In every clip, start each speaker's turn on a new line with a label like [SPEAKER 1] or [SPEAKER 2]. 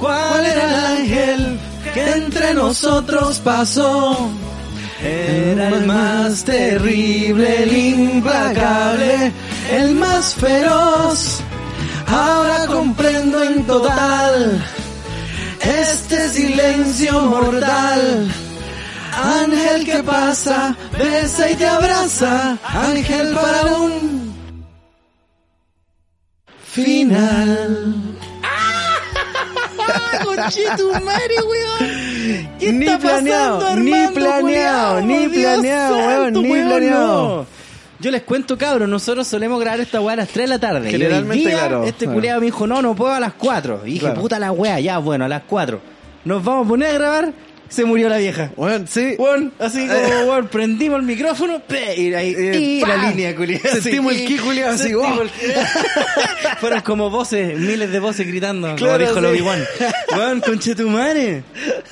[SPEAKER 1] ¿Cuál era el ángel que entre nosotros pasó? Era el más terrible, el implacable, el más feroz. Ahora comprendo en total este silencio mortal. Ángel que pasa, besa y te abraza, ángel para un final.
[SPEAKER 2] Conchetumare, weón. ¿Qué
[SPEAKER 1] Ni
[SPEAKER 2] está
[SPEAKER 1] planeado,
[SPEAKER 2] pasando,
[SPEAKER 1] ni
[SPEAKER 2] Armando,
[SPEAKER 1] planeado,
[SPEAKER 2] culiao?
[SPEAKER 1] ni
[SPEAKER 2] Dios
[SPEAKER 1] planeado,
[SPEAKER 2] santo,
[SPEAKER 1] weón, ni
[SPEAKER 2] weón,
[SPEAKER 1] planeado.
[SPEAKER 2] no. Yo les cuento, cabros, nosotros solemos grabar esta weá a las 3 de la tarde. y hoy
[SPEAKER 3] Generalmente,
[SPEAKER 2] día,
[SPEAKER 3] claro.
[SPEAKER 2] Este
[SPEAKER 1] Ah.
[SPEAKER 2] culiado me dijo, no, no puedo a las 4. Y dije,
[SPEAKER 1] Claro.
[SPEAKER 2] puta la weá, ya, bueno, a las 4. Nos vamos a poner a grabar, se murió la vieja.
[SPEAKER 3] Bueno, sí.
[SPEAKER 2] Weón, así como, weón, prendimos el micrófono, pe, y ahí,
[SPEAKER 1] Eh,
[SPEAKER 2] y
[SPEAKER 3] pa.
[SPEAKER 2] la línea, culiado.
[SPEAKER 3] Sentimos el ki, culiao, así,
[SPEAKER 2] Sentimos
[SPEAKER 3] oh.
[SPEAKER 2] el ki. Fueron como voces, miles de voces gritando, como
[SPEAKER 3] Claro,
[SPEAKER 2] dijo
[SPEAKER 3] sí.
[SPEAKER 2] Lobby One. Weón, conchetumare.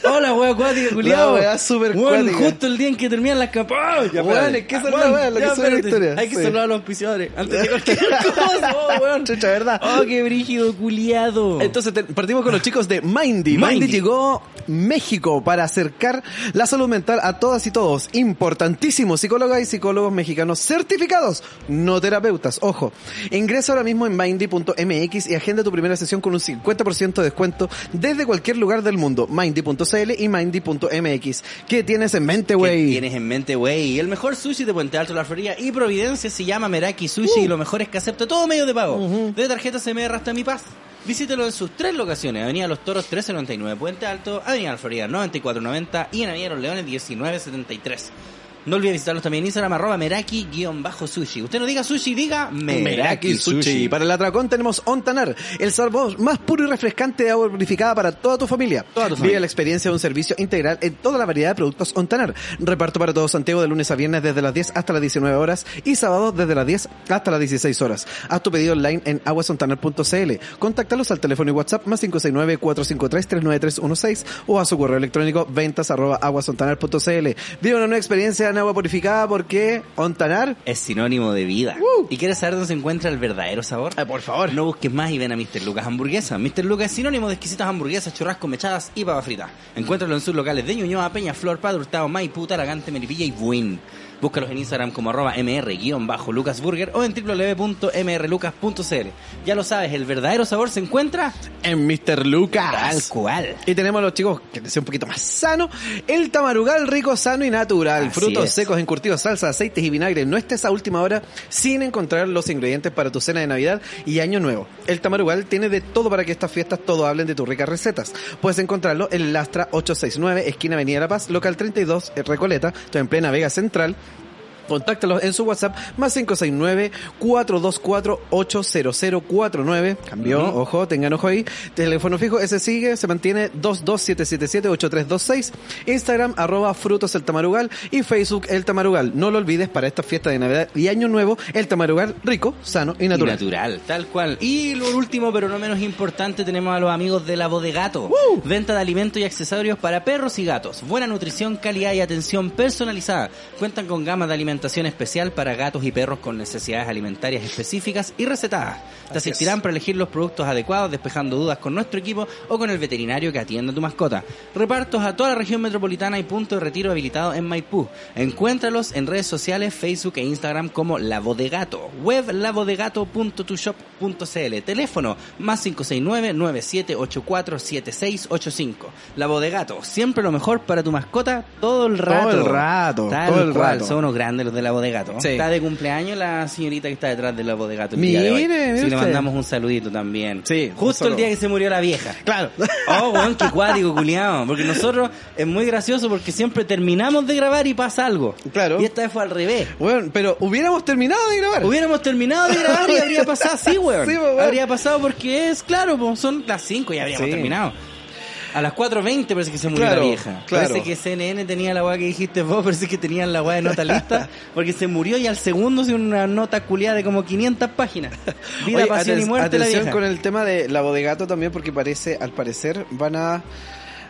[SPEAKER 2] Hola, weón, acuática, culiado.
[SPEAKER 3] La weá super
[SPEAKER 2] Weón,
[SPEAKER 3] cuática.
[SPEAKER 2] justo el día en que terminan las campañas.
[SPEAKER 3] Weón, es que esa es la weá, lo que son las historias.
[SPEAKER 2] Hay que
[SPEAKER 3] Sí.
[SPEAKER 2] saludar a los auspiciadores antes de cualquier cosa, oh, weón.
[SPEAKER 3] Chucha, ¿verdad?
[SPEAKER 2] Oh, qué brígido, culiado.
[SPEAKER 3] Entonces te- partimos con los chicos de Mindy. Mindy.
[SPEAKER 2] Mindy.
[SPEAKER 3] llegó a México para acercar la salud mental a todas y todos. Importantísimo, psicólogas y psicólogos mexicanos certificados, no terapeutas, ojo. Ingresa ahora mismo en mindy.mx y agenda tu primera sesión con un 50% de descuento desde cualquier lugar del mundo. Mindy.cl y mindy.mx. ¿Qué tienes en mente,
[SPEAKER 2] ¿Qué
[SPEAKER 3] güey?
[SPEAKER 2] tienes en mente, güey? El mejor sushi de Puente Alto, La Florida y Providencia se llama Meraki Sushi y lo mejor es que acepta todo medio de pago. De tarjeta se me arrastra mi paz. Visítelo en sus tres locaciones, Avenida Los Toros 1399 Puente Alto, Avenida La Florida 9490 y en Avenida Los Leones 1973. No olvide visitarlos también en Instagram, arroba meraki-sushi. Usted no diga sushi, diga meraki sushi.
[SPEAKER 3] Para el atracón tenemos Ontanar, el sabor más puro y refrescante de agua purificada para toda tu familia.
[SPEAKER 2] Toda tu
[SPEAKER 3] Vive
[SPEAKER 2] familia.
[SPEAKER 3] la experiencia de un servicio integral en toda la variedad de productos Ontanar. Reparto para todo Santiago de lunes a viernes desde las 10 hasta las 19 horas y sábados desde las 10 hasta las 16 horas. Haz tu pedido online en aguasontanar.cl. Contáctalos al teléfono y WhatsApp más 569-453-39316 o a su correo electrónico ventas arroba aguasontanar.cl. Vive una nueva experiencia en agua purificada porque Ontanar
[SPEAKER 2] Es sinónimo de vida. ¿Y quieres saber dónde se encuentra el verdadero sabor? Uh. Ah, por favor. No busques más y ven a Mr. Lucas Hamburguesa. Mr. Lucas es sinónimo de exquisitas hamburguesas, churrasco, mechadas y papas fritas. Encuéntralo en sus locales de Ñuñoa, Peña, Flor, Padre Hurtado, Maipú, Taragante, Melipilla y Buin. Búscalos en Instagram como arroba mr-lucasburger o en www.mrlucas.cl. Ya lo sabes, el verdadero sabor se encuentra
[SPEAKER 3] en Mr.
[SPEAKER 2] al
[SPEAKER 3] Lucas.
[SPEAKER 2] cual.
[SPEAKER 3] Y tenemos a los chicos que sea un poquito más sano. El tamarugal rico, sano y natural.
[SPEAKER 2] Así
[SPEAKER 3] Frutos
[SPEAKER 2] es.
[SPEAKER 3] secos, encurtidos, salsa, aceites y vinagre. No estés a última hora sin encontrar los ingredientes para tu cena de Navidad y Año Nuevo. El tamarugal tiene de todo para que estas fiestas todo hablen de tus ricas recetas. Puedes encontrarlo en Lastra 869, esquina Avenida La Paz, local 32, en eh, Recoleta, esto en plena Vega Central. Contáctalos en su WhatsApp más 569-424-80049. Cambió,
[SPEAKER 2] Ujú.
[SPEAKER 3] ojo, tengan ojo ahí. Teléfono fijo, ese sigue, se mantiene 22777-8326. Instagram arroba frutos el tamarugal y Facebook el tamarugal. No lo olvides para esta fiesta de Navidad y Año Nuevo, el tamarugal rico, sano y natural.
[SPEAKER 2] Y tal cual. Y lo último, pero no menos importante, tenemos a los amigos de la Bodegato. Venta de alimentos y accesorios para perros y gatos. Buena nutrición, calidad y atención personalizada. Cuentan con gamas de alimentación especial para gatos y perros con necesidades alimentarias específicas y recetadas. Te
[SPEAKER 3] Así es.
[SPEAKER 2] asistirán para elegir los productos adecuados, despejando dudas con nuestro equipo o con el veterinario que atienda tu mascota. Repartos a toda la región metropolitana y punto de retiro habilitado en Maipú. Encuéntralos en redes sociales, Facebook e Instagram como La Bodegato. Web labodegato.tushop.cl. Teléfono más 569-9784-7685. La Bodegato, siempre lo mejor para tu mascota todo el rato.
[SPEAKER 3] el rato,
[SPEAKER 2] Tal
[SPEAKER 3] todo el
[SPEAKER 2] cual,
[SPEAKER 3] rato.
[SPEAKER 2] Son unos grandes los de La Bodegato.
[SPEAKER 3] Sí.
[SPEAKER 2] Está de cumpleaños la señorita que está detrás de La Bodegato. el
[SPEAKER 3] Mire,
[SPEAKER 2] día de hoy.
[SPEAKER 3] mire
[SPEAKER 2] Sí, le
[SPEAKER 3] usted.
[SPEAKER 2] mandamos un saludito también.
[SPEAKER 3] Sí, un
[SPEAKER 2] Justo
[SPEAKER 3] saludo.
[SPEAKER 2] el día que se murió la vieja.
[SPEAKER 3] Claro.
[SPEAKER 2] Oh, weón, qué cuático, culiao. Porque nosotros es muy gracioso porque siempre terminamos de grabar y pasa algo.
[SPEAKER 3] Claro.
[SPEAKER 2] Y esta vez fue al revés.
[SPEAKER 3] Bueno, pero hubiéramos terminado de grabar.
[SPEAKER 2] Hubiéramos terminado de grabar y habría pasado así, weón.
[SPEAKER 3] Sí, pues, weón.
[SPEAKER 2] Habría pasado porque es, claro, pues, son las 5 y habríamos
[SPEAKER 3] Sí.
[SPEAKER 2] terminado. A las 4.20 parece que se murió
[SPEAKER 3] Claro,
[SPEAKER 2] la vieja.
[SPEAKER 3] claro.
[SPEAKER 2] Parece que CNN tenía la weá que dijiste vos, parece que tenían la weá de nota lista, porque se murió y al segundo se una nota culiada de como 500 páginas. Vida,
[SPEAKER 3] Oye,
[SPEAKER 2] pasión y
[SPEAKER 3] aten-
[SPEAKER 2] muerte de la
[SPEAKER 3] atención
[SPEAKER 2] vieja.
[SPEAKER 3] con el tema de la bodegato también porque parece al parecer van a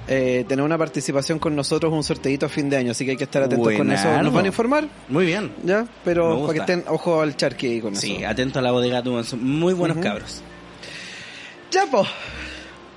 [SPEAKER 3] eh, tener una participación con nosotros un sorteito a fin de año así que hay que estar atentos con eso
[SPEAKER 2] Buenardo.
[SPEAKER 3] nos van a informar
[SPEAKER 2] Muy bien.
[SPEAKER 3] ya
[SPEAKER 2] Me
[SPEAKER 3] pero
[SPEAKER 2] gusta.
[SPEAKER 3] para que estén ojo al charqui ahí con
[SPEAKER 2] Sí,
[SPEAKER 3] eso
[SPEAKER 2] atento a la bodega, tú, son muy buenos
[SPEAKER 3] Ujú.
[SPEAKER 2] cabros.
[SPEAKER 3] ya po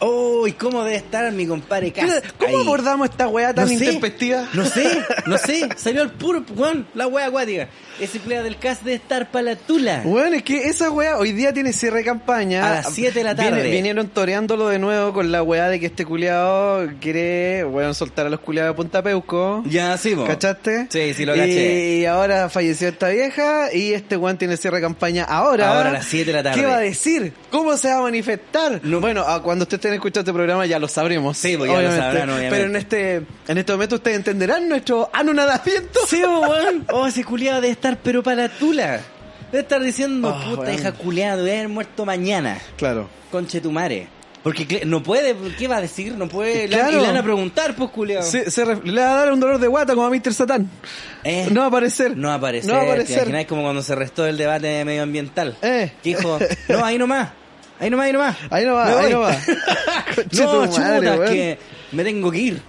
[SPEAKER 2] Oh, ¿y cómo debe estar mi compadre Cas?
[SPEAKER 3] ¿Cómo
[SPEAKER 2] ahí?
[SPEAKER 3] abordamos esta weá tan
[SPEAKER 2] No sé,
[SPEAKER 3] intempestiva?
[SPEAKER 2] No sé, no sé. Salió al puro, weón, la wea acuática. Ese empleado del cast de estar para la tula.
[SPEAKER 3] Bueno, es que esa weá hoy día tiene cierre de campaña.
[SPEAKER 2] A las 7 de la tarde.
[SPEAKER 3] Viene- vinieron toreándolo de nuevo con la weá de que este culiado quiere, bueno, soltar a los culiados de Punta Peuco.
[SPEAKER 2] Ya, sí, po.
[SPEAKER 3] ¿Cachaste?
[SPEAKER 2] Sí, sí, lo caché.
[SPEAKER 3] Y ahora falleció esta vieja y este weón tiene cierre de campaña ahora.
[SPEAKER 2] Ahora a las siete de la tarde.
[SPEAKER 3] ¿Qué va a decir? ¿Cómo se va a manifestar?
[SPEAKER 2] No.
[SPEAKER 3] Bueno, ah, cuando ustedes estén escuchando este programa ya lo sabremos.
[SPEAKER 2] Sí, pues ya lo sabrán, obviamente.
[SPEAKER 3] Pero en este, en este momento ustedes entenderán nuestro anonadamiento.
[SPEAKER 2] Sí, po, weón. Oh, ese culiado debe estar, pero para la tula. Debe estar diciendo,
[SPEAKER 3] Oh,
[SPEAKER 2] puta
[SPEAKER 3] weón.
[SPEAKER 2] hija culiado, debe haber muerto mañana.
[SPEAKER 3] Claro.
[SPEAKER 2] Conche tu madre. Porque cl- no puede, ¿qué va a decir? No puede. la-
[SPEAKER 3] Claro.
[SPEAKER 2] Y le van a preguntar, pues, culiado.
[SPEAKER 3] Se- se ref- le va a dar un dolor de guata como a Mr. Satán.
[SPEAKER 2] Eh.
[SPEAKER 3] No va a aparecer.
[SPEAKER 2] No va a aparecer.
[SPEAKER 3] No va a
[SPEAKER 2] ¿Te
[SPEAKER 3] aparecer.
[SPEAKER 2] imaginas como cuando se restó el debate medioambiental?
[SPEAKER 3] Eh.
[SPEAKER 2] Que dijo, no, ahí nomás. Ahí nomás, ahí nomás.
[SPEAKER 3] Ahí no va,
[SPEAKER 2] Me
[SPEAKER 3] ahí
[SPEAKER 2] voy".
[SPEAKER 3] no va. Conche
[SPEAKER 2] no,
[SPEAKER 3] tu madre,
[SPEAKER 2] chuta, es
[SPEAKER 3] weón.
[SPEAKER 2] que me tengo que ir.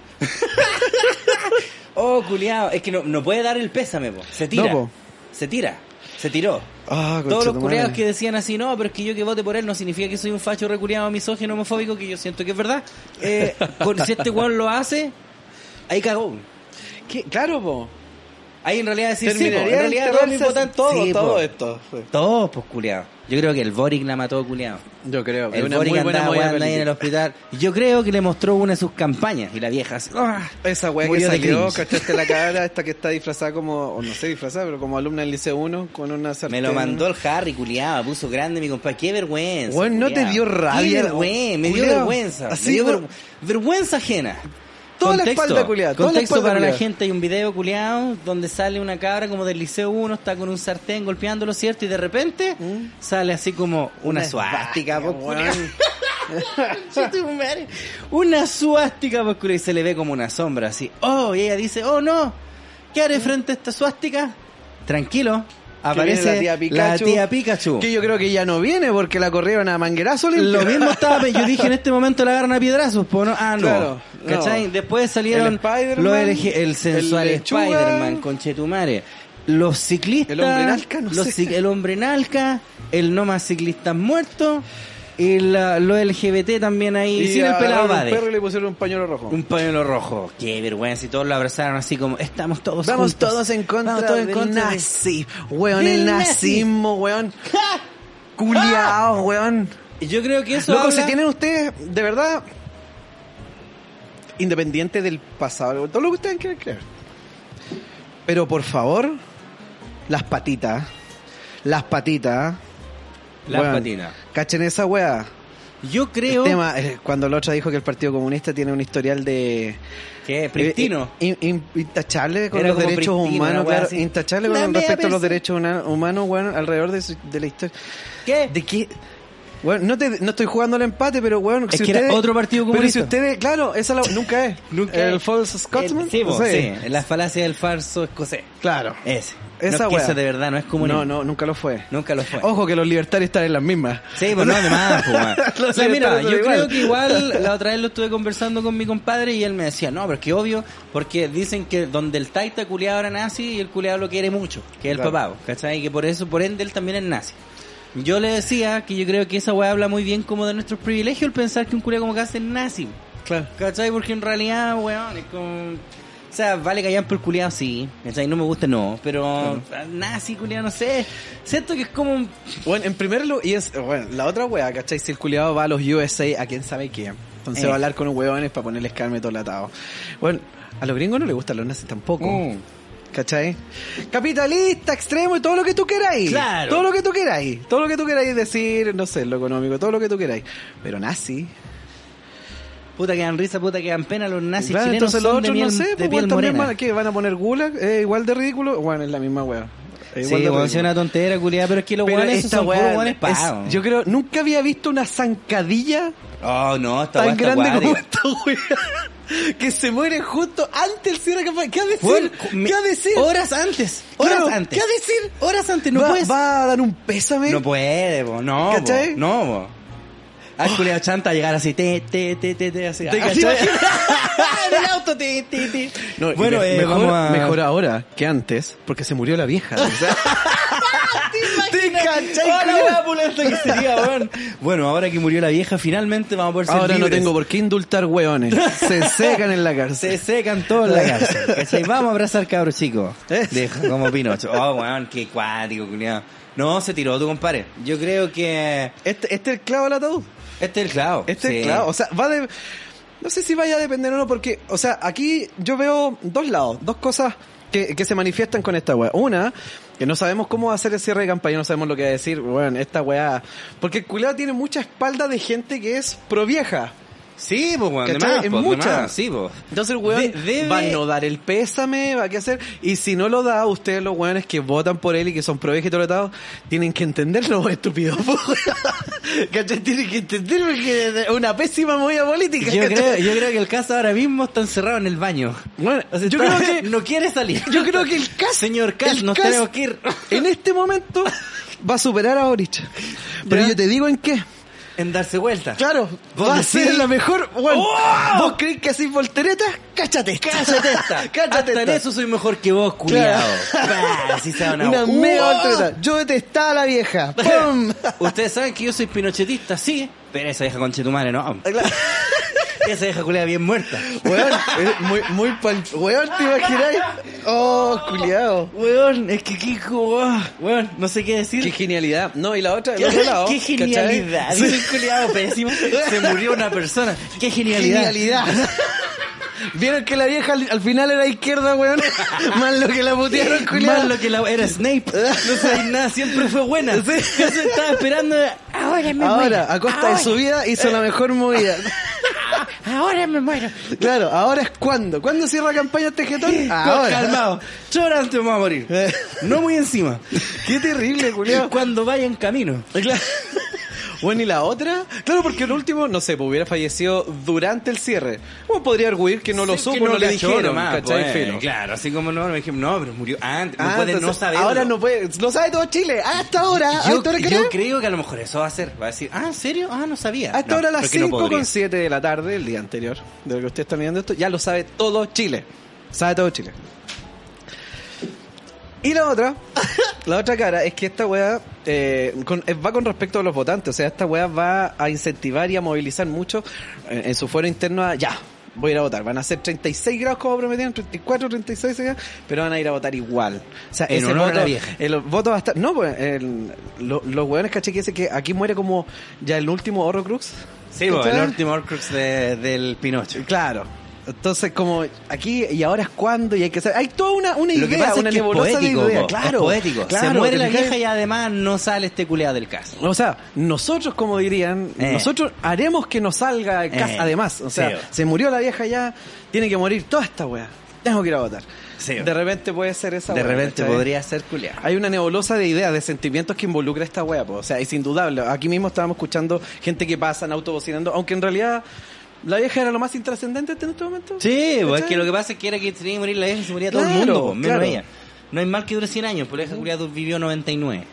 [SPEAKER 2] oh, culiao. Es que no, no puede dar el pésame, po. Se tira.
[SPEAKER 3] No, po.
[SPEAKER 2] Se tira. Se tiró.
[SPEAKER 3] Ah, conche
[SPEAKER 2] Todos los
[SPEAKER 3] tu
[SPEAKER 2] culiados
[SPEAKER 3] madre.
[SPEAKER 2] que decían así, no, pero es que yo que vote por él no significa que soy un facho reculiado, misógino, homofóbico, que yo siento que es verdad. Eh, con- si este weón lo hace, ahí cagó.
[SPEAKER 3] ¿Qué? Claro, po.
[SPEAKER 2] Ahí en realidad decir sí, po. en
[SPEAKER 3] Terminaría de
[SPEAKER 2] realidad todos
[SPEAKER 3] enterrarse
[SPEAKER 2] mis votantes-
[SPEAKER 3] todo,
[SPEAKER 2] sí, po.
[SPEAKER 3] todo esto.
[SPEAKER 2] Todos, pues, culiados. Yo creo que el Boric la mató, culiado.
[SPEAKER 3] Yo creo.
[SPEAKER 2] El Boric andaba weando ahí en el hospital. Yo creo que le mostró una de sus campañas. Y la vieja así, ¡ah!
[SPEAKER 3] Esa weá que
[SPEAKER 2] Murió de
[SPEAKER 3] salió,
[SPEAKER 2] cringe.
[SPEAKER 3] cachaste la cara, esta que está disfrazada como, o no sé disfrazada, pero como alumna del Liceo 1 con una
[SPEAKER 2] Me
[SPEAKER 3] sartén.
[SPEAKER 2] lo mandó el Harry, culiado. Puso grande mi compadre. ¡Qué vergüenza!
[SPEAKER 3] Weón, ¿no te
[SPEAKER 2] culiao.
[SPEAKER 3] dio rabia,
[SPEAKER 2] ¡Qué vergüenza! Me dio
[SPEAKER 3] culiao?
[SPEAKER 2] vergüenza.
[SPEAKER 3] Así,
[SPEAKER 2] me dio ver-
[SPEAKER 3] weón.
[SPEAKER 2] vergüenza ajena.
[SPEAKER 3] Toda la espalda, culiao, toda la
[SPEAKER 2] Contexto
[SPEAKER 3] espalda,
[SPEAKER 2] para la
[SPEAKER 3] culiao.
[SPEAKER 2] gente. Hay un video, culiado, donde sale una cabra como del Liceo 1, está con un sartén golpeándolo, ¿cierto? Y de repente
[SPEAKER 3] ¿Mm?
[SPEAKER 2] sale así como una, suástica, pues, culiao.
[SPEAKER 3] weón.
[SPEAKER 2] Conchito de tu madre. Una suástica pues, culo, y se le ve como una sombra así. Oh, y ella dice, oh no, ¿qué haré frente a esta suástica? Tranquilo, aparece
[SPEAKER 3] viene la tía Pikachu.
[SPEAKER 2] tía Pikachu.
[SPEAKER 3] Que yo creo que ya no viene porque la corrieron a manguerazo limpio.
[SPEAKER 2] Lo mismo estaba, pe- yo dije en este momento la agarran a piedrazos, po, ¿no? Ah, no.
[SPEAKER 3] Claro,
[SPEAKER 2] ¿Cachai?
[SPEAKER 3] no.
[SPEAKER 2] Después salieron
[SPEAKER 3] El Spider-Man,
[SPEAKER 2] los LG el sensual
[SPEAKER 3] el lechuga.
[SPEAKER 2] Spider-Man, conchetumare. Los ciclistas.
[SPEAKER 3] El hombre nalca, no
[SPEAKER 2] los
[SPEAKER 3] sé.
[SPEAKER 2] ci- El hombre nalca, el no más ciclistas muerto. Y la- los LGBT también ahí. sin el
[SPEAKER 3] agarraron
[SPEAKER 2] pelado
[SPEAKER 3] un
[SPEAKER 2] Bade.
[SPEAKER 3] perro y le pusieron un pañuelo rojo.
[SPEAKER 2] Un pañuelo rojo. Qué vergüenza. Y todos lo abrazaron así como, estamos todos
[SPEAKER 3] Vamos
[SPEAKER 2] juntos.
[SPEAKER 3] todos en contra
[SPEAKER 2] Vamos todos en
[SPEAKER 3] del
[SPEAKER 2] contra de-
[SPEAKER 3] nazi. Weón,
[SPEAKER 2] Del
[SPEAKER 3] el
[SPEAKER 2] nazi.
[SPEAKER 3] nazismo, weón. Culiao, weón.
[SPEAKER 2] Yo creo que eso
[SPEAKER 3] Loco,
[SPEAKER 2] Ah. habla-
[SPEAKER 3] si tienen ustedes, de verdad, independiente del pasado, todo lo que ustedes quieran creer. Pero por favor, las patitas. Las patitas.
[SPEAKER 2] Las
[SPEAKER 3] weón,
[SPEAKER 2] patinas.
[SPEAKER 3] Cachen esa weá.
[SPEAKER 2] Yo creo
[SPEAKER 3] El tema, eh, cuando la otra dijo que el Partido Comunista tiene un historial de,
[SPEAKER 2] que Pristino.
[SPEAKER 3] Eh, In- in- intachable con
[SPEAKER 2] Era
[SPEAKER 3] los
[SPEAKER 2] como
[SPEAKER 3] derechos
[SPEAKER 2] Pristino, una
[SPEAKER 3] humanos,
[SPEAKER 2] wea
[SPEAKER 3] claro.
[SPEAKER 2] así.
[SPEAKER 3] Intachable
[SPEAKER 2] La
[SPEAKER 3] con
[SPEAKER 2] media
[SPEAKER 3] respecto a los
[SPEAKER 2] pesa.
[SPEAKER 3] derechos una- humanos, weón, alrededor de, su- de la historia.
[SPEAKER 2] ¿Qué?
[SPEAKER 3] ¿De qué? Weón, no, te- no estoy jugando al empate, pero weón.
[SPEAKER 2] Es que era otro partido
[SPEAKER 3] Pero si
[SPEAKER 2] comunista.
[SPEAKER 3] ustedes, claro, esa la- nunca es. El false Scotsman.
[SPEAKER 2] El- sí, po,
[SPEAKER 3] no sé.
[SPEAKER 2] sí. La falacia del falso escocés.
[SPEAKER 3] Claro.
[SPEAKER 2] Ese.
[SPEAKER 3] Esa
[SPEAKER 2] no, es que
[SPEAKER 3] wea.
[SPEAKER 2] eso de verdad no es comunismo.
[SPEAKER 3] No, no, nunca lo fue.
[SPEAKER 2] Nunca lo fue.
[SPEAKER 3] Ojo que los libertarios están en las mismas.
[SPEAKER 2] Sí, pues no, además, pues, weón.
[SPEAKER 3] Los
[SPEAKER 2] O sea, mira,
[SPEAKER 3] libertarios
[SPEAKER 2] yo
[SPEAKER 3] son
[SPEAKER 2] creo
[SPEAKER 3] igual.
[SPEAKER 2] que igual la otra vez lo estuve conversando con mi compadre y él me decía, no, pero es que obvio, porque dicen que donde el taita culiado era nazi y el culiado lo quiere mucho, que es el
[SPEAKER 3] Claro.
[SPEAKER 2] papá, po, ¿cachai? Y que por eso, por ende, él también es nazi. Yo le decía que yo creo que esa weá habla muy bien como de nuestros privilegios el pensar que un culiado como Cas es nazi.
[SPEAKER 3] Claro.
[SPEAKER 2] ¿Cachai? Porque en realidad, weón, es como... O sea, vale callan por culiado, sí. ¿Cachai? No me gusta, no. Pero nazi, culiado, no sé. Siento que es como... un-
[SPEAKER 3] Bueno, en primer lugar, y es, bueno, la otra wea, ¿cachai? Si el culiado va a los USA, a quién sabe qué. Entonces
[SPEAKER 2] Eh.
[SPEAKER 3] va a hablar con un huevones para ponerles carne todo atado. Bueno, a los gringos no les gustan los nazis tampoco.
[SPEAKER 2] Mm.
[SPEAKER 3] ¿Cachai? Capitalista, extremo y todo lo que tú queráis.
[SPEAKER 2] Claro.
[SPEAKER 3] Todo lo que tú queráis. Todo lo que tú queráis decir, no sé, lo económico, todo lo que tú queráis. Pero nazi.
[SPEAKER 2] Puta que dan risa, puta que dan pena los nazis
[SPEAKER 3] Claro,
[SPEAKER 2] chilenos
[SPEAKER 3] entonces los
[SPEAKER 2] son de
[SPEAKER 3] otros no
[SPEAKER 2] miel-
[SPEAKER 3] sé,
[SPEAKER 2] de
[SPEAKER 3] pues,
[SPEAKER 2] piel
[SPEAKER 3] bueno, también
[SPEAKER 2] morena.
[SPEAKER 3] van, ¿qué? ¿Van a poner gulag? Eh, igual de ridículo. Bueno, es la misma wea.
[SPEAKER 2] Sí,
[SPEAKER 3] Es igual de
[SPEAKER 2] weón,
[SPEAKER 3] ridículo.
[SPEAKER 2] es una tontera, culiada, pero es que los
[SPEAKER 3] Pero
[SPEAKER 2] guanes
[SPEAKER 3] esta
[SPEAKER 2] son puros
[SPEAKER 3] wea
[SPEAKER 2] guanes
[SPEAKER 3] es-
[SPEAKER 2] pagados.
[SPEAKER 3] yo creo, nunca había visto una zancadilla
[SPEAKER 2] Oh, no, esta guay
[SPEAKER 3] tan grande
[SPEAKER 2] está
[SPEAKER 3] como
[SPEAKER 2] guay.
[SPEAKER 3] esta wea. Que se muere justo antes del cierre de campaña. ¿Qué ha de decir? ¿Qué ha de decir?
[SPEAKER 2] Horas antes, horas
[SPEAKER 3] Claro,
[SPEAKER 2] antes.
[SPEAKER 3] ¿Qué ha de decir?
[SPEAKER 2] Horas antes, no
[SPEAKER 3] va,
[SPEAKER 2] puedes.
[SPEAKER 3] ¿Va a dar un pésame?
[SPEAKER 2] No puede, po, no, po,
[SPEAKER 3] ¿Cachai?
[SPEAKER 2] no, po. Al culiado chanta llegar así, te, te, te, te, Oh. te, así.
[SPEAKER 3] ¿Te
[SPEAKER 2] Ah,
[SPEAKER 3] cachai?
[SPEAKER 2] imaginas? en el auto, te, te, te.
[SPEAKER 3] No, y
[SPEAKER 2] bueno,
[SPEAKER 3] me-
[SPEAKER 2] eh,
[SPEAKER 3] mejor,
[SPEAKER 2] vamos a...
[SPEAKER 3] mejor ahora que antes, porque se murió la vieja. o sea. ¿Te cachai?
[SPEAKER 2] ¡Ah, la weá pulenta que sería, weón! Bueno, ahora que murió la vieja, finalmente vamos a poder ser
[SPEAKER 3] Ahora no
[SPEAKER 2] libres.
[SPEAKER 3] tengo por qué indultar hueones. Se secan en la
[SPEAKER 2] Se
[SPEAKER 3] cárcel.
[SPEAKER 2] secan todos en la cárcel. ¿cachai? Vamos a abrazar cabros chicos. Deja como Pinocho. Oh, weón, qué cuático, culiao. No, se tiró tu compadre. Yo creo que.
[SPEAKER 3] Este, este es el clavo del ataúd.
[SPEAKER 2] Este es el clavo.
[SPEAKER 3] Este
[SPEAKER 2] Sí.
[SPEAKER 3] es el clavo. O sea, va de. No sé si vaya a depender o no, porque, o sea, aquí yo veo dos lados, dos cosas que, que se manifiestan con esta weá. Una, que no sabemos cómo va a ser el cierre de campaña, no sabemos lo que va a decir, weón, esta weá. Porque el culiao tiene mucha espalda de gente que es provieja.
[SPEAKER 2] Sí, pues, weón. de
[SPEAKER 3] ¿Cachai?
[SPEAKER 2] más,
[SPEAKER 3] Es
[SPEAKER 2] po, de
[SPEAKER 3] mucha.
[SPEAKER 2] más, Sí, pues.
[SPEAKER 3] Entonces el weón
[SPEAKER 2] De- debe-
[SPEAKER 3] va a no dar el pésame, va a qué hacer. Y si no lo da, ustedes los weones que votan por él y que son provejes y todo lo atado, tienen que entenderlo, estúpido. po. ¿Cachai? Tienen que entenderlo que es una pésima movida política.
[SPEAKER 2] Yo
[SPEAKER 3] ¿cachai?
[SPEAKER 2] creo, yo creo que el caso ahora mismo está encerrado en el baño.
[SPEAKER 3] Bueno,
[SPEAKER 2] O sea,
[SPEAKER 3] yo
[SPEAKER 2] está-
[SPEAKER 3] creo que...
[SPEAKER 2] no quiere salir.
[SPEAKER 3] Yo creo que el caso
[SPEAKER 2] Señor Cas,
[SPEAKER 3] el
[SPEAKER 2] nos
[SPEAKER 3] Cas-
[SPEAKER 2] tenemos que ir.
[SPEAKER 3] en este momento va a superar a Orich. Pero
[SPEAKER 2] Ya.
[SPEAKER 3] yo te digo en qué.
[SPEAKER 2] En darse vuelta.
[SPEAKER 3] Claro,
[SPEAKER 2] ¿Vos
[SPEAKER 3] va a
[SPEAKER 2] decís?
[SPEAKER 3] ser la mejor. weón.
[SPEAKER 2] ¡Oh!
[SPEAKER 3] ¿Vos crees que así volteretas? Cáchate. esta.
[SPEAKER 2] Cállate esta.
[SPEAKER 3] Cáchate
[SPEAKER 2] Hasta en
[SPEAKER 3] esta.
[SPEAKER 2] eso soy mejor que vos, culiao. Pa, así se van a-
[SPEAKER 3] Una ¡Oh! mega
[SPEAKER 2] ¡Wow!
[SPEAKER 3] voltereta. Yo detestaba a la vieja. ¡Pum!
[SPEAKER 2] Ustedes saben que yo soy pinochetista, sí, pero esa vieja conchetumare no. Esa vieja culiada bien muerta.
[SPEAKER 3] Weón, es muy, muy pal... Weón, ¿te imagináis? Oh, culiao.
[SPEAKER 2] Weón, es que qué co- ah, Weón, no sé qué decir.
[SPEAKER 3] Qué genialidad. No, y la otra,
[SPEAKER 2] Qué,
[SPEAKER 3] del otro lado.
[SPEAKER 2] qué genialidad.
[SPEAKER 3] ¿cachai?
[SPEAKER 2] Dice el culiao pésimo. Se murió una persona. Qué genialidad.
[SPEAKER 3] Genialidad. ¿Vieron que la vieja al, al final era izquierda, weón? Más lo que la putearon, culiao.
[SPEAKER 2] Más lo que la, era Snape. No sabía nada, siempre fue buena. Yo estaba esperando. eh, Ahora me
[SPEAKER 3] Ahora, a costa de su vida, hizo la mejor movida.
[SPEAKER 2] muero. Ahora me muero.
[SPEAKER 3] Claro, ahora es cuando. ¿Cuándo cierra campaña este jetón?
[SPEAKER 2] Ahora. Eh.
[SPEAKER 3] Ahora.
[SPEAKER 2] oh, Calmado. Llorando te vamos a morir. No muy encima.
[SPEAKER 3] Qué terrible, culiao.
[SPEAKER 2] Cuando vaya en camino.
[SPEAKER 3] Claro. Bueno, ¿y la otra? Claro, porque el último, no sé, pues hubiera fallecido durante el cierre. Uno podría arguir que no lo
[SPEAKER 2] Sí,
[SPEAKER 3] supo,
[SPEAKER 2] que
[SPEAKER 3] no, le
[SPEAKER 2] cachó
[SPEAKER 3] dijeron,
[SPEAKER 2] nomás,
[SPEAKER 3] ¿cachai?
[SPEAKER 2] pues,
[SPEAKER 3] Filo.
[SPEAKER 2] Claro, así como no, me dijeron, no, pero murió antes. No
[SPEAKER 3] Ah,
[SPEAKER 2] puede no
[SPEAKER 3] entonces,
[SPEAKER 2] saberlo.
[SPEAKER 3] Ahora no puede, lo sabe todo Chile, hasta ahora,
[SPEAKER 2] Yo,
[SPEAKER 3] hasta ahora
[SPEAKER 2] yo
[SPEAKER 3] creo.
[SPEAKER 2] creo que a lo mejor eso va a ser. Va a decir, ah, ¿en serio? Ah, no sabía.
[SPEAKER 3] Hasta
[SPEAKER 2] No,
[SPEAKER 3] ahora a las
[SPEAKER 2] porque no
[SPEAKER 3] 5
[SPEAKER 2] podría.
[SPEAKER 3] con 7 de la tarde, el día anterior, de lo que usted está mirando esto, ya lo sabe todo Chile. Sabe todo Chile. Y la otra, la otra cara es que esta weá eh, con- eh, va con respecto a los votantes. O sea, esta weá va a incentivar y a movilizar mucho eh, en su fuero interno a ya. Voy a ir a votar. Van a ser 36 grados como prometieron, 34, 36 grados, pero van a ir a votar igual. O sea,
[SPEAKER 2] En
[SPEAKER 3] ese
[SPEAKER 2] honor a
[SPEAKER 3] voto,
[SPEAKER 2] la vieja.
[SPEAKER 3] el voto Eh, va a estar. No, pues el- lo- los weones, caché que dicen que aquí muere como ya el último Horrocrux.
[SPEAKER 2] Sí, bueno,
[SPEAKER 3] ¿Cachai?
[SPEAKER 2] pues, el último Horcrux de- del Pinocho.
[SPEAKER 3] Claro. Entonces, como aquí y ahora es cuando y hay que hacer. Hay toda una, una
[SPEAKER 2] Lo que
[SPEAKER 3] idea,
[SPEAKER 2] pasa
[SPEAKER 3] una
[SPEAKER 2] es que es
[SPEAKER 3] nebulosa
[SPEAKER 2] poético,
[SPEAKER 3] de idea.
[SPEAKER 2] po,
[SPEAKER 3] claro,
[SPEAKER 2] es poético.
[SPEAKER 3] claro,
[SPEAKER 2] Se muere
[SPEAKER 3] ¿te
[SPEAKER 2] la
[SPEAKER 3] fijas?
[SPEAKER 2] vieja y además no sale este culeado del caso.
[SPEAKER 3] O sea, nosotros, como dirían,
[SPEAKER 2] Eh.
[SPEAKER 3] nosotros haremos que nos salga el cas
[SPEAKER 2] Eh.
[SPEAKER 3] además. O sea,
[SPEAKER 2] Sí, bo.
[SPEAKER 3] se murió la vieja ya, tiene que morir toda esta wea. Tengo que ir a votar.
[SPEAKER 2] Sí, bo.
[SPEAKER 3] de repente puede ser esa
[SPEAKER 2] de
[SPEAKER 3] wea,
[SPEAKER 2] repente
[SPEAKER 3] ¿cachai?
[SPEAKER 2] podría ser culeado.
[SPEAKER 3] Hay una nebulosa de ideas, de sentimientos que involucra esta wea, po. o sea, es indudable. Aquí mismo estábamos escuchando gente que pasan autobocinando, aunque en realidad la vieja era lo más intrascendente en este momento.
[SPEAKER 2] Sí, pues, es
[SPEAKER 3] ¿Cachai?
[SPEAKER 2] que lo que pasa es que era que tenía que morir la vieja y se moría todo el
[SPEAKER 3] Claro,
[SPEAKER 2] mundo, pues, menos
[SPEAKER 3] claro.
[SPEAKER 2] ella. No hay mal que dure 100 años, porque la vieja culeada vivió 99.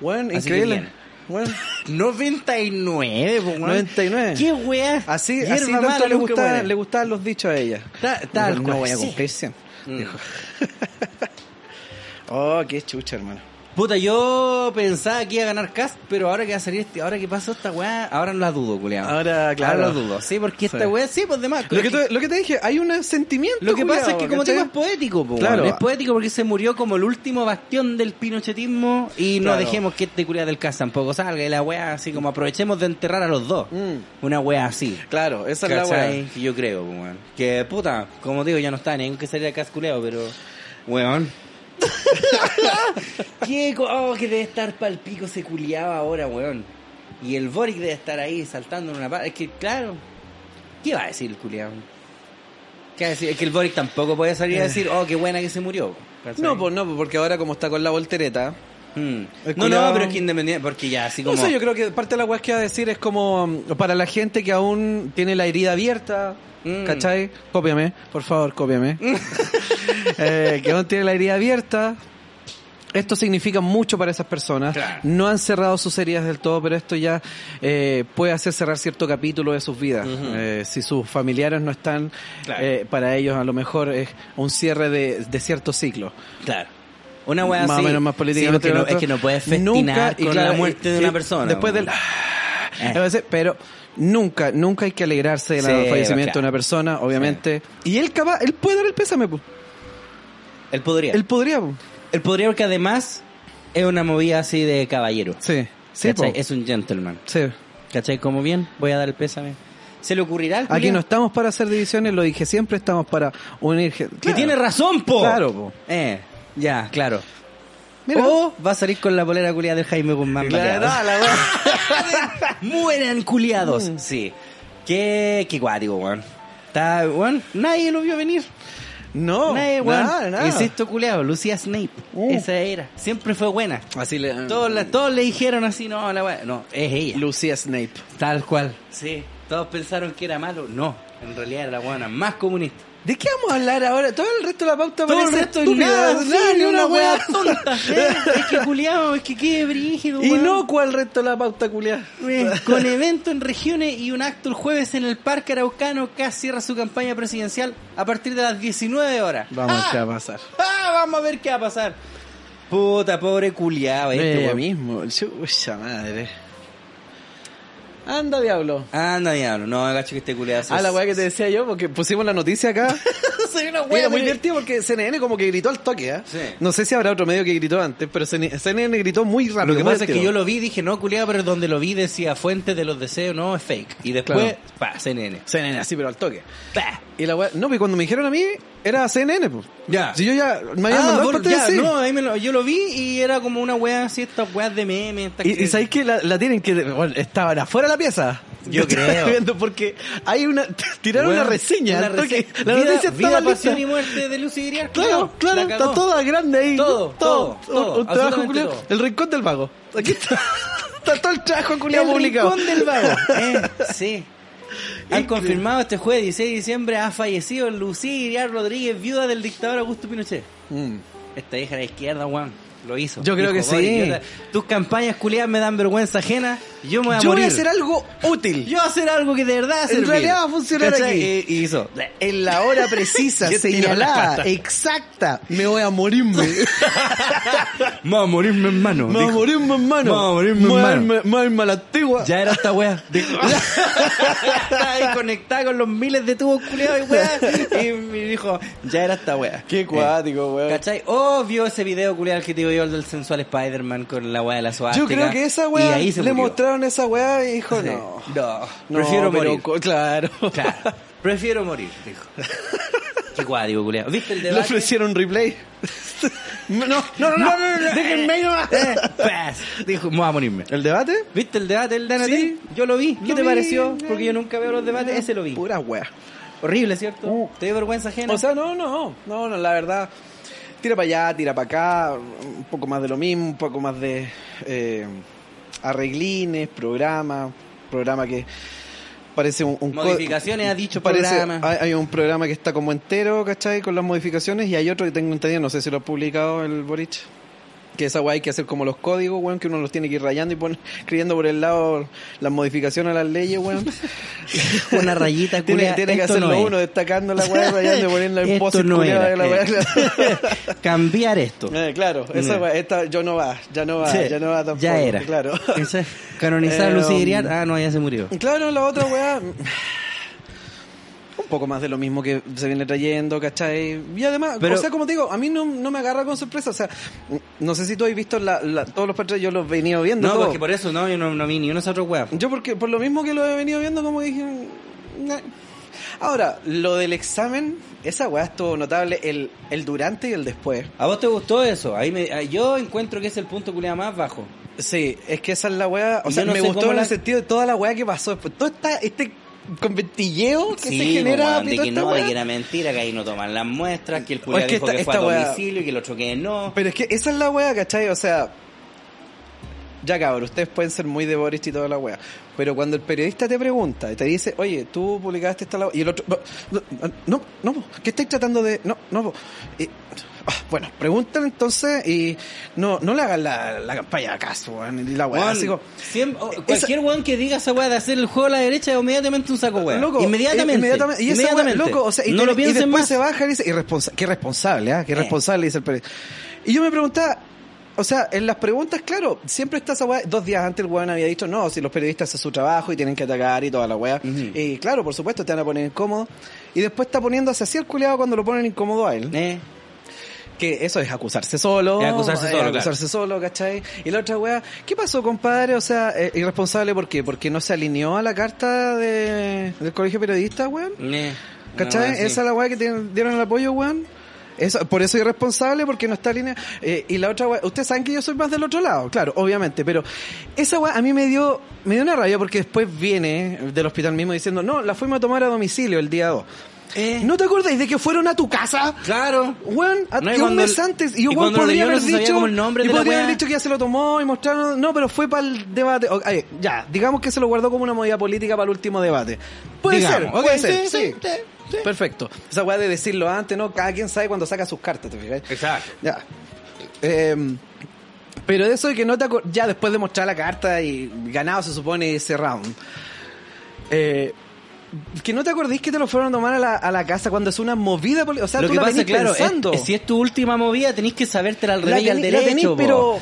[SPEAKER 3] Bueno,
[SPEAKER 2] Así que
[SPEAKER 3] increíble.
[SPEAKER 2] bien.
[SPEAKER 3] Bueno,
[SPEAKER 2] 99, pues, weón.
[SPEAKER 3] 99.
[SPEAKER 2] Qué weá.
[SPEAKER 3] así,
[SPEAKER 2] Hierba
[SPEAKER 3] así tanto
[SPEAKER 2] mala
[SPEAKER 3] le,
[SPEAKER 2] nunca
[SPEAKER 3] gustaban,
[SPEAKER 2] muere.
[SPEAKER 3] le gustaban los dichos a ella.
[SPEAKER 2] Ta- tal
[SPEAKER 3] no
[SPEAKER 2] cual,
[SPEAKER 3] voy a
[SPEAKER 2] sí.
[SPEAKER 3] cumplir 100.
[SPEAKER 2] Mm.
[SPEAKER 3] Oh, qué chucha, hermano.
[SPEAKER 2] Puta, yo pensaba que iba a ganar Cast, pero ahora que va a salir este, ahora que pasó esta weá, ahora no la dudo, culiao.
[SPEAKER 3] Ahora, claro.
[SPEAKER 2] Ahora la dudo. Sí, porque esta
[SPEAKER 3] Sí.
[SPEAKER 2] weá, sí, pues demás.
[SPEAKER 3] Lo que, tú- lo que te dije, hay un sentimiento.
[SPEAKER 2] Lo que pasa es
[SPEAKER 3] culiao,
[SPEAKER 2] que como
[SPEAKER 3] ¿cachai?
[SPEAKER 2] tema es poético, po,
[SPEAKER 3] Claro.
[SPEAKER 2] weón. es poético porque se murió como el último bastión del pinochetismo y no
[SPEAKER 3] Claro.
[SPEAKER 2] dejemos que este curia del casa tampoco salga y la weá así como aprovechemos de enterrar a los dos.
[SPEAKER 3] Mm.
[SPEAKER 2] Una weá así.
[SPEAKER 3] Claro, esa es la
[SPEAKER 2] ¿Cachai?
[SPEAKER 3] weá.
[SPEAKER 2] Que Yo creo, po,
[SPEAKER 3] pues,
[SPEAKER 2] weón. Que puta, como digo, ya no está, ni hay que salir acá culeado, pero. Weón. Qué co- oh, que debe estar palpico se culiaba ahora, weón. Y el Boric debe estar ahí saltando en una parte. Es que, claro. ¿Qué va a decir el culiado? ¿Qué va a decir? Es que el Boric tampoco podía salir a decir, oh, qué buena que se murió. ¿cachai?
[SPEAKER 3] Eh. No, pues no, pues, porque ahora como está con la voltereta.
[SPEAKER 2] Mm.
[SPEAKER 3] el
[SPEAKER 2] No, no,
[SPEAKER 3] culiao-
[SPEAKER 2] pero es que independiente, porque ya así
[SPEAKER 3] No
[SPEAKER 2] como.
[SPEAKER 3] sé, yo creo que parte de la weá que va a decir es como mm, para la gente que aún tiene la herida abierta.
[SPEAKER 2] Mm.
[SPEAKER 3] ¿Cachai? Cópiame, por favor, cópiame. Eh, que aún tiene la herida abierta. Esto significa mucho para esas personas.
[SPEAKER 2] Claro.
[SPEAKER 3] No han cerrado sus heridas del todo, pero esto ya eh, puede hacer cerrar cierto capítulo de sus vidas.
[SPEAKER 2] Ujú.
[SPEAKER 3] Eh, si sus familiares no están,
[SPEAKER 2] Claro.
[SPEAKER 3] eh, para ellos a lo mejor es un cierre de, de cierto ciclo.
[SPEAKER 2] Claro. Una wea
[SPEAKER 3] más
[SPEAKER 2] así.
[SPEAKER 3] o menos más políticamente
[SPEAKER 2] Sí, porque no-
[SPEAKER 3] correcto.
[SPEAKER 2] es que no puedes festinar
[SPEAKER 3] Nunca- y
[SPEAKER 2] con
[SPEAKER 3] claro,
[SPEAKER 2] la muerte de
[SPEAKER 3] sí,
[SPEAKER 2] una persona. Eh.
[SPEAKER 3] Después del... A veces, pero nunca, nunca hay que alegrarse del
[SPEAKER 2] Sí,
[SPEAKER 3] fallecimiento de
[SPEAKER 2] claro.
[SPEAKER 3] una persona, obviamente. Y él capaz, él puede dar el pésame, po.
[SPEAKER 2] Él podría.
[SPEAKER 3] él
[SPEAKER 2] Él,
[SPEAKER 3] podría, po.
[SPEAKER 2] podría porque además es una movida así de caballero.
[SPEAKER 3] sí, sí, po.
[SPEAKER 2] ¿Cachai? Es un gentleman.
[SPEAKER 3] sí.
[SPEAKER 2] ¿Cachai? Como bien, voy a dar el pésame. ¿Se le ocurrirá al
[SPEAKER 3] Aquí
[SPEAKER 2] culiao?
[SPEAKER 3] no estamos para hacer divisiones, lo dije siempre, estamos para unir. gen-
[SPEAKER 2] Que
[SPEAKER 3] Claro.
[SPEAKER 2] tiene razón, po.
[SPEAKER 3] Claro, po.
[SPEAKER 2] Eh, ya, claro.
[SPEAKER 3] Mira.
[SPEAKER 2] O va a salir con la polera culiada del Jaime Guzmán.
[SPEAKER 3] Claro,
[SPEAKER 2] baleado.
[SPEAKER 3] no, la wea.
[SPEAKER 2] Mueran culiados.
[SPEAKER 3] Mm.
[SPEAKER 2] Sí. Qué, qué guático, weón. Está, weón, nadie lo vio venir.
[SPEAKER 3] No,
[SPEAKER 2] nadie, weón.
[SPEAKER 3] nada, nada.
[SPEAKER 2] Insisto, culiado, Lucía Snape.
[SPEAKER 3] Uh.
[SPEAKER 2] Esa era. Siempre fue buena.
[SPEAKER 3] Así le... mm,
[SPEAKER 2] Todos, la- todos le dijeron así, no, la weá. No, es ella.
[SPEAKER 3] Lucía Snape.
[SPEAKER 2] Tal cual. Sí. Todos pensaron que era malo. No. En realidad era la buena más comunista.
[SPEAKER 3] ¿De qué vamos a hablar ahora? Todo el resto de la pauta
[SPEAKER 2] Todo el
[SPEAKER 3] parece
[SPEAKER 2] resto es
[SPEAKER 3] estúpida,
[SPEAKER 2] nada, sí,
[SPEAKER 3] ni una
[SPEAKER 2] wea
[SPEAKER 3] wea
[SPEAKER 2] tonta. Eh, Es que culiado, es que qué brígido.
[SPEAKER 3] Y
[SPEAKER 2] weón.
[SPEAKER 3] no cuál resto de la pauta culiada.
[SPEAKER 2] Eh, Con evento en regiones y un acto el jueves en el Parque Araucano, CAS cierra su campaña presidencial a partir de las 19 horas.
[SPEAKER 3] Vamos
[SPEAKER 2] ah,
[SPEAKER 3] a pasar.
[SPEAKER 2] ah, vamos a ver qué va a pasar. Puta, pobre culiado. Este,
[SPEAKER 3] Ella
[SPEAKER 2] weón.
[SPEAKER 3] mismo, chucha madre. Anda, diablo.
[SPEAKER 2] Anda, diablo. No, agacho que este culiado.
[SPEAKER 3] Ah, la weá que te decía yo, porque pusimos la noticia acá.
[SPEAKER 2] Soy una
[SPEAKER 3] Y
[SPEAKER 2] wea
[SPEAKER 3] era muy
[SPEAKER 2] de-
[SPEAKER 3] divertido porque CNN como que gritó al toque, ¿eh?
[SPEAKER 2] Sí.
[SPEAKER 3] No sé si habrá otro medio que gritó antes, pero CNN gritó muy rápido.
[SPEAKER 2] Lo que
[SPEAKER 3] muy
[SPEAKER 2] pasa es que
[SPEAKER 3] divertido.
[SPEAKER 2] yo lo vi y dije, no, culiado, pero donde lo vi decía fuente de los deseos, no, es fake. Y después, pa, CNN.
[SPEAKER 3] CNN, así, pero al toque.
[SPEAKER 2] Pa.
[SPEAKER 3] este Y la weá... No, pero cuando me dijeron a mí, era CNN, pues.
[SPEAKER 2] Ya.
[SPEAKER 3] Si yo ya... Me habían
[SPEAKER 2] Ah,
[SPEAKER 3] mandado
[SPEAKER 2] por-
[SPEAKER 3] parte de
[SPEAKER 2] ya,
[SPEAKER 3] sí.
[SPEAKER 2] no, ahí me lo- yo lo vi y era como una wea así, estas weas de meme. estas
[SPEAKER 3] Y,
[SPEAKER 2] que-
[SPEAKER 3] y sabéis que la, la tienen que. Bueno, estaban afuera de la pieza.
[SPEAKER 2] Yo creo.
[SPEAKER 3] Estaba viendo porque hay una. Tiraron
[SPEAKER 2] Weón,
[SPEAKER 3] una reseña.
[SPEAKER 2] una
[SPEAKER 3] al toque.
[SPEAKER 2] reseña.
[SPEAKER 3] La
[SPEAKER 2] Vida-
[SPEAKER 3] noticia
[SPEAKER 2] vida,
[SPEAKER 3] estaba lista.
[SPEAKER 2] pasión y muerte de Lucy Grial.
[SPEAKER 3] Claro,
[SPEAKER 2] culiao,
[SPEAKER 3] claro,
[SPEAKER 2] la cagó.
[SPEAKER 3] está toda grande ahí.
[SPEAKER 2] Todo, todo,
[SPEAKER 3] Un-
[SPEAKER 2] todo,
[SPEAKER 3] Un trabajo
[SPEAKER 2] absolutamente
[SPEAKER 3] culiao.
[SPEAKER 2] todo.
[SPEAKER 3] El rincón del vago. Aquí está. está todo el trabajo culiado
[SPEAKER 2] El
[SPEAKER 3] publicado.
[SPEAKER 2] rincón del vago. Eh, sí. Han
[SPEAKER 3] Increíble.
[SPEAKER 2] confirmado este jueves 16 de diciembre ha fallecido Lucía Iriar Rodríguez, viuda del dictador Augusto Pinochet.
[SPEAKER 3] Mm.
[SPEAKER 2] Esta hija de la izquierda, Juan, lo hizo.
[SPEAKER 3] Yo creo que sí.
[SPEAKER 2] "Pobre idiota, Tus campañas culiadas me dan vergüenza ajena. Yo me voy a
[SPEAKER 3] Yo voy
[SPEAKER 2] morir.
[SPEAKER 3] a hacer algo útil.
[SPEAKER 2] Yo voy a hacer algo que de verdad
[SPEAKER 3] En realidad va a funcionar aquí.
[SPEAKER 2] Y hizo.
[SPEAKER 3] En la hora precisa,
[SPEAKER 2] Yo tiro la
[SPEAKER 3] señalada,
[SPEAKER 2] carta.
[SPEAKER 3] exacta. Me voy a morirme.
[SPEAKER 2] Vamos a morirme, hermano.
[SPEAKER 3] Me voy a
[SPEAKER 2] dijo.
[SPEAKER 3] morirme, hermano.
[SPEAKER 2] Me voy a morirme,
[SPEAKER 3] Me voy a
[SPEAKER 2] hermano.
[SPEAKER 3] irme- me voy a irme a la antigua.
[SPEAKER 2] Ya era esta wea. Estaba ahí conectada con los miles de tubos culiados y wea. Y me dijo, ya era esta wea.
[SPEAKER 3] Qué cuático,
[SPEAKER 2] Eh,
[SPEAKER 3] weón.
[SPEAKER 2] ¿Cachai? Oh, vio ese video culiado que te digo yo, el del sensual Spider-Man con la wea de la suástica.
[SPEAKER 3] Yo creo que esa
[SPEAKER 2] Y
[SPEAKER 3] weá
[SPEAKER 2] ahí
[SPEAKER 3] le
[SPEAKER 2] se murió.
[SPEAKER 3] mostraron esa weá y dijo,
[SPEAKER 2] Sí.
[SPEAKER 3] no.
[SPEAKER 2] No,
[SPEAKER 3] No,
[SPEAKER 2] prefiero
[SPEAKER 3] pero
[SPEAKER 2] morir.
[SPEAKER 3] co- Claro.
[SPEAKER 2] Claro, prefiero morir, dijo. Qué cuático, culiado. ¿Viste el
[SPEAKER 3] Le
[SPEAKER 2] debate?
[SPEAKER 3] ofrecieron replay. no, no, no, no, déjenme ahí nomás.
[SPEAKER 2] Eh, paz. Dijo, me voy a morirme.
[SPEAKER 3] ¿El debate?
[SPEAKER 2] ¿Viste el debate del DNT?
[SPEAKER 3] Sí.
[SPEAKER 2] Yo lo vi. ¿Qué
[SPEAKER 3] Lo
[SPEAKER 2] te
[SPEAKER 3] vi.
[SPEAKER 2] pareció? Porque yo nunca veo los debates. Ese lo vi.
[SPEAKER 3] Pura weá.
[SPEAKER 2] Horrible, ¿cierto?
[SPEAKER 3] Uh.
[SPEAKER 2] ¿Te dio vergüenza ajena?
[SPEAKER 3] O sea, no, no, no, no, la verdad. Tira para allá, tira para acá, un poco más de lo mismo, un poco más de eh, arreglines, programa, programa que parece un... un co-
[SPEAKER 2] Modificaciones ha dicho
[SPEAKER 3] Parece-
[SPEAKER 2] programa.
[SPEAKER 3] Hay, hay un programa que está como entero, ¿cachai? Con las modificaciones y hay otro que tengo entendido, no sé si lo ha publicado el Boric, que esa weá hay que hacer como los códigos, weón, que uno los tiene que ir rayando y pon- escribiendo por el lado las modificaciones a las leyes, weón.
[SPEAKER 2] una rayita
[SPEAKER 3] tiene,
[SPEAKER 2] culia,
[SPEAKER 3] tiene que
[SPEAKER 2] esto
[SPEAKER 3] hacerlo
[SPEAKER 2] no es.
[SPEAKER 3] uno, destacando la weá, rayando y poniendo el
[SPEAKER 2] Esto
[SPEAKER 3] post
[SPEAKER 2] no
[SPEAKER 3] culiado
[SPEAKER 2] era,
[SPEAKER 3] de la weá.
[SPEAKER 2] eh. Cambiar esto.
[SPEAKER 3] Eh, claro, esa
[SPEAKER 2] Eh.
[SPEAKER 3] weá, esta yo no va, ya no va,
[SPEAKER 2] Sí,
[SPEAKER 3] ya no va tampoco.
[SPEAKER 2] ya era.
[SPEAKER 3] Claro.
[SPEAKER 2] Ese- Canonizar
[SPEAKER 3] Eh,
[SPEAKER 2] a Lucía
[SPEAKER 3] um,
[SPEAKER 2] Iriar. Ah, no, ya se murió.
[SPEAKER 3] Claro, la otra weá. Un poco más de lo mismo que se viene trayendo, ¿cachai? Y además,
[SPEAKER 2] Pero-
[SPEAKER 3] o sea, como te digo, a mí no, no me agarra con sorpresa. O sea, no sé si tú has visto la- la- todos los partidos, yo los he venido viendo.
[SPEAKER 2] No,
[SPEAKER 3] todo.
[SPEAKER 2] porque por eso no, yo no, no vi ni una otra wea.
[SPEAKER 3] Yo porque por lo mismo que lo he venido viendo, como que dije... "Nah". Ahora, lo del examen, esa weá estuvo notable, el, el durante y el después.
[SPEAKER 2] ¿A vos te gustó eso? Ahí me, ah, yo encuentro que es el punto culiado más bajo.
[SPEAKER 3] Sí, es que esa es la weá. O
[SPEAKER 2] Y
[SPEAKER 3] sea,
[SPEAKER 2] yo no
[SPEAKER 3] me
[SPEAKER 2] sé
[SPEAKER 3] gustó
[SPEAKER 2] cómo
[SPEAKER 3] en
[SPEAKER 2] la-
[SPEAKER 3] el sentido de toda la weá que pasó después. Todo esta, este conventilleo que
[SPEAKER 2] sí,
[SPEAKER 3] se genera.
[SPEAKER 2] weón, de
[SPEAKER 3] apito
[SPEAKER 2] que
[SPEAKER 3] esta
[SPEAKER 2] no,
[SPEAKER 3] weá.
[SPEAKER 2] de que era mentira, que ahí no toman las muestras, que el
[SPEAKER 3] es
[SPEAKER 2] culiado
[SPEAKER 3] que
[SPEAKER 2] dijo
[SPEAKER 3] esta-
[SPEAKER 2] que fue a
[SPEAKER 3] esta wea-
[SPEAKER 2] domicilio y que el otro que no.
[SPEAKER 3] Pero es que esa es la weá, ¿cachai? O sea. Ya cabrón, ustedes pueden ser muy de Boris y toda la weá. Pero cuando el periodista te pregunta y te dice, oye, tú publicaste esta la Y el otro, no, no, no, po, ¿qué estáis tratando de.? No, no, po". Y, ah, bueno, preguntan entonces y no, no le hagan la, la campaña acaso, weón, y la weá.
[SPEAKER 2] Weón,
[SPEAKER 3] así como-
[SPEAKER 2] siem- o-
[SPEAKER 3] esa-
[SPEAKER 2] cualquier weón que diga esa weá de hacer el juego a la derecha es inmediatamente un saco weá.
[SPEAKER 3] Loco,
[SPEAKER 2] inmediatamente.
[SPEAKER 3] eh, inmediatamente. Y esa weá,
[SPEAKER 2] Inmediatamente.
[SPEAKER 3] loco, o sea, y,
[SPEAKER 2] no
[SPEAKER 3] te-
[SPEAKER 2] lo
[SPEAKER 3] y
[SPEAKER 2] piensen
[SPEAKER 3] después
[SPEAKER 2] más.
[SPEAKER 3] se baja y dice, irresponsa- qué responsable, ¿ah? Qué
[SPEAKER 2] Eh.
[SPEAKER 3] responsable, dice el periodista. Y yo me preguntaba, o sea, en las preguntas, claro, siempre está esa weá. Dos días antes el weón había dicho, no, si los periodistas hacen su trabajo y tienen que atacar y toda la weá.
[SPEAKER 2] Ujú.
[SPEAKER 3] Y claro, por supuesto, te van a poner incómodo. Y después está poniéndose así el culiado cuando lo ponen incómodo a él.
[SPEAKER 2] Eh,
[SPEAKER 3] Que eso es acusarse solo. Eh,
[SPEAKER 2] Es acusarse solo, claro.
[SPEAKER 3] acusarse solo, ¿cachai? Y la otra weá, ¿qué pasó, compadre? O sea, eh, irresponsable, ¿por qué? Porque no se alineó a la carta de, del colegio periodista, weón.
[SPEAKER 2] eh.
[SPEAKER 3] ¿Cachai?
[SPEAKER 2] No, sí.
[SPEAKER 3] Esa es la weá que tienen- dieron el apoyo, weón. Eso- por eso irresponsable, porque no está alineada. Eh, y la otra weá, ustedes saben que yo soy más del otro lado, claro, obviamente, pero esa weá a mí me dio, me dio una rabia porque después viene del hospital mismo diciendo, no, la fuimos a tomar a domicilio el día 2.
[SPEAKER 2] Eh.
[SPEAKER 3] ¿No te acordáis de que fueron a tu casa?
[SPEAKER 2] Claro.
[SPEAKER 3] Weón, a-
[SPEAKER 2] No, y
[SPEAKER 3] que un
[SPEAKER 2] cuando-
[SPEAKER 3] mes antes. Y,
[SPEAKER 2] y
[SPEAKER 3] yo weón
[SPEAKER 2] cuando lo leyó
[SPEAKER 3] podría
[SPEAKER 2] no
[SPEAKER 3] haber
[SPEAKER 2] se sabía
[SPEAKER 3] dicho.
[SPEAKER 2] como el nombre
[SPEAKER 3] y
[SPEAKER 2] de la
[SPEAKER 3] podría haber
[SPEAKER 2] weá.
[SPEAKER 3] dicho que ya se lo tomó y mostraron. No, pero fue para el debate. O- ay, ya, digamos que se lo guardó como una movida política para el último debate. Puede
[SPEAKER 2] Digamos,
[SPEAKER 3] ser,
[SPEAKER 2] ok,
[SPEAKER 3] puede
[SPEAKER 2] sí,
[SPEAKER 3] ser.
[SPEAKER 2] sí,
[SPEAKER 3] Sí, Perfecto. Esa weá de decirlo antes, ¿no? Cada quien sabe cuando saca sus cartas, ¿te fijas?
[SPEAKER 2] Exacto.
[SPEAKER 3] Ya. Eh, pero eso de que no te acor- Ya después de mostrar la carta y ganado, se supone, ese round. Eh, que no te acordís que te lo fueron a tomar a la, a la casa cuando es una movida política. O sea,
[SPEAKER 2] lo
[SPEAKER 3] tú
[SPEAKER 2] que
[SPEAKER 3] la
[SPEAKER 2] pasa,
[SPEAKER 3] venís
[SPEAKER 2] claro, es,
[SPEAKER 3] pensando.
[SPEAKER 2] es- si es tu última movida, tenés que sabértela al
[SPEAKER 3] la
[SPEAKER 2] revés y al
[SPEAKER 3] tení- la
[SPEAKER 2] derecho.
[SPEAKER 3] tenís,
[SPEAKER 2] po.
[SPEAKER 3] pero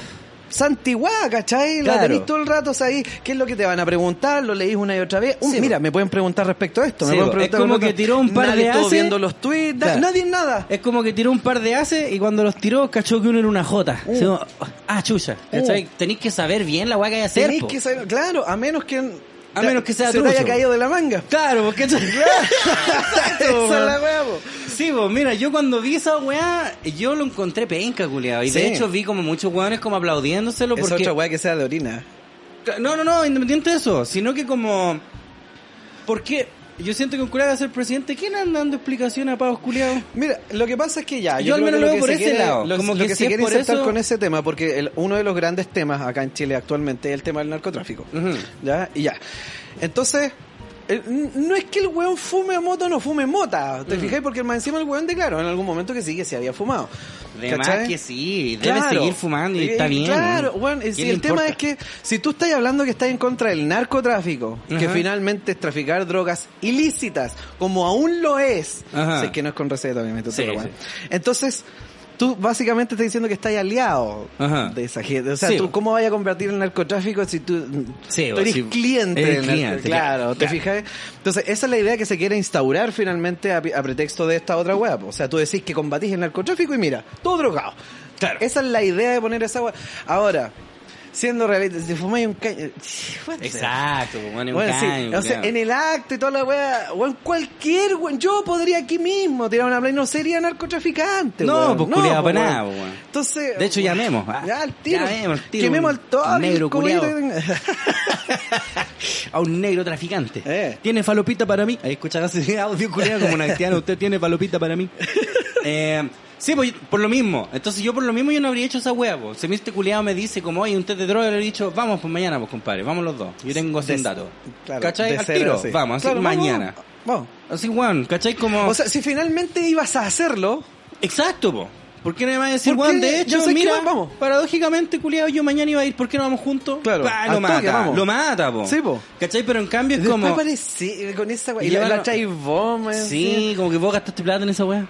[SPEAKER 3] santiguada, ¿cachai? La
[SPEAKER 2] Claro.
[SPEAKER 3] tenís todo el rato, o sea, ahí, ¿qué es lo que te van a preguntar? Lo leís una y otra vez. Um,
[SPEAKER 2] Sí,
[SPEAKER 3] mira, me pueden preguntar respecto a esto. me
[SPEAKER 2] Sí,
[SPEAKER 3] pueden
[SPEAKER 2] po.
[SPEAKER 3] preguntar
[SPEAKER 2] Es como
[SPEAKER 3] respecto a-
[SPEAKER 2] que tiró un par
[SPEAKER 3] Nadie
[SPEAKER 2] de
[SPEAKER 3] estuvo
[SPEAKER 2] haces.
[SPEAKER 3] viendo los tweets, na-
[SPEAKER 2] Claro.
[SPEAKER 3] nadie nada.
[SPEAKER 2] Es como que tiró un par de haces y cuando los tiró cachó que uno era una jota.
[SPEAKER 3] Uh.
[SPEAKER 2] Así como, ah, chucha. ¿Cachai? Tenéis que saber bien la weá que hay que hacer.
[SPEAKER 3] Tenís
[SPEAKER 2] po.
[SPEAKER 3] que saber- claro, a menos que
[SPEAKER 2] A menos que sea
[SPEAKER 3] se te haya
[SPEAKER 2] trucho.
[SPEAKER 3] caído de la manga.
[SPEAKER 2] Claro, porque...
[SPEAKER 3] Esa es
[SPEAKER 2] weón.
[SPEAKER 3] la weá, po.
[SPEAKER 2] Sí, pues mira, yo cuando vi esa weá, yo lo encontré penca, culiado. Y
[SPEAKER 3] Sí.
[SPEAKER 2] de hecho vi como muchos weones como aplaudiéndoselo
[SPEAKER 3] Es
[SPEAKER 2] porque...
[SPEAKER 3] otra weá que sea de orina.
[SPEAKER 2] No, no, no, independiente de eso, sino que como... Porque yo siento que un culiado va a ser presidente, ¿quién anda dando explicación a pavos culiados?
[SPEAKER 3] Mira, lo que pasa es que ya,
[SPEAKER 2] Yo
[SPEAKER 3] yo,
[SPEAKER 2] al
[SPEAKER 3] creo
[SPEAKER 2] menos lo
[SPEAKER 3] que lo
[SPEAKER 2] veo
[SPEAKER 3] que
[SPEAKER 2] por
[SPEAKER 3] se
[SPEAKER 2] ese
[SPEAKER 3] quiere-
[SPEAKER 2] lado,
[SPEAKER 3] lo,
[SPEAKER 2] como
[SPEAKER 3] lo
[SPEAKER 2] que
[SPEAKER 3] que,
[SPEAKER 2] si
[SPEAKER 3] se
[SPEAKER 2] es
[SPEAKER 3] quiere
[SPEAKER 2] por
[SPEAKER 3] insertar
[SPEAKER 2] eso-
[SPEAKER 3] con ese tema, porque el- uno de los grandes temas acá en Chile actualmente es el tema del narcotráfico.
[SPEAKER 2] Ujú.
[SPEAKER 3] ¿Ya? Y ya. Entonces, el- n- no es que el weón fume moto o no fume mota, ¿te fijáis? Porque más encima el weón declaró en algún momento que sí que se había fumado.
[SPEAKER 2] De más
[SPEAKER 3] ¿Cachai?
[SPEAKER 2] que sí, debe
[SPEAKER 3] Claro.
[SPEAKER 2] seguir fumando y
[SPEAKER 3] Eh,
[SPEAKER 2] está bien.
[SPEAKER 3] Claro, bueno,
[SPEAKER 2] ¿Quién
[SPEAKER 3] sí,
[SPEAKER 2] le
[SPEAKER 3] el tema
[SPEAKER 2] importa?
[SPEAKER 3] es que si tú estás hablando que estás en contra del narcotráfico, que
[SPEAKER 2] Ajá.
[SPEAKER 3] finalmente es traficar drogas ilícitas, como aún lo es,
[SPEAKER 2] Ajá.
[SPEAKER 3] si es que no es con receta, obviamente.
[SPEAKER 2] Sí,
[SPEAKER 3] todo lo cual.
[SPEAKER 2] sí.
[SPEAKER 3] Entonces, tú básicamente estás diciendo que estás aliado
[SPEAKER 2] Ajá.
[SPEAKER 3] de esa gente. O sea,
[SPEAKER 2] Sí,
[SPEAKER 3] tú,
[SPEAKER 2] bo.
[SPEAKER 3] ¿cómo vayas a convertir el narcotráfico si tú,
[SPEAKER 2] Sí,
[SPEAKER 3] tú
[SPEAKER 2] bo,
[SPEAKER 3] eres
[SPEAKER 2] sí,
[SPEAKER 3] cliente?
[SPEAKER 2] eres
[SPEAKER 3] del narco?
[SPEAKER 2] cliente,
[SPEAKER 3] claro,
[SPEAKER 2] claro,
[SPEAKER 3] ¿te
[SPEAKER 2] claro.
[SPEAKER 3] fijas? Entonces, esa es la idea que se quiere instaurar finalmente a, pi- a pretexto de esta otra web. O sea, tú decís que combatís el narcotráfico y mira, todo drogado.
[SPEAKER 2] Claro.
[SPEAKER 3] Esa es la idea de poner esa wea. Ahora, siendo realista, si fumáis un caño.
[SPEAKER 2] Exacto, pues, bueno,
[SPEAKER 3] Bueno, sí,
[SPEAKER 2] caño,
[SPEAKER 3] o sea,
[SPEAKER 2] culiao.
[SPEAKER 3] en el acto y toda la wea, weón, cualquier weón, yo podría aquí mismo tirar una play, no sería narcotraficante,
[SPEAKER 2] No,
[SPEAKER 3] weón.
[SPEAKER 2] pues, culiao,
[SPEAKER 3] pues,
[SPEAKER 2] pa'
[SPEAKER 3] weón.
[SPEAKER 2] nada, pues, weón.
[SPEAKER 3] Entonces,
[SPEAKER 2] De hecho, llamemos, ah.
[SPEAKER 3] Ya, al tiro.
[SPEAKER 2] Llamemos al tiro,
[SPEAKER 3] Quememos al
[SPEAKER 2] un
[SPEAKER 3] todo.
[SPEAKER 2] negro
[SPEAKER 3] el cubito
[SPEAKER 2] culiao.
[SPEAKER 3] que tenga.
[SPEAKER 2] a un negro traficante.
[SPEAKER 3] Eh.
[SPEAKER 2] ¿Tiene falopita para mí? Ahí escuchaba ese audio culiao como una cristiana. ¿Usted tiene falopita para mí? Eh, sí, pues, por lo mismo. Entonces yo por lo mismo yo no habría hecho esa hueá, po. Si mi este culiao me dice como, oye, un test de droga, le he dicho, vamos pues mañana, pues compadre, vamos los dos. Yo tengo 100
[SPEAKER 3] De-
[SPEAKER 2] datos.
[SPEAKER 3] claro,
[SPEAKER 2] ¿Cachai?
[SPEAKER 3] de
[SPEAKER 2] Al
[SPEAKER 3] cero,
[SPEAKER 2] tiro,
[SPEAKER 3] sí.
[SPEAKER 2] vamos, así
[SPEAKER 3] Claro,
[SPEAKER 2] mañana.
[SPEAKER 3] vamos.
[SPEAKER 2] Así, weón, ¿cachai? Como...
[SPEAKER 3] O sea, si finalmente ibas a hacerlo,
[SPEAKER 2] Exacto, po. ¿Por qué no me vas a decir,
[SPEAKER 3] ¿Por
[SPEAKER 2] weón,
[SPEAKER 3] qué?
[SPEAKER 2] de
[SPEAKER 3] Yo
[SPEAKER 2] hecho,
[SPEAKER 3] sé que
[SPEAKER 2] mira,
[SPEAKER 3] igual vamos.
[SPEAKER 2] paradójicamente, culiado, yo mañana iba a ir, ¿por qué no vamos juntos?
[SPEAKER 3] Claro,
[SPEAKER 2] Pa,
[SPEAKER 3] al
[SPEAKER 2] lo mata,
[SPEAKER 3] toque, vamos.
[SPEAKER 2] lo mata, po.
[SPEAKER 3] Sí, po.
[SPEAKER 2] ¿Cachai? Pero en cambio es
[SPEAKER 3] después
[SPEAKER 2] como...
[SPEAKER 3] aparecí con esa wea. Y
[SPEAKER 2] Y
[SPEAKER 3] la,
[SPEAKER 2] ahora-
[SPEAKER 3] la traes vos, man,
[SPEAKER 2] Sí, como que vos gastaste plata en esa weá.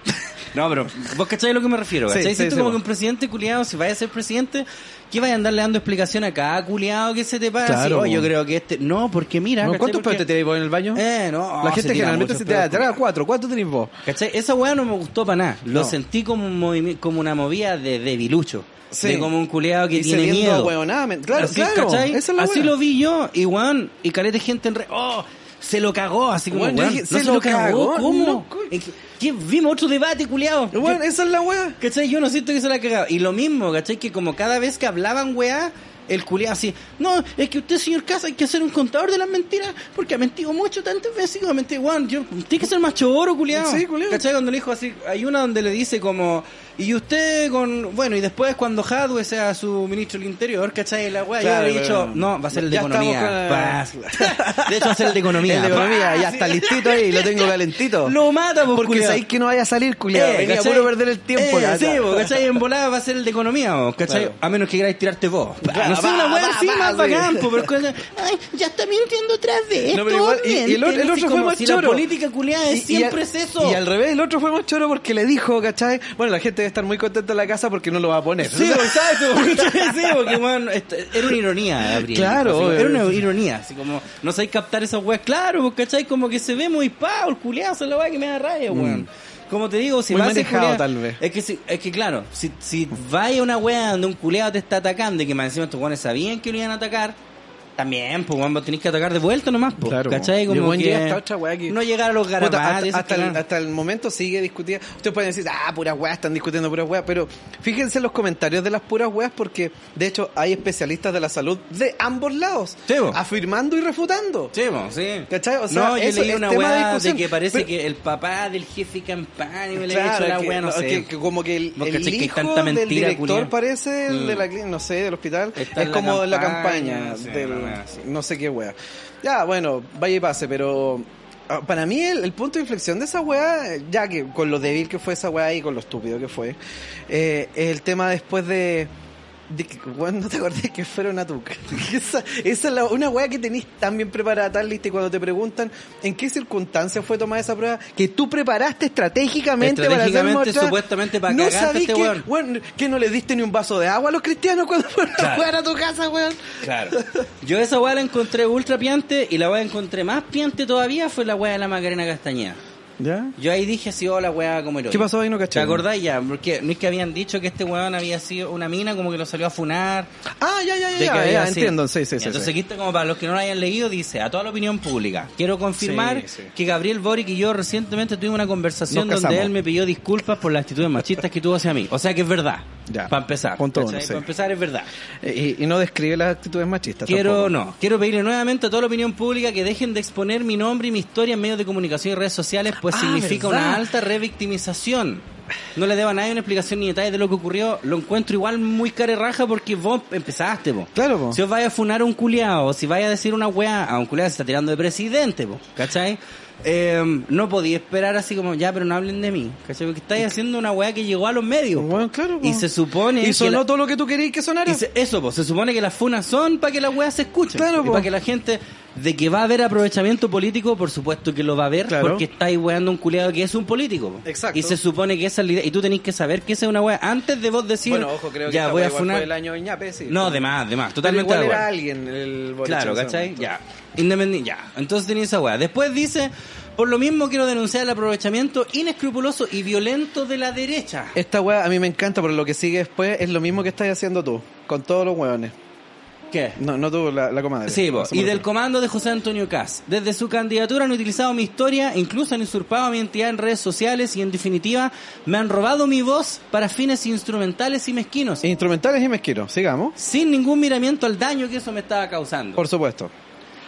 [SPEAKER 2] No, pero vos cacháis a lo que me refiero,
[SPEAKER 3] Sí,
[SPEAKER 2] ¿cachai?
[SPEAKER 3] sí,
[SPEAKER 2] Siento
[SPEAKER 3] sí,
[SPEAKER 2] como
[SPEAKER 3] vos.
[SPEAKER 2] que un presidente culiado, si vaya a ser presidente, que vaya a andarle dando explicación a cada culiado que se te pasa.
[SPEAKER 3] Claro,
[SPEAKER 2] Así, "Oh, yo
[SPEAKER 3] vos.
[SPEAKER 2] creo que este. No, porque mira.
[SPEAKER 3] No,
[SPEAKER 2] ¿cachai?
[SPEAKER 3] ¿Cuántos
[SPEAKER 2] Porque-
[SPEAKER 3] pedos te tiráis vos en el baño?
[SPEAKER 2] Eh, no.
[SPEAKER 3] la
[SPEAKER 2] oh, se
[SPEAKER 3] gente
[SPEAKER 2] tira
[SPEAKER 3] generalmente
[SPEAKER 2] muchos
[SPEAKER 3] se te
[SPEAKER 2] pedos,
[SPEAKER 3] da
[SPEAKER 2] culiao.
[SPEAKER 3] cuatro. ¿Cuánto tenés vos?
[SPEAKER 2] ¿Cachai? Esa weá no me gustó para nada. Lo
[SPEAKER 3] No.
[SPEAKER 2] sentí como un movimi- como una movida de debilucho.
[SPEAKER 3] Sí.
[SPEAKER 2] De como un culeado que
[SPEAKER 3] Y
[SPEAKER 2] tiene
[SPEAKER 3] cediendo
[SPEAKER 2] miedo.
[SPEAKER 3] a hueonadamente. Claro,
[SPEAKER 2] Así,
[SPEAKER 3] claro.
[SPEAKER 2] ¿cachai?
[SPEAKER 3] Esa es la
[SPEAKER 2] Así
[SPEAKER 3] wea.
[SPEAKER 2] lo vi yo, y weón, y caleta de gente en re... ¡Oh! Se lo cagó, así como,
[SPEAKER 3] Weón, yo
[SPEAKER 2] weón,
[SPEAKER 3] dije,
[SPEAKER 2] no se, lo cagó, ¿cómo?
[SPEAKER 3] no, cu-
[SPEAKER 2] ¿En qué- qué- Vimos otro debate, culeado.
[SPEAKER 3] Bueno, esa es la wea.
[SPEAKER 2] ¿Cachai? Yo no siento que se la ha cagado. Y lo mismo, ¿cachai? Que como cada vez que hablaban, weá, el culiado así, no, es que usted, señor Casa, hay que ser un contador de las mentiras porque ha mentido mucho tantas veces. Ha mentido, weón, yo, tiene que ser más choro, culiado.
[SPEAKER 3] Sí, culiao.
[SPEAKER 2] ¿Cachai? Cuando le dijo así, hay una donde le dice como, y usted con, bueno, y después cuando Hadwe sea su ministro del Interior, ¿cachai? La weá,
[SPEAKER 3] Claro,
[SPEAKER 2] yo habría dicho,
[SPEAKER 3] pero-
[SPEAKER 2] no, va a ser el de
[SPEAKER 3] Ya estamos
[SPEAKER 2] economía. Pa. De hecho, va a ser el de economía.
[SPEAKER 3] El de economía,
[SPEAKER 2] Pa.
[SPEAKER 3] ya
[SPEAKER 2] Sí.
[SPEAKER 3] está listito ahí, lo tengo calentito.
[SPEAKER 2] Lo mata, pues,
[SPEAKER 3] Porque
[SPEAKER 2] culiao.
[SPEAKER 3] sabéis que no vaya a salir, culiado.
[SPEAKER 2] Eh,
[SPEAKER 3] Venía
[SPEAKER 2] ¿cachai?
[SPEAKER 3] puro perder el tiempo.
[SPEAKER 2] Eh,
[SPEAKER 3] la
[SPEAKER 2] sí,
[SPEAKER 3] verdad.
[SPEAKER 2] vos, ¿cachai? En volada va a ser el de economía, vos, ¿cachai?
[SPEAKER 3] Claro.
[SPEAKER 2] A menos que queráis tirarte vos.
[SPEAKER 3] Claro,
[SPEAKER 2] no sé,
[SPEAKER 3] va,
[SPEAKER 2] una weá
[SPEAKER 3] va,
[SPEAKER 2] así
[SPEAKER 3] va,
[SPEAKER 2] más
[SPEAKER 3] sí.
[SPEAKER 2] bacán, po, pero cuando- Ay, ya está mintiendo otra vez.
[SPEAKER 3] No, pero igual,
[SPEAKER 2] todos
[SPEAKER 3] y- y el
[SPEAKER 2] mienten,
[SPEAKER 3] otro- el
[SPEAKER 2] así
[SPEAKER 3] otro fue
[SPEAKER 2] como
[SPEAKER 3] más
[SPEAKER 2] si
[SPEAKER 3] choro.
[SPEAKER 2] La política culiada de
[SPEAKER 3] Y- y
[SPEAKER 2] siempre
[SPEAKER 3] al-
[SPEAKER 2] es eso.
[SPEAKER 3] Y al revés, el otro fue más choro porque le dijo, ¿cachai? Bueno, la gente debe estar muy contenta en la casa porque no lo va a poner.
[SPEAKER 2] Sí, exacto. sí, porque bueno, esto- era una ironía, Gabriel.
[SPEAKER 3] Claro,
[SPEAKER 2] Así,
[SPEAKER 3] obvio.
[SPEAKER 2] era una ironía. Así como, no sabéis captar esas weas. Claro, pues, ¿cachai? Como que se ve muy pavo, el culiazo, la wea que me da rabia, weón. Como te digo, si
[SPEAKER 3] Mm. Muy
[SPEAKER 2] vas a ser
[SPEAKER 3] manejado,
[SPEAKER 2] culiao-
[SPEAKER 3] tal vez.
[SPEAKER 2] Es que, si- es que claro, si, si vas a una wea donde un culeado te está atacando y que más encima estos weones sabían que lo iban a atacar, también, pues, weón, vos tenés que atacar de vuelta nomás, pues.
[SPEAKER 3] Claro.
[SPEAKER 2] ¿Cachai?
[SPEAKER 3] Y
[SPEAKER 2] Como
[SPEAKER 3] weón
[SPEAKER 2] que
[SPEAKER 3] llega hasta otra wea que-
[SPEAKER 2] No llegar a los
[SPEAKER 3] Puta,
[SPEAKER 2] garabatos.
[SPEAKER 3] hasta, hasta el, hasta el momento sigue discutida. Ustedes pueden decir, ah, puras weas, están discutiendo puras weas, pero fíjense en los comentarios de las puras weas porque, de hecho, hay especialistas de la salud de ambos lados,
[SPEAKER 2] Sí, po.
[SPEAKER 3] afirmando y refutando.
[SPEAKER 2] Sí, po, sí.
[SPEAKER 3] ¿Cachai? O sea,
[SPEAKER 2] no, yo
[SPEAKER 3] eso
[SPEAKER 2] leí
[SPEAKER 3] es
[SPEAKER 2] una
[SPEAKER 3] tema de
[SPEAKER 2] weá de,
[SPEAKER 3] discusión.
[SPEAKER 2] que parece
[SPEAKER 3] Pero-
[SPEAKER 2] que el papá del jefe Campani me le ha
[SPEAKER 3] Claro,
[SPEAKER 2] hecho la
[SPEAKER 3] que-
[SPEAKER 2] weá, no sé.
[SPEAKER 3] que- que como que el,
[SPEAKER 2] Vos
[SPEAKER 3] el
[SPEAKER 2] cachai que hay
[SPEAKER 3] hijo
[SPEAKER 2] tanta
[SPEAKER 3] del
[SPEAKER 2] mentira,
[SPEAKER 3] director
[SPEAKER 2] culiao.
[SPEAKER 3] parece el de
[SPEAKER 2] Mm.
[SPEAKER 3] la clínica, no sé, del hospital,
[SPEAKER 2] Está
[SPEAKER 3] es
[SPEAKER 2] en la
[SPEAKER 3] como la
[SPEAKER 2] campaña,
[SPEAKER 3] campaña,
[SPEAKER 2] no sé,
[SPEAKER 3] del
[SPEAKER 2] una wea así.
[SPEAKER 3] no sé qué wea. Ya, bueno, vaya y pase, pero ah, para mí el, el punto de inflexión de esa wea, eh, ya que con lo débil que fue esa wea y con lo estúpido que fue, eh, el tema después de... de que, weón, no te acordé que fuera una tuca. esa, esa es la- una wea que tenés tan bien preparada, tan lista, y cuando te preguntan en qué circunstancias fue tomada esa prueba, que tú preparaste estratégicamente,
[SPEAKER 2] Estratégicamente,
[SPEAKER 3] para hacer mostrar-
[SPEAKER 2] supuestamente, para
[SPEAKER 3] no
[SPEAKER 2] cagarte a
[SPEAKER 3] sabí
[SPEAKER 2] este
[SPEAKER 3] que,
[SPEAKER 2] weón.
[SPEAKER 3] weón, que no le diste ni un vaso de agua a los cristianos cuando fueron a
[SPEAKER 2] Claro.
[SPEAKER 3] jugar a tu casa, weón.
[SPEAKER 2] Claro. Yo esa weá la encontré ultra piante y la weá que encontré más piante todavía fue la weá de la Macarena Castañeda.
[SPEAKER 3] ¿Ya?
[SPEAKER 2] Yo ahí dije así, oh, la weá como el hoyo.
[SPEAKER 3] ¿Qué pasó ahí? No caché.
[SPEAKER 2] ¿Te acordás ya? Porque no es que habían dicho que este weón había sido una mina, como que lo salió a funar.
[SPEAKER 3] Ah, ya, ya, ya,
[SPEAKER 2] de que
[SPEAKER 3] ya,
[SPEAKER 2] había
[SPEAKER 3] ya,
[SPEAKER 2] sido.
[SPEAKER 3] entiendo. Sí, sí, sí.
[SPEAKER 2] Entonces
[SPEAKER 3] sí.
[SPEAKER 2] aquí está como para los que no lo hayan leído, dice, a toda la opinión pública, quiero confirmar
[SPEAKER 3] Sí, sí.
[SPEAKER 2] que Gabriel Boric y yo recientemente tuvimos una conversación
[SPEAKER 3] Nos
[SPEAKER 2] donde
[SPEAKER 3] casamos.
[SPEAKER 2] él me pidió disculpas por las actitudes machistas que tuvo hacia mí. O sea que es verdad.
[SPEAKER 3] Ya.
[SPEAKER 2] Para empezar.
[SPEAKER 3] Punto uno,
[SPEAKER 2] ¿cachai?
[SPEAKER 3] sí.
[SPEAKER 2] Para empezar es verdad.
[SPEAKER 3] Y, y no describe las actitudes machistas.
[SPEAKER 2] Quiero,
[SPEAKER 3] tampoco.
[SPEAKER 2] no, quiero pedirle nuevamente a toda la opinión pública que dejen de exponer mi nombre y mi historia en medios de comunicación y redes sociales, pues
[SPEAKER 3] Ah,
[SPEAKER 2] significa
[SPEAKER 3] ¿verdad?
[SPEAKER 2] una alta revictimización. No le debo a nadie una explicación ni detalles de lo que ocurrió. Lo encuentro igual muy cara y raja porque vos empezaste, vos.
[SPEAKER 3] Claro, po.
[SPEAKER 2] Si os vaya a funar a un culiao, si vaya a decir una weá, a un culiao se está tirando de presidente, po, ¿cachai? Eh, no podía esperar así como, ya, pero no hablen de mí, ¿cachai? Porque estáis haciendo una weá que llegó a los medios. po.
[SPEAKER 3] Bueno, claro, po.
[SPEAKER 2] Y se supone
[SPEAKER 3] Y
[SPEAKER 2] que
[SPEAKER 3] sonó
[SPEAKER 2] la-
[SPEAKER 3] todo lo que tú querías que sonara.
[SPEAKER 2] y se- eso, pues, se supone que las funas son para que las weas se escuchen.
[SPEAKER 3] Claro,
[SPEAKER 2] y
[SPEAKER 3] po.
[SPEAKER 2] para que la gente. De que va a haber aprovechamiento político, por supuesto que lo va a haber,
[SPEAKER 3] Claro.
[SPEAKER 2] porque estáis weando un culeado que es un político. po.
[SPEAKER 3] Exacto.
[SPEAKER 2] Y se supone que esa es la idea. Y tú tenés que saber que esa es una wea antes de vos decir.
[SPEAKER 3] Bueno, ojo, creo que
[SPEAKER 2] ya
[SPEAKER 3] esta
[SPEAKER 2] voy
[SPEAKER 3] wea
[SPEAKER 2] a
[SPEAKER 3] igual
[SPEAKER 2] funar.
[SPEAKER 3] fue el año Iñape, sí.
[SPEAKER 2] No, de más, de más.
[SPEAKER 3] Pero
[SPEAKER 2] Totalmente
[SPEAKER 3] igual
[SPEAKER 2] de
[SPEAKER 3] era
[SPEAKER 2] acuerdo.
[SPEAKER 3] alguien el Boric
[SPEAKER 2] Claro,
[SPEAKER 3] en ese
[SPEAKER 2] ¿cachai?
[SPEAKER 3] momento.
[SPEAKER 2] Ya. Independiente, ya. Entonces tenía esa weá. Después dice, por lo mismo quiero denunciar el aprovechamiento inescrupuloso y violento de la derecha.
[SPEAKER 3] Esta wea a mí me encanta, pero lo que sigue después es lo mismo que estás haciendo tú, con todos los weones.
[SPEAKER 2] ¿Qué?
[SPEAKER 3] No, no tú, la, la comadre.
[SPEAKER 2] Sí, po.
[SPEAKER 3] No se me
[SPEAKER 2] y del
[SPEAKER 3] ocurre.
[SPEAKER 2] comando de José Antonio Cas. Desde su candidatura han utilizado mi historia, incluso han usurpado mi identidad en redes sociales y en definitiva me han robado mi voz para fines instrumentales y mezquinos.
[SPEAKER 3] Instrumentales y mezquino, sigamos.
[SPEAKER 2] Sin ningún miramiento al daño que eso me estaba causando.
[SPEAKER 3] Por supuesto.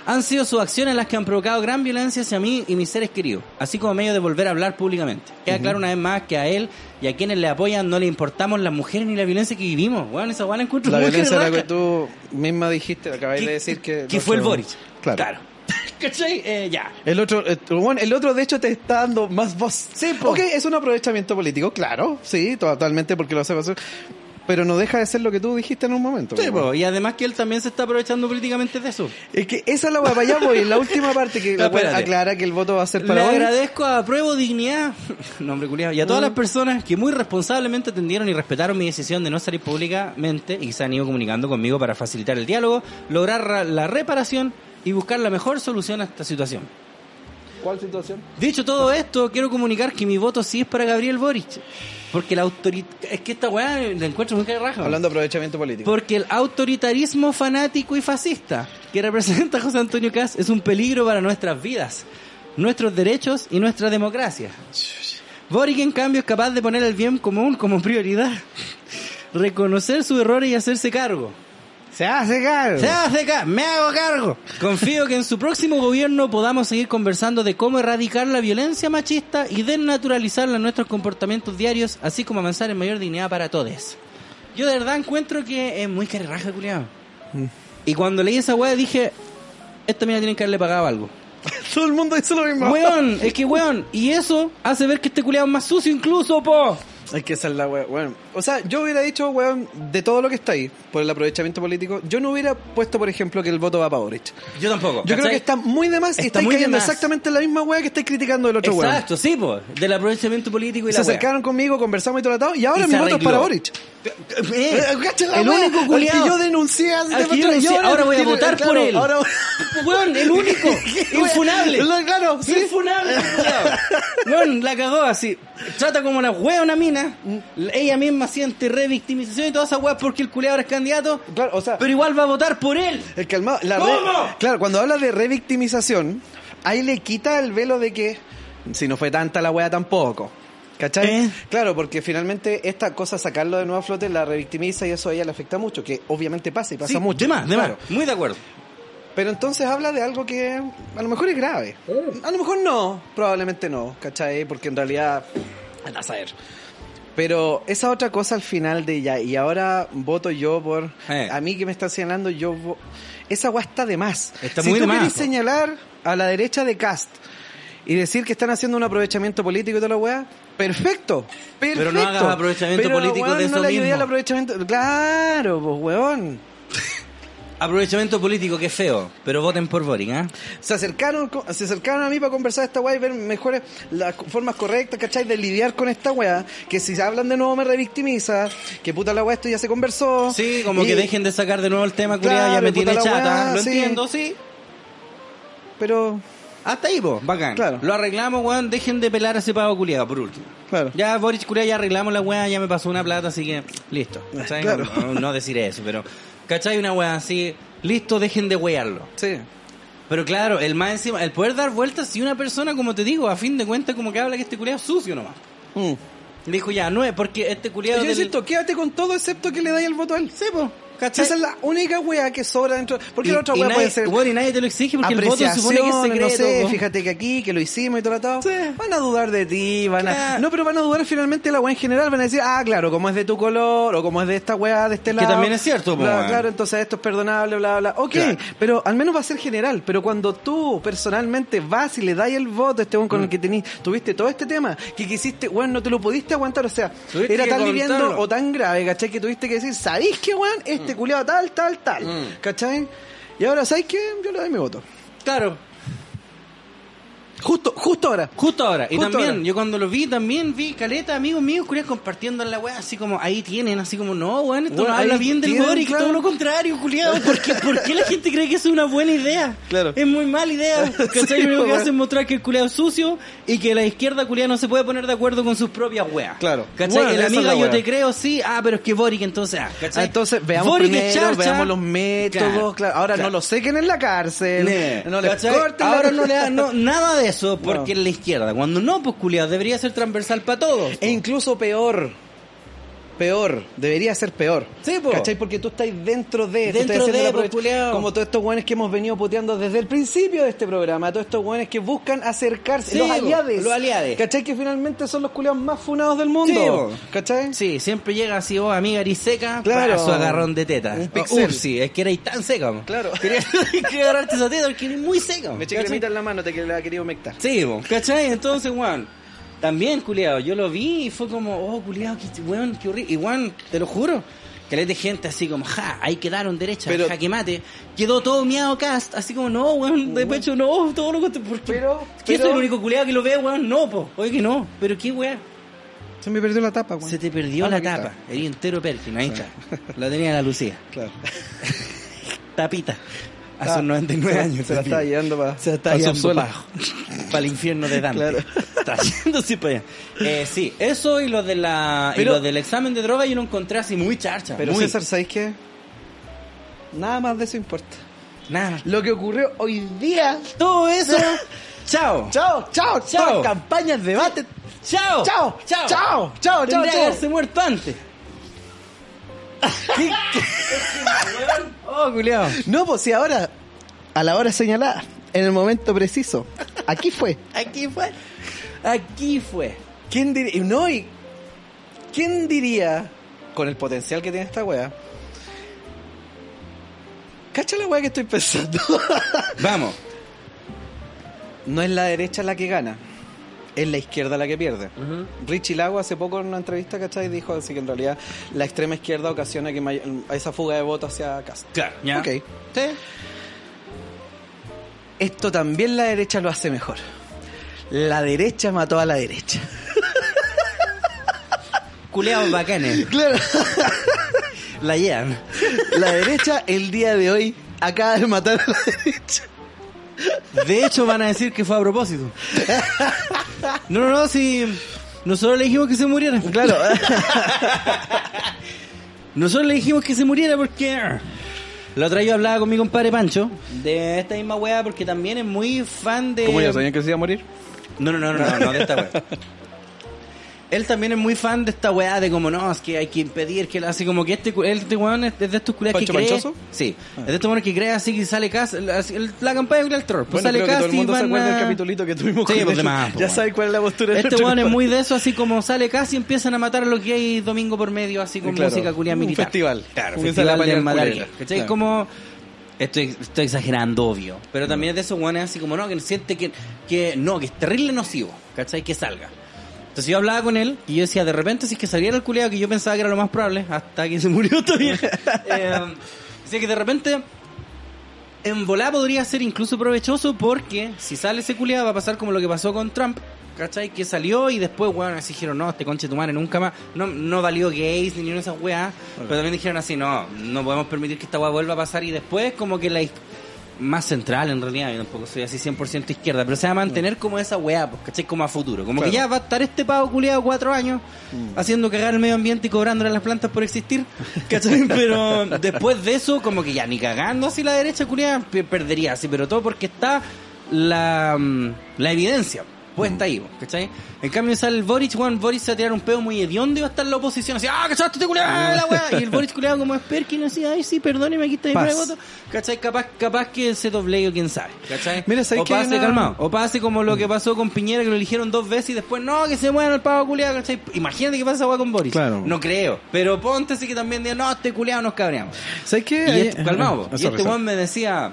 [SPEAKER 2] Han sido sus acciones las que han provocado gran violencia hacia mí y mis seres queridos, así como medio de volver a hablar públicamente. Queda claro una vez más que a él y a quienes le apoyan no le importamos las mujeres ni la violencia que vivimos. Weón, esa weá la encuentro
[SPEAKER 3] La
[SPEAKER 2] muy
[SPEAKER 3] violencia
[SPEAKER 2] raja.
[SPEAKER 3] la que tú misma dijiste, acabáis
[SPEAKER 2] Que-
[SPEAKER 3] de decir que...
[SPEAKER 2] que fue el
[SPEAKER 3] otro-
[SPEAKER 2] Boric.
[SPEAKER 3] Claro.
[SPEAKER 2] ¿Cachai? Eh, ya.
[SPEAKER 3] El otro, eh, bueno, el otro de hecho te está dando más voz.
[SPEAKER 2] Sí, po.
[SPEAKER 3] Ok, es un aprovechamiento político, claro, sí, totalmente porque lo hace pasar. Pero no deja de ser lo que tú dijiste en un momento.
[SPEAKER 2] Sí,
[SPEAKER 3] po.
[SPEAKER 2] po, y además que él también se está aprovechando políticamente de eso.
[SPEAKER 3] Es que esa es la guapa, ya voy, la última parte que la
[SPEAKER 2] No,
[SPEAKER 3] wea
[SPEAKER 2] espérate.
[SPEAKER 3] aclara que el voto va a ser
[SPEAKER 2] Le
[SPEAKER 3] para Mm. Boric.
[SPEAKER 2] agradezco a Apruebo Dignidad, nombre culiado, y a todas las personas que muy responsablemente atendieron y respetaron mi decisión de no salir públicamente y que se han ido comunicando conmigo para facilitar el diálogo, lograr ra- la reparación y buscar la mejor solución a esta situación.
[SPEAKER 3] ¿Cuál situación?
[SPEAKER 2] Dicho todo esto, quiero comunicar que mi voto sí es para Gabriel Boric. Porque la autoridad... Es que esta weá la encuentro muy cara de raja.
[SPEAKER 3] Ah. Hablando de aprovechamiento político.
[SPEAKER 2] Porque el autoritarismo fanático y fascista que representa José Antonio Cas es un peligro para nuestras vidas, nuestros derechos y nuestra democracia. Boric, en cambio, es capaz de poner el bien común como prioridad, reconocer sus errores y hacerse cargo.
[SPEAKER 3] Se hace caro.
[SPEAKER 2] Se hace ca- me hago cargo. Confío que en su próximo gobierno podamos seguir conversando de cómo erradicar la violencia machista y desnaturalizarla en nuestros comportamientos diarios, así como avanzar en mayor dignidad para todos. Yo de verdad encuentro que es muy carraja, culiado. Mm. Y cuando leí esa weá dije, esta mina tienen que haberle pagado algo.
[SPEAKER 3] Todo el mundo dice lo mismo.
[SPEAKER 2] Weón, es que weón, y eso hace ver que este culiado es más sucio incluso, po.
[SPEAKER 3] Es que esa es la wea, weón. O sea, yo hubiera dicho, weón, de todo lo que está ahí, por el aprovechamiento político, yo no hubiera puesto, por ejemplo, que el voto va para Boric.
[SPEAKER 2] Yo tampoco.
[SPEAKER 3] Yo creo
[SPEAKER 2] ¿cachai?
[SPEAKER 3] que está muy de más y
[SPEAKER 2] Está
[SPEAKER 3] estáis
[SPEAKER 2] muy de
[SPEAKER 3] cayendo
[SPEAKER 2] más.
[SPEAKER 3] exactamente en la misma wea que estáis criticando del otro weón.
[SPEAKER 2] Exacto, sí, pues. Del aprovechamiento político y
[SPEAKER 3] Se
[SPEAKER 2] la wea.
[SPEAKER 3] acercaron conmigo, conversamos y todo tratado, y ahora
[SPEAKER 2] Y
[SPEAKER 3] mi
[SPEAKER 2] se
[SPEAKER 3] voto es
[SPEAKER 2] arregló.
[SPEAKER 3] para Boric.
[SPEAKER 2] Eh,
[SPEAKER 3] Cacha la
[SPEAKER 2] el
[SPEAKER 3] wea,
[SPEAKER 2] único
[SPEAKER 3] al
[SPEAKER 2] culiao.
[SPEAKER 3] que yo denuncié al
[SPEAKER 2] Al que yo
[SPEAKER 3] otro-
[SPEAKER 2] denuncié,
[SPEAKER 3] yo
[SPEAKER 2] ahora voy a
[SPEAKER 3] denuncié-
[SPEAKER 2] votar
[SPEAKER 3] claro,
[SPEAKER 2] por él.
[SPEAKER 3] ahora-
[SPEAKER 2] Weón, el único. infunable.
[SPEAKER 3] Lo- Claro, sí.
[SPEAKER 2] Infunable, culiao. Weón, la cagó así. Trata como una wea una mina. Ella misma siente revictimización y toda esa wea porque el culiao ahora es candidato.
[SPEAKER 3] Claro, o sea,
[SPEAKER 2] Pero igual va a votar por él.
[SPEAKER 3] El calmado. La
[SPEAKER 2] ¿Cómo?
[SPEAKER 3] re- claro, cuando habla de revictimización, ahí le quita el velo de que si no fue tanta la wea tampoco. ¿Cachai?
[SPEAKER 2] ¿Eh?
[SPEAKER 3] Claro, porque finalmente esta cosa, sacarlo de nuevo a flote, la revictimiza y eso a ella le afecta mucho, que obviamente pasa y pasa
[SPEAKER 2] Sí,
[SPEAKER 3] mucho.
[SPEAKER 2] De más, de más.
[SPEAKER 3] Claro.
[SPEAKER 2] Muy de acuerdo.
[SPEAKER 3] Pero entonces habla de algo que a lo mejor es grave.
[SPEAKER 2] Oh.
[SPEAKER 3] A lo mejor no, probablemente no, ¿cachai? Porque en realidad, a saber. Pero esa otra cosa al final de ya, y ahora voto yo por.
[SPEAKER 2] Eh.
[SPEAKER 3] A mí que me están señalando, yo. vo- Esa guasta está de más.
[SPEAKER 2] Está
[SPEAKER 3] si
[SPEAKER 2] muy
[SPEAKER 3] tú
[SPEAKER 2] de más,
[SPEAKER 3] querés
[SPEAKER 2] po.
[SPEAKER 3] señalar a la derecha de Cast y decir que están haciendo un aprovechamiento político y toda la weá, perfecto. Perfecto.
[SPEAKER 2] Pero no hagas aprovechamiento
[SPEAKER 3] Pero,
[SPEAKER 2] político
[SPEAKER 3] weón,
[SPEAKER 2] de
[SPEAKER 3] no
[SPEAKER 2] eso
[SPEAKER 3] le ayudé
[SPEAKER 2] mismo.
[SPEAKER 3] al aprovechamiento. Claro, pues weón.
[SPEAKER 2] Aprovechamiento político que es feo, pero voten por Boric, ¿ah?
[SPEAKER 3] se acercaron, co- se acercaron a mí para conversar esta weá y ver mejores las co- formas correctas, ¿cachai? De lidiar con esta weá. Que si hablan de nuevo me revictimiza. Que puta la weá, esto ya se conversó.
[SPEAKER 2] Sí, como
[SPEAKER 3] Y-
[SPEAKER 2] que dejen de sacar de nuevo el tema, culiao,
[SPEAKER 3] Claro,
[SPEAKER 2] ya me
[SPEAKER 3] puta
[SPEAKER 2] tiene
[SPEAKER 3] la
[SPEAKER 2] chata.
[SPEAKER 3] weá,
[SPEAKER 2] Lo
[SPEAKER 3] sí.
[SPEAKER 2] entiendo, sí.
[SPEAKER 3] Pero,
[SPEAKER 2] Hasta ahí, po, bacán.
[SPEAKER 3] Claro.
[SPEAKER 2] Lo arreglamos, weón, dejen de pelar a ese pavo culiado, por último.
[SPEAKER 3] claro.
[SPEAKER 2] Ya, Boris Curia, ya arreglamos la weá, ya me pasó una plata, así que listo. ¿Cachai?
[SPEAKER 3] Claro.
[SPEAKER 2] No, no decir eso, pero. ¿Cachai? Una weá así, listo, dejen de wearlo.
[SPEAKER 3] Sí.
[SPEAKER 2] Pero claro, el más encima, el poder dar vueltas si una persona, como te digo, a fin de cuentas, como que habla que este culiado es sucio nomás.
[SPEAKER 3] Mm.
[SPEAKER 2] Le Dijo ya, no es porque este
[SPEAKER 3] Yo
[SPEAKER 2] culiado. del-
[SPEAKER 3] insisto, quédate con todo excepto que le dais el voto a él.
[SPEAKER 2] Sí, po,
[SPEAKER 3] Esa
[SPEAKER 2] ¿cachai?
[SPEAKER 3] es la única weá que sobra dentro. Porque
[SPEAKER 2] Y-
[SPEAKER 3] la otra
[SPEAKER 2] y
[SPEAKER 3] weá
[SPEAKER 2] nadie-
[SPEAKER 3] puede ser.
[SPEAKER 2] Bueno, y nadie te lo exige porque el voto supone que es
[SPEAKER 3] apreciación,
[SPEAKER 2] secreto.
[SPEAKER 3] no sé,
[SPEAKER 2] po.
[SPEAKER 3] fíjate que aquí, que lo hicimos y todo lo todo.
[SPEAKER 2] Sí.
[SPEAKER 3] Van a dudar de ti, van a...
[SPEAKER 2] Claro.
[SPEAKER 3] No, pero van a dudar finalmente de la weá en general, van a decir, ah, claro, como es de tu color, o como es de esta weá, de este
[SPEAKER 2] Que
[SPEAKER 3] lado.
[SPEAKER 2] también es cierto, po,
[SPEAKER 3] Bla,
[SPEAKER 2] weón.
[SPEAKER 3] Claro, entonces esto es perdonable, bla, bla. Ok,
[SPEAKER 2] Claro.
[SPEAKER 3] pero al menos va a ser general, pero cuando tú personalmente vas y le das el voto a este weón
[SPEAKER 2] Mm.
[SPEAKER 3] con el que tenís, tuviste todo este tema, que quisiste, weón, no te lo pudiste aguantar, o sea,
[SPEAKER 2] Tuviste
[SPEAKER 3] era
[SPEAKER 2] que
[SPEAKER 3] tan liviano
[SPEAKER 2] contarlo. Mm.
[SPEAKER 3] o tan grave, ¿cachai? Que tuviste que decir, ¿sabéis qué, weón? Este culiado tal, tal, tal, ¿cachai? Y ahora, ¿sabéis qué? Yo le doy mi voto.
[SPEAKER 2] Claro,
[SPEAKER 3] Justo, justo ahora.
[SPEAKER 2] Justo ahora. Y
[SPEAKER 3] Justo
[SPEAKER 2] también,
[SPEAKER 3] ahora.
[SPEAKER 2] yo cuando lo vi, también vi caleta, amigos míos, culiados compartiendo en la weá, así como, ahí tienen, así como, no, weón, esto
[SPEAKER 3] Weón,
[SPEAKER 2] no habla
[SPEAKER 3] ahí
[SPEAKER 2] bien del
[SPEAKER 3] tienen,
[SPEAKER 2] Boric,
[SPEAKER 3] claro.
[SPEAKER 2] todo lo contrario, culiado. ¿Por qué, por qué la gente cree que eso es una buena idea?
[SPEAKER 3] Claro.
[SPEAKER 2] Es muy mala idea. ¿Cachai?
[SPEAKER 3] Sí,
[SPEAKER 2] lo único que
[SPEAKER 3] weón.
[SPEAKER 2] hacen es mostrar que el culiado es sucio y que la izquierda culiada no se puede poner de acuerdo con sus propias weas.
[SPEAKER 3] Claro.
[SPEAKER 2] ¿Cachai?
[SPEAKER 3] Weón,
[SPEAKER 2] el
[SPEAKER 3] esa es
[SPEAKER 2] amiga
[SPEAKER 3] la
[SPEAKER 2] yo
[SPEAKER 3] weá.
[SPEAKER 2] te creo, sí, ah, pero es que Boric entonces, ah, ¿cachai?
[SPEAKER 3] Entonces, veamos
[SPEAKER 2] Boric es
[SPEAKER 3] primero,
[SPEAKER 2] charcha.
[SPEAKER 3] veamos los métodos,
[SPEAKER 2] Claro,
[SPEAKER 3] claro. Ahora
[SPEAKER 2] claro.
[SPEAKER 3] no lo sequen en la cárcel,
[SPEAKER 2] Ne,
[SPEAKER 3] no les
[SPEAKER 2] ¿cachai?
[SPEAKER 3] corten la-
[SPEAKER 2] Ahora no le da- no, nada de eso, porque
[SPEAKER 3] No.
[SPEAKER 2] es la izquierda. Cuando no, pues culiado, debería ser transversal para todos.
[SPEAKER 3] E incluso peor. Peor, debería ser peor.
[SPEAKER 2] Sí, po.
[SPEAKER 3] ¿Cachai? Porque tú estás dentro de. tú
[SPEAKER 2] Dentro
[SPEAKER 3] estás haciendo
[SPEAKER 2] de,
[SPEAKER 3] la
[SPEAKER 2] po,
[SPEAKER 3] aprovecha-
[SPEAKER 2] culiao.
[SPEAKER 3] Como todos estos guanes que hemos venido puteando desde el principio de este programa. Todos estos guanes que buscan acercarse.
[SPEAKER 2] Sí,
[SPEAKER 3] los
[SPEAKER 2] po,
[SPEAKER 3] aliades.
[SPEAKER 2] los aliades.
[SPEAKER 3] ¿Cachai? Que finalmente son los culeados más funados del
[SPEAKER 2] Sí,
[SPEAKER 3] mundo.
[SPEAKER 2] po.
[SPEAKER 3] ¿Cachai?
[SPEAKER 2] Sí, siempre llega así, oh, amiga, eres seca,
[SPEAKER 3] Claro.
[SPEAKER 2] para su agarrón de teta.
[SPEAKER 3] Un pixel.
[SPEAKER 2] Ups, sí, es que eres tan seca. mo.
[SPEAKER 3] Claro.
[SPEAKER 2] Quería, quería agarrarte esa teta porque eres muy seca. mo,
[SPEAKER 3] Me eché
[SPEAKER 2] ¿cachai?
[SPEAKER 3] cremita en la mano, te que la quería humectar.
[SPEAKER 2] Sí, mo, ¿cachai? Entonces, Juan, también, culiado, yo lo vi y fue como, oh, culiado, qué, weón, qué horrible. Y, Juan, te lo juro, que le de gente así como, ja, ahí quedaron derecha,
[SPEAKER 3] Pero-
[SPEAKER 2] ja, que mate. Quedó todo miado cast, así como, no, weón, de pecho, no, todo lo contrario. ¿por qué?
[SPEAKER 3] Pero-
[SPEAKER 2] ¿Qué
[SPEAKER 3] pero-
[SPEAKER 2] soy el único culiado que lo ve, weón? No, po, oye que no, pero qué weón.
[SPEAKER 3] Se me perdió la tapa, weón.
[SPEAKER 2] Se te perdió
[SPEAKER 3] Ah,
[SPEAKER 2] la
[SPEAKER 3] aquí está.
[SPEAKER 2] tapa. El entero Perkin, ahí está. La tenía la Lucía.
[SPEAKER 3] Claro.
[SPEAKER 2] Tapita. Hace
[SPEAKER 3] Ah,
[SPEAKER 2] unos 99
[SPEAKER 3] se-
[SPEAKER 2] años.
[SPEAKER 3] Se la está llevando para
[SPEAKER 2] Se la está llevando para el infierno de Dante.
[SPEAKER 3] Claro.
[SPEAKER 2] Está yéndose para allá. Eh, sí, eso y lo, de la, y
[SPEAKER 3] Pero-
[SPEAKER 2] lo del examen de droga yo lo encontré así muy charcha.
[SPEAKER 3] Pero
[SPEAKER 2] muy,
[SPEAKER 3] César, ¿sabéis qué? Nada más de eso importa.
[SPEAKER 2] Nada más.
[SPEAKER 3] Lo que ocurrió hoy día.
[SPEAKER 2] Todo eso. chao.
[SPEAKER 3] Chao, chao,
[SPEAKER 2] Chao.
[SPEAKER 3] chao. Campañas, debate.
[SPEAKER 2] Chao.
[SPEAKER 3] Chao,
[SPEAKER 2] Chao.
[SPEAKER 3] chao, chao, chao,
[SPEAKER 2] Tendría que
[SPEAKER 3] chao.
[SPEAKER 2] haberse muerto antes. ¿Qué- qué- oh, culiao.
[SPEAKER 3] No, pues si ahora, a la hora señalada, en el momento preciso, aquí fue.
[SPEAKER 2] Aquí fue. Aquí fue.
[SPEAKER 3] ¿Quién diría? No, y ¿quién diría, con el potencial que tiene esta wea? Cacha la wea que estoy pensando.
[SPEAKER 2] Vamos.
[SPEAKER 3] no es la derecha la que gana. es la izquierda la que pierde. Richie Lago hace poco en una entrevista, ¿cachai? Dijo así que en realidad la extrema izquierda ocasiona que may- esa fuga de votos hacia Cast.
[SPEAKER 2] Claro, ya.
[SPEAKER 3] Ok. Esto también la derecha lo hace mejor. La derecha mató a la derecha.
[SPEAKER 2] Culeados bacanes.
[SPEAKER 3] Claro.
[SPEAKER 2] La llevan.
[SPEAKER 3] La derecha el día de hoy acaba de matar a la derecha.
[SPEAKER 2] De hecho, van a decir que fue a propósito. No, no, no, si. Nosotros le dijimos que se muriera.
[SPEAKER 3] Claro. ah,
[SPEAKER 2] Nosotros le dijimos que se muriera porque. La otra yo hablaba con mi compadre Pancho de esta misma weá porque también es muy fan de.
[SPEAKER 3] que se iba a morir?
[SPEAKER 2] No, no, no, no, no, no, de esta weá. Él también es muy fan de esta weá de como no, es que hay que impedir que la- así como que este, cu- él, este weón es es de estos culiados que
[SPEAKER 3] ¿Pancho
[SPEAKER 2] cree.
[SPEAKER 3] Panchoso? Ah.
[SPEAKER 2] Sí, es de estos weones que cree así que sale cast, la, la campaña del terror. Pues
[SPEAKER 3] Bueno,
[SPEAKER 2] sale
[SPEAKER 3] creo que
[SPEAKER 2] cast
[SPEAKER 3] todo el mundo
[SPEAKER 2] y
[SPEAKER 3] se
[SPEAKER 2] van
[SPEAKER 3] acuerda del
[SPEAKER 2] a-
[SPEAKER 3] capitulito que tuvimos
[SPEAKER 2] Sí,
[SPEAKER 3] con
[SPEAKER 2] pues,
[SPEAKER 3] él.
[SPEAKER 2] de más, pues,
[SPEAKER 3] Ya
[SPEAKER 2] bueno.
[SPEAKER 3] sabes cuál es la postura de
[SPEAKER 2] Este
[SPEAKER 3] nuestro
[SPEAKER 2] weón es
[SPEAKER 3] compadre.
[SPEAKER 2] muy de eso, así como sale casi empiezan a matar a los gays domingo por medio, así con
[SPEAKER 3] Claro,
[SPEAKER 2] música culia
[SPEAKER 3] un
[SPEAKER 2] militar.
[SPEAKER 3] festival.
[SPEAKER 2] Claro,
[SPEAKER 3] Empiezan
[SPEAKER 2] festival
[SPEAKER 3] a paliar
[SPEAKER 2] de matar
[SPEAKER 3] culeras.
[SPEAKER 2] gays, ¿cachai?
[SPEAKER 3] Claro.
[SPEAKER 2] Como... Estoy, estoy exagerando, obvio. Pero también es de esos weones así como, no, que siente que, que... No, que es terrible nocivo, ¿cachai? Que salga. Entonces yo hablaba con él y yo decía, de repente si es que saliera el culiado, que yo pensaba que era lo más probable, hasta que se murió todavía. eh, decía que de repente... En volá podría ser incluso provechoso porque si sale ese culiado va a pasar como lo que pasó con Trump, ¿cachai? Que salió y después, weón, así dijeron, no, este conche tu madre nunca más, no, no valió gays ni ninguna de esas weas, pero también dijeron así, no, no podemos permitir que esta wea vuelva a pasar y después como que la iz- más central en realidad, yo tampoco soy así 100% izquierda, pero se va a mantener como esa weá, pues, ¿cachai? Como a futuro, como que
[SPEAKER 3] Claro.
[SPEAKER 2] ya va a estar este pavo culiado cuatro años haciendo cagar el medio ambiente y cobrándole a las plantas por existir, ¿cachai? Pero después de eso, como que ya ni cagando así la derecha culiada pe- perdería así, pero todo porque está la, mm, la evidencia puesta ahí, pues, ¿cachai? En cambio sale el Boric, Juan Boric se va a tirar un pedo muy hediondo y va a estar la oposición así, ¡ah, cachaste este culiado! La weá! Y el Boric culiado como es Perkin así, ¡ay, sí, perdóneme, aquí está mi
[SPEAKER 3] Paz.
[SPEAKER 2] prueba de voto! ¿Cachai? Capaz, capaz que se doblegue, quién sabe, ¿cachai?
[SPEAKER 3] Mira, ¿sabes
[SPEAKER 2] o
[SPEAKER 3] que hay
[SPEAKER 2] pase
[SPEAKER 3] una-
[SPEAKER 2] calmado. O pase como lo que pasó con Piñera, que lo eligieron dos veces y después, no, que se muevan al pavo culiado, ¿cachai? Imagínate que pasa esa weá con Boris.
[SPEAKER 3] Claro.
[SPEAKER 2] No creo. Pero ponte así que también diga, no, este culiado nos cabreamos.
[SPEAKER 3] ¿Sabes qué?
[SPEAKER 2] Y este, calmado,
[SPEAKER 3] Ah,
[SPEAKER 2] po. y
[SPEAKER 3] sorry,
[SPEAKER 2] este
[SPEAKER 3] sorry.
[SPEAKER 2] weón me decía,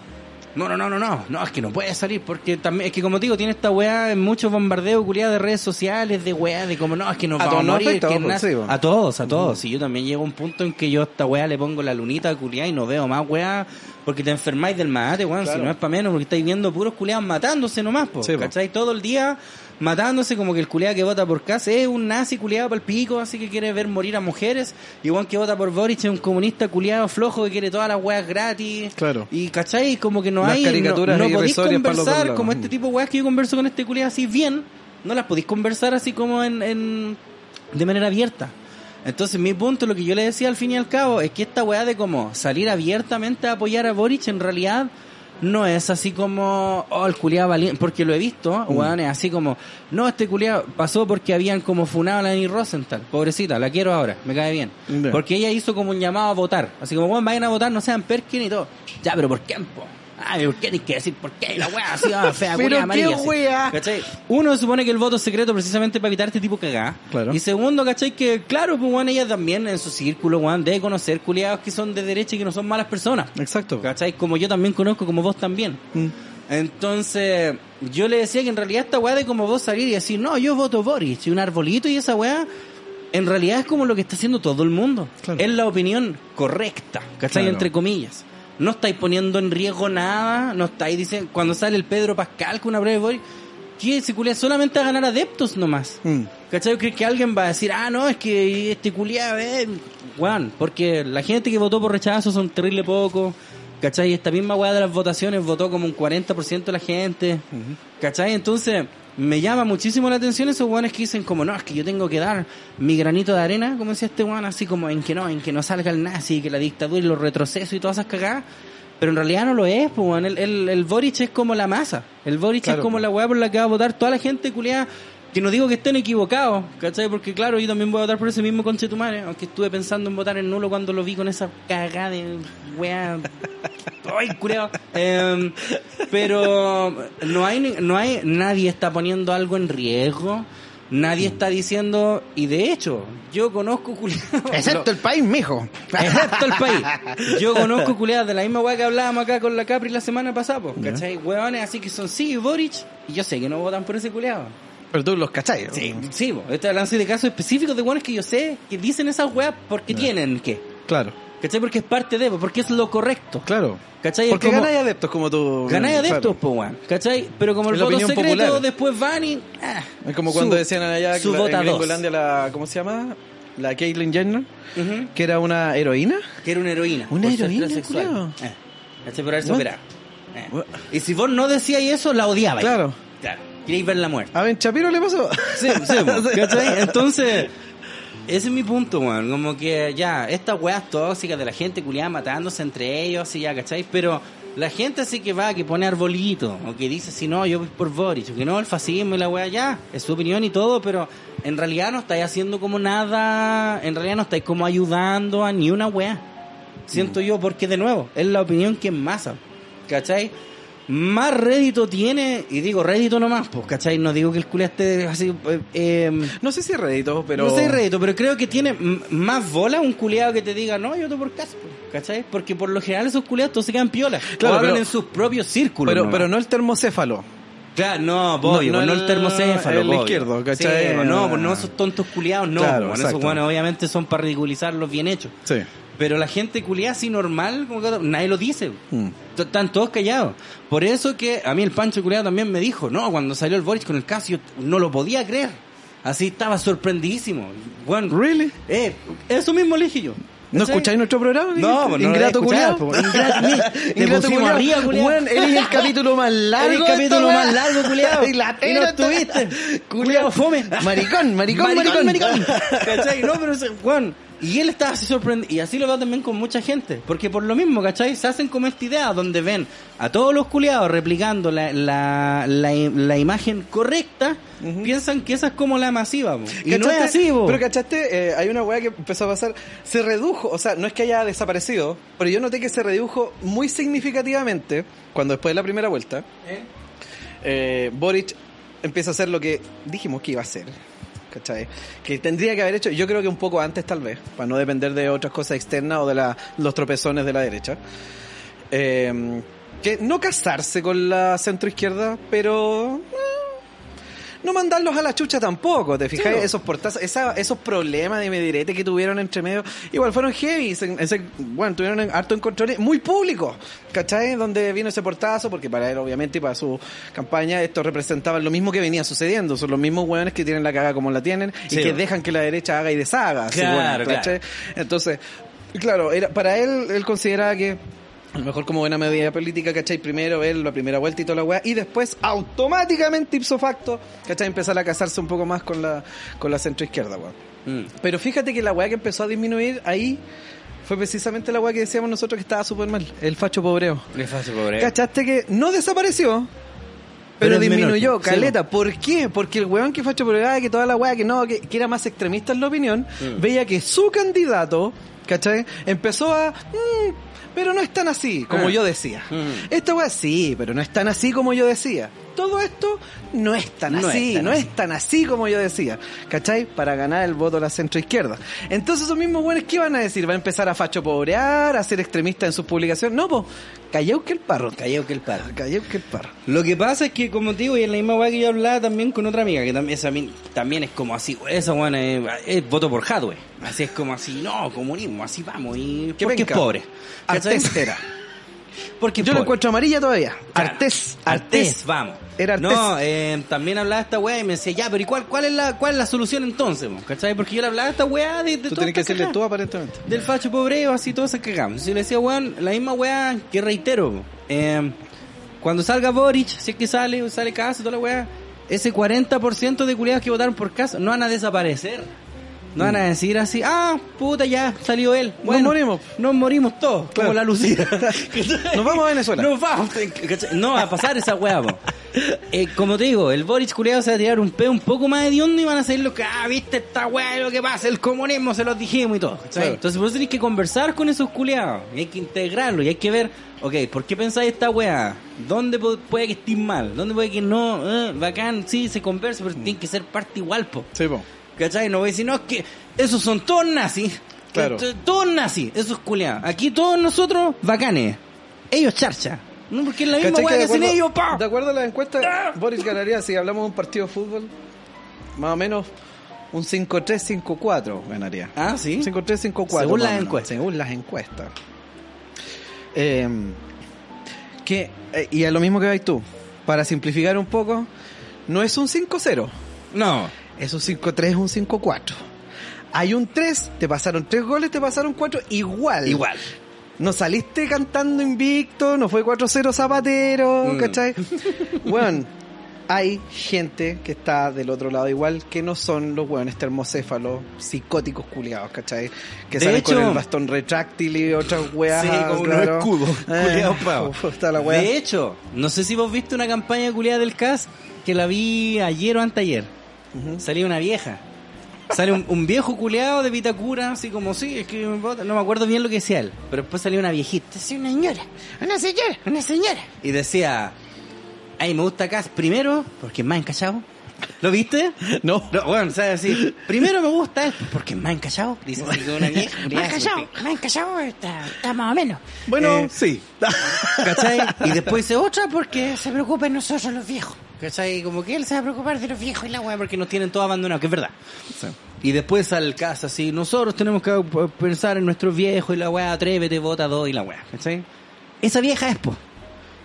[SPEAKER 2] no, no, no, no, no, no, es que no puede salir, porque también, es que como te digo, tiene esta weá en muchos bombardeos culiados de redes sociales, de weá, de como, no, es que nos
[SPEAKER 3] A
[SPEAKER 2] vamos
[SPEAKER 3] todos
[SPEAKER 2] a
[SPEAKER 3] nos
[SPEAKER 2] morir,
[SPEAKER 3] afecta,
[SPEAKER 2] que
[SPEAKER 3] po,
[SPEAKER 2] na-
[SPEAKER 3] sí, po.
[SPEAKER 2] a todos, a todos. Y yo también llego a un punto en que yo a esta weá le pongo la lunita culiada y no veo más weá, porque te enfermáis del mate, weón, si no es para menos, porque estáis viendo puros culiados matándose nomás, po,
[SPEAKER 3] Sí, po.
[SPEAKER 2] ¿cachai? Todo el día matándose, como que el culiado que vota por Cas es un nazi culiado para el pico, así que quiere ver morir a mujeres, y weón que vota por Boric es un comunista culiado flojo que quiere todas las weas gratis.
[SPEAKER 3] Claro.
[SPEAKER 2] Y, ¿cachai? Como que no
[SPEAKER 3] Las
[SPEAKER 2] hay, no,
[SPEAKER 3] caricaturas
[SPEAKER 2] no
[SPEAKER 3] ahí
[SPEAKER 2] podéis
[SPEAKER 3] irrisorias para los dos
[SPEAKER 2] conversar
[SPEAKER 3] lados.
[SPEAKER 2] como este tipo de weas que yo converso con este culiado así bien, no las podéis conversar así como en, en- de manera abierta. Entonces mi punto, lo que yo le decía al fin y al cabo, es que esta weá de como salir abiertamente a apoyar a Boric en realidad no es así como, oh, el culiado valiente, porque lo he visto,
[SPEAKER 3] Mm.
[SPEAKER 2] weón, es así como, no, este culiado pasó porque habían como funado a la Annie Rosenthal, pobrecita, la quiero ahora, me cae bien.
[SPEAKER 3] Ya.
[SPEAKER 2] Porque ella hizo como un llamado a votar, así como, bueno, vayan a votar, no sean Perkin y todo. Ya, pero ¿por qué? po? Ay, ¿por qué tienes que decir por qué? La weá así, ah, fea,
[SPEAKER 3] Pero
[SPEAKER 2] culiá,
[SPEAKER 3] qué
[SPEAKER 2] amarilla, así.
[SPEAKER 3] weá.
[SPEAKER 2] ¿Cachai? Uno supone que el voto es secreto precisamente para evitar este tipo de cagada.
[SPEAKER 3] Claro.
[SPEAKER 2] Y segundo, ¿cachai? Que claro, pues weón, ella también en su círculo, weón, debe conocer culiados que son de derecha y que no son malas personas.
[SPEAKER 3] Exacto.
[SPEAKER 2] ¿Cachai? Como yo también conozco, como vos también.
[SPEAKER 3] Mm.
[SPEAKER 2] Entonces, yo le decía que en realidad esta weá de como vos salir y decir, no, yo voto Boris, y un arbolito y esa weá, en realidad es como lo que está haciendo todo el mundo.
[SPEAKER 3] Claro.
[SPEAKER 2] Es la opinión correcta, ¿cachai?
[SPEAKER 3] Claro.
[SPEAKER 2] Entre comillas. No estáis poniendo en riesgo nada, no estáis, dicen, cuando sale el Pedro Pascal con una prueba de Boris, que se culea solamente a ganar adeptos nomás.
[SPEAKER 3] Mm.
[SPEAKER 2] ¿Cachai? ¿Crees que alguien va a decir, ah, no, es que este culiado, eh, weón? Porque la gente que votó por rechazo son terrible poco. ¿Cachai? Esta misma weá de las votaciones votó como un 40% de la gente. ¿Cachai? Entonces, me llama muchísimo la atención esos weones que dicen como, no, es que yo tengo que dar mi granito de arena, como decía este weón, así como en que no, en que no salga el nazi, que la dictadura y los retrocesos y todas esas cagadas. Pero en realidad no lo es, pues, weón. El, el, el Boric es como la masa. El Boric
[SPEAKER 3] Claro.
[SPEAKER 2] es como la weá por la que va a votar toda la gente culiada. Que no digo que estén equivocados, ¿cachai? Porque claro, yo también voy a votar por ese mismo conchetumare, aunque estuve pensando en votar en nulo cuando lo vi con esa cagada de weá Ay, culiao. Em, pero no hay, ni- no hay, nadie está poniendo algo en riesgo. Nadie
[SPEAKER 3] Mm.
[SPEAKER 2] está diciendo, y de hecho, yo conozco culiao-
[SPEAKER 3] Excepto el país, mijo.
[SPEAKER 2] Excepto el país. Yo conozco culeadas de la misma weá que hablábamos acá con la Capri la semana pasada, po, ¿cachai? Hueones así que son sí, Boric, y yo sé que no votan por ese culeado.
[SPEAKER 3] Pero tú los cachai, ¿no?
[SPEAKER 2] Sí, sí, bo. estoy hablando así de casos específicos de buenos que yo sé que dicen esas weas porque tienen que.
[SPEAKER 3] Claro,
[SPEAKER 2] ¿Cachai? Porque es parte de, porque es lo correcto.
[SPEAKER 3] claro.
[SPEAKER 2] ¿Cachai? Es
[SPEAKER 3] Porque
[SPEAKER 2] como-
[SPEAKER 3] ganáis adeptos como tú.
[SPEAKER 2] Ganáis
[SPEAKER 3] Claro.
[SPEAKER 2] adeptos, po, weón. ¿Cachai? Pero como el
[SPEAKER 3] Es la
[SPEAKER 2] voto
[SPEAKER 3] opinión
[SPEAKER 2] secreto,
[SPEAKER 3] popular.
[SPEAKER 2] después van y. ah,
[SPEAKER 3] Es como cuando
[SPEAKER 2] su-
[SPEAKER 3] decían allá que
[SPEAKER 2] Su
[SPEAKER 3] la-
[SPEAKER 2] vota
[SPEAKER 3] en
[SPEAKER 2] dos.
[SPEAKER 3] Gringolandia la... ¿Cómo se llama? La Caitlyn Jenner,
[SPEAKER 2] Ujú.
[SPEAKER 3] que era una heroína.
[SPEAKER 2] Que era una heroína.
[SPEAKER 3] ¿Una
[SPEAKER 2] por ser
[SPEAKER 3] heroína,
[SPEAKER 2] transexual.
[SPEAKER 3] culiao?
[SPEAKER 2] Eh. ¿Cachai? Por haberse
[SPEAKER 3] What?
[SPEAKER 2] operado. Eh.
[SPEAKER 3] What?
[SPEAKER 2] Y si vos no decías eso, la odiabas.
[SPEAKER 3] Claro.
[SPEAKER 2] Claro. Queréis ver la muerte.
[SPEAKER 3] A Ben Shapiro le pasó.
[SPEAKER 2] Sí, sí, po, ¿cachai? Entonces, ese es mi punto, weón. Como que ya, estas weas tóxicas de la gente culiada matándose entre ellos y ya, ¿cachai? Pero la gente sí que va, que pone arbolito, o que dice, si no, yo voy por Boris, o que no, el fascismo y la wea ya, es su opinión y todo, pero en realidad no estáis haciendo como nada, en realidad no estáis como ayudando a ni una wea. Siento yo, porque de nuevo, es la opinión que en masa, ¿cachai? Más rédito tiene, y digo rédito nomás, pues, ¿cachai? No digo que el culo esté así, eh, eh,
[SPEAKER 3] No sé si es rédito, pero...
[SPEAKER 2] no sé rédito, pero creo que tiene m- más bola un culeado que te diga, no, yo te por casa, ¿cachai? Porque por lo general esos culeados todos se quedan piolas.
[SPEAKER 3] Claro,
[SPEAKER 2] Claro, hablan
[SPEAKER 3] pero-
[SPEAKER 2] en sus propios círculos.
[SPEAKER 3] Pero,
[SPEAKER 2] nomás.
[SPEAKER 3] pero no el termocéfalo.
[SPEAKER 2] Claro, no, obvio,
[SPEAKER 3] No,
[SPEAKER 2] no,
[SPEAKER 3] no
[SPEAKER 2] el,
[SPEAKER 3] el-
[SPEAKER 2] termocéfalo.
[SPEAKER 3] el
[SPEAKER 2] obvio.
[SPEAKER 3] izquierdo, ¿cachai? Ah.
[SPEAKER 2] Sí, no, pues no, esos tontos culeados, no.
[SPEAKER 3] Claro,
[SPEAKER 2] bueno, esos
[SPEAKER 3] exacto.
[SPEAKER 2] buenos obviamente son para ridiculizar los bien hechos.
[SPEAKER 3] Sí.
[SPEAKER 2] Pero la gente culeada así normal, como que nadie lo dice.
[SPEAKER 3] Mm.
[SPEAKER 2] T- Están todos callados. Por eso que a mí el Pancho Culeado también me dijo, no, cuando salió el Boris con el caso, yo no lo podía creer. Así estaba sorprendidísimo. Bueno,
[SPEAKER 3] ¿Really?
[SPEAKER 2] eh, eso mismo le dije yo.
[SPEAKER 3] ¿No
[SPEAKER 2] ¿Cachai?
[SPEAKER 3] escucháis nuestro programa?
[SPEAKER 2] No, pues no lo
[SPEAKER 3] Ingrato
[SPEAKER 2] habéis escuchado,
[SPEAKER 3] culiao.
[SPEAKER 2] pues, ingrato, mira, te pusimos
[SPEAKER 3] culiao.
[SPEAKER 2] arriba, culiao.
[SPEAKER 3] Weón, eres el capítulo más largo.
[SPEAKER 2] Eres el
[SPEAKER 3] de
[SPEAKER 2] capítulo
[SPEAKER 3] esta weá.
[SPEAKER 2] más largo, culiao.
[SPEAKER 3] y la
[SPEAKER 2] Y no
[SPEAKER 3] tela está-
[SPEAKER 2] estuviste.
[SPEAKER 3] Culiao
[SPEAKER 2] Culiao fome.
[SPEAKER 3] Maricón, maricón, maricón.
[SPEAKER 2] ¿Cachai? No, pero, ese- Juan, y él estaba así sorprendido. Y así lo veo también con mucha gente. Porque por lo mismo, ¿cachai? Se hacen como esta idea donde ven a todos los culiados replicando la, la, la, la imagen correcta. Piensan que esa es como la masiva, po. Y no es
[SPEAKER 3] ¿Cachaste?
[SPEAKER 2] así, po.
[SPEAKER 3] Pero cachaste, eh, hay una weá que empezó a pasar. Se redujo, o sea, no es que haya desaparecido, pero yo noté que se redujo muy significativamente cuando después de la primera vuelta,
[SPEAKER 2] ¿Eh?
[SPEAKER 3] eh, Boric empieza a hacer lo que dijimos que iba a hacer. ¿Cachai? Que tendría que haber hecho, yo creo que un poco antes tal vez, para no depender de otras cosas externas o de la- los tropezones de la derecha. Eh, que no casarse con la centroizquierda, pero eh, no mandarlos a la chucha tampoco, ¿te fijas?
[SPEAKER 2] Claro.
[SPEAKER 3] Esos portazos, esa- esos problemas de medirete que tuvieron entre medio, igual fueron heavy, se- ese- bueno, tuvieron en- harto encontrones muy públicos, ¿cachai? Donde vino ese portazo, porque para él obviamente y para su campaña esto representaba lo mismo que venía sucediendo, son los mismos hueones que tienen la caga como la tienen y
[SPEAKER 2] Sí,
[SPEAKER 3] que
[SPEAKER 2] bueno.
[SPEAKER 3] dejan que la derecha haga y deshaga, así,
[SPEAKER 2] Claro,
[SPEAKER 3] bueno, ¿cachai? Entonces, claro, era, para él, él consideraba que a lo mejor como buena medida política, ¿cachai? Primero ver la primera vuelta y toda la weá, y después automáticamente ipso facto, ¿cachai? Empezar a casarse un poco más con la, con la centroizquierda, weón.
[SPEAKER 2] Mm.
[SPEAKER 3] Pero fíjate que la weá que empezó a disminuir ahí fue precisamente la weá que decíamos nosotros que estaba súper mal, el facho pobreo.
[SPEAKER 2] Es fácil, pobre.
[SPEAKER 3] ¿Cachaste que no desapareció?
[SPEAKER 2] Pero
[SPEAKER 3] Pero,
[SPEAKER 2] es
[SPEAKER 3] disminuyó,
[SPEAKER 2] menor, pues, sí,
[SPEAKER 3] caleta. ¿Por qué? Porque el weón que facho probaba que toda la weá que no, que, que era más extremista en la opinión,
[SPEAKER 2] Mm.
[SPEAKER 3] veía que su candidato, ¿cachai? Empezó a. "Mm, pero no es tan así como
[SPEAKER 2] Ah.
[SPEAKER 3] yo decía.
[SPEAKER 2] Mm.
[SPEAKER 3] Esta weá sí, pero no es tan así como yo decía. Todo esto no es tan
[SPEAKER 2] No es
[SPEAKER 3] así,
[SPEAKER 2] tan
[SPEAKER 3] no
[SPEAKER 2] así.
[SPEAKER 3] es tan así como yo decía. ¿Cachai? Para ganar el voto a la centroizquierda. Entonces esos mismos buenos, ¿qué van a decir? ¿Va a empezar a facho pobrear, a ser extremista en sus publicaciones? No, po. Callao que el parro.
[SPEAKER 2] Callado que el padre.
[SPEAKER 3] Callao que el parro.
[SPEAKER 2] Lo que pasa es que, como te digo, y en la misma weá que yo hablaba también con otra amiga, que también, esa min- también es como así, esa buena es, es voto por Hadwe. Así es como así, no, comunismo, así vamos, y
[SPEAKER 3] Qué
[SPEAKER 2] porque
[SPEAKER 3] penca.
[SPEAKER 2] es pobre. ¿Cachai?
[SPEAKER 3] Artés era.
[SPEAKER 2] Porque es
[SPEAKER 3] Yo lo
[SPEAKER 2] pobre.
[SPEAKER 3] encuentro amarilla todavía.
[SPEAKER 2] Claro.
[SPEAKER 3] Artés.
[SPEAKER 2] Artés, vamos.
[SPEAKER 3] Era Artés.
[SPEAKER 2] No, eh, también hablaba esta weá y me decía, ya, pero ¿y cuál, cuál, es, la, cuál es la solución entonces? mo? ¿Cachai? Porque yo le hablaba a esta weá de, de
[SPEAKER 3] Tú
[SPEAKER 2] toda
[SPEAKER 3] tienes que
[SPEAKER 2] esta
[SPEAKER 3] decirle
[SPEAKER 2] cagada.
[SPEAKER 3] tú aparentemente.
[SPEAKER 2] del facho pobreo, así todos se cagamos. Si le decía, weón, la misma weá que reitero, eh, cuando salga Boric, si es que sale, o sale Caso, toda la weá, ese 40% de culiados que votaron por Caso no van a desaparecer. No van a decir así, ah, puta, ya salió él. Bueno,
[SPEAKER 3] Mm. morimos.
[SPEAKER 2] Nos morimos todos,
[SPEAKER 3] Claro.
[SPEAKER 2] como la Lucía.
[SPEAKER 3] Nos vamos a Venezuela.
[SPEAKER 2] Nos vamos. ¿cachai? No va a pasar esa weá, po. Eh, como te digo, el Boris culiado se va a tirar un peo un poco más hediondo y van a salir los que, ah, viste esta weá, lo que pasa, el comunismo se los dijimos y todo. ¿cachai?
[SPEAKER 3] Claro.
[SPEAKER 2] Entonces, por eso tenés que conversar con esos culiados. Y hay que integrarlo y hay que ver, ok, ¿por qué pensáis esta weá? ¿Dónde po- puede que estés mal? ¿Dónde puede que no? Eh, bacán, sí, se conversa,
[SPEAKER 3] Mm.
[SPEAKER 2] pero tiene que ser parte igual, po.
[SPEAKER 3] Sí, po.
[SPEAKER 2] ¿Cachai? No voy a decir, no, es que esos son todos nazis.
[SPEAKER 3] Claro.
[SPEAKER 2] T- Todos nazis, esos culiados. Aquí todos nosotros, bacanes. Ellos charcha. No, porque es la misma
[SPEAKER 3] ¿Cachai
[SPEAKER 2] weá que
[SPEAKER 3] de
[SPEAKER 2] hacen
[SPEAKER 3] acuerdo-
[SPEAKER 2] ellos, pa. Ah.
[SPEAKER 3] De acuerdo a las encuestas, Boris ganaría si hablamos de un partido de fútbol. más o menos un 5-3-5-4 ganaría.
[SPEAKER 2] Ah, sí.
[SPEAKER 3] 5-3-5-4.
[SPEAKER 2] Según
[SPEAKER 3] más
[SPEAKER 2] las
[SPEAKER 3] o menos,
[SPEAKER 2] encuestas.
[SPEAKER 3] Según las encuestas. Eh, que, eh, y es lo mismo que vais tú. Para simplificar un poco, no es un 5-0.
[SPEAKER 2] No.
[SPEAKER 3] Es un 5-3, un 5-4. Hay un 3, te pasaron 3 goles, te pasaron 4, igual.
[SPEAKER 2] Igual.
[SPEAKER 3] No saliste cantando invicto, no fue 4-0 zapatero,
[SPEAKER 2] Mm.
[SPEAKER 3] ¿cachai? Weón, hay gente que está del otro lado igual que no son los weones termocéfalos psicóticos culiados, ¿cachai? Que
[SPEAKER 2] De
[SPEAKER 3] salen con
[SPEAKER 2] hecho-
[SPEAKER 3] el bastón retráctil y otras weas.
[SPEAKER 2] Sí, como unos
[SPEAKER 3] claro.
[SPEAKER 2] escudos,
[SPEAKER 3] Eh,
[SPEAKER 2] culiados pavos.
[SPEAKER 3] uf, está la wea.
[SPEAKER 2] De hecho, no sé si vos viste una campaña culiada del CAS que la vi ayer o anteayer.
[SPEAKER 3] Ujú.
[SPEAKER 2] Salía una vieja. Sale un, un viejo culeado de Vitacura, así como, sí, es que me bota- no me acuerdo bien lo que decía él. Pero después salió una viejita. Sí, una señora. Una señora. Una señora. Y decía, ay, me gusta Cas primero, porque es más encachado. ¿Lo viste?
[SPEAKER 3] No.
[SPEAKER 2] No, bueno, ¿sabes? Así, primero me gusta él, porque es más encachado. Dice así como una vieja.
[SPEAKER 4] Me han callado, me han callado, está, está más o menos.
[SPEAKER 3] Bueno,
[SPEAKER 2] Eh,
[SPEAKER 3] sí.
[SPEAKER 2] ¿Cachai? Y después dice otra, porque
[SPEAKER 4] Que se preocupen nosotros los viejos.
[SPEAKER 2] ¿Cachai? Como que él se va a preocupar de los viejos y la weá porque nos tienen todos abandonados, que es verdad. Y después al casa, así, nosotros tenemos que eh, pensar en nuestros viejos y la weá, atrévete, vota dos y la weá, ¿cachai? Esa vieja es po.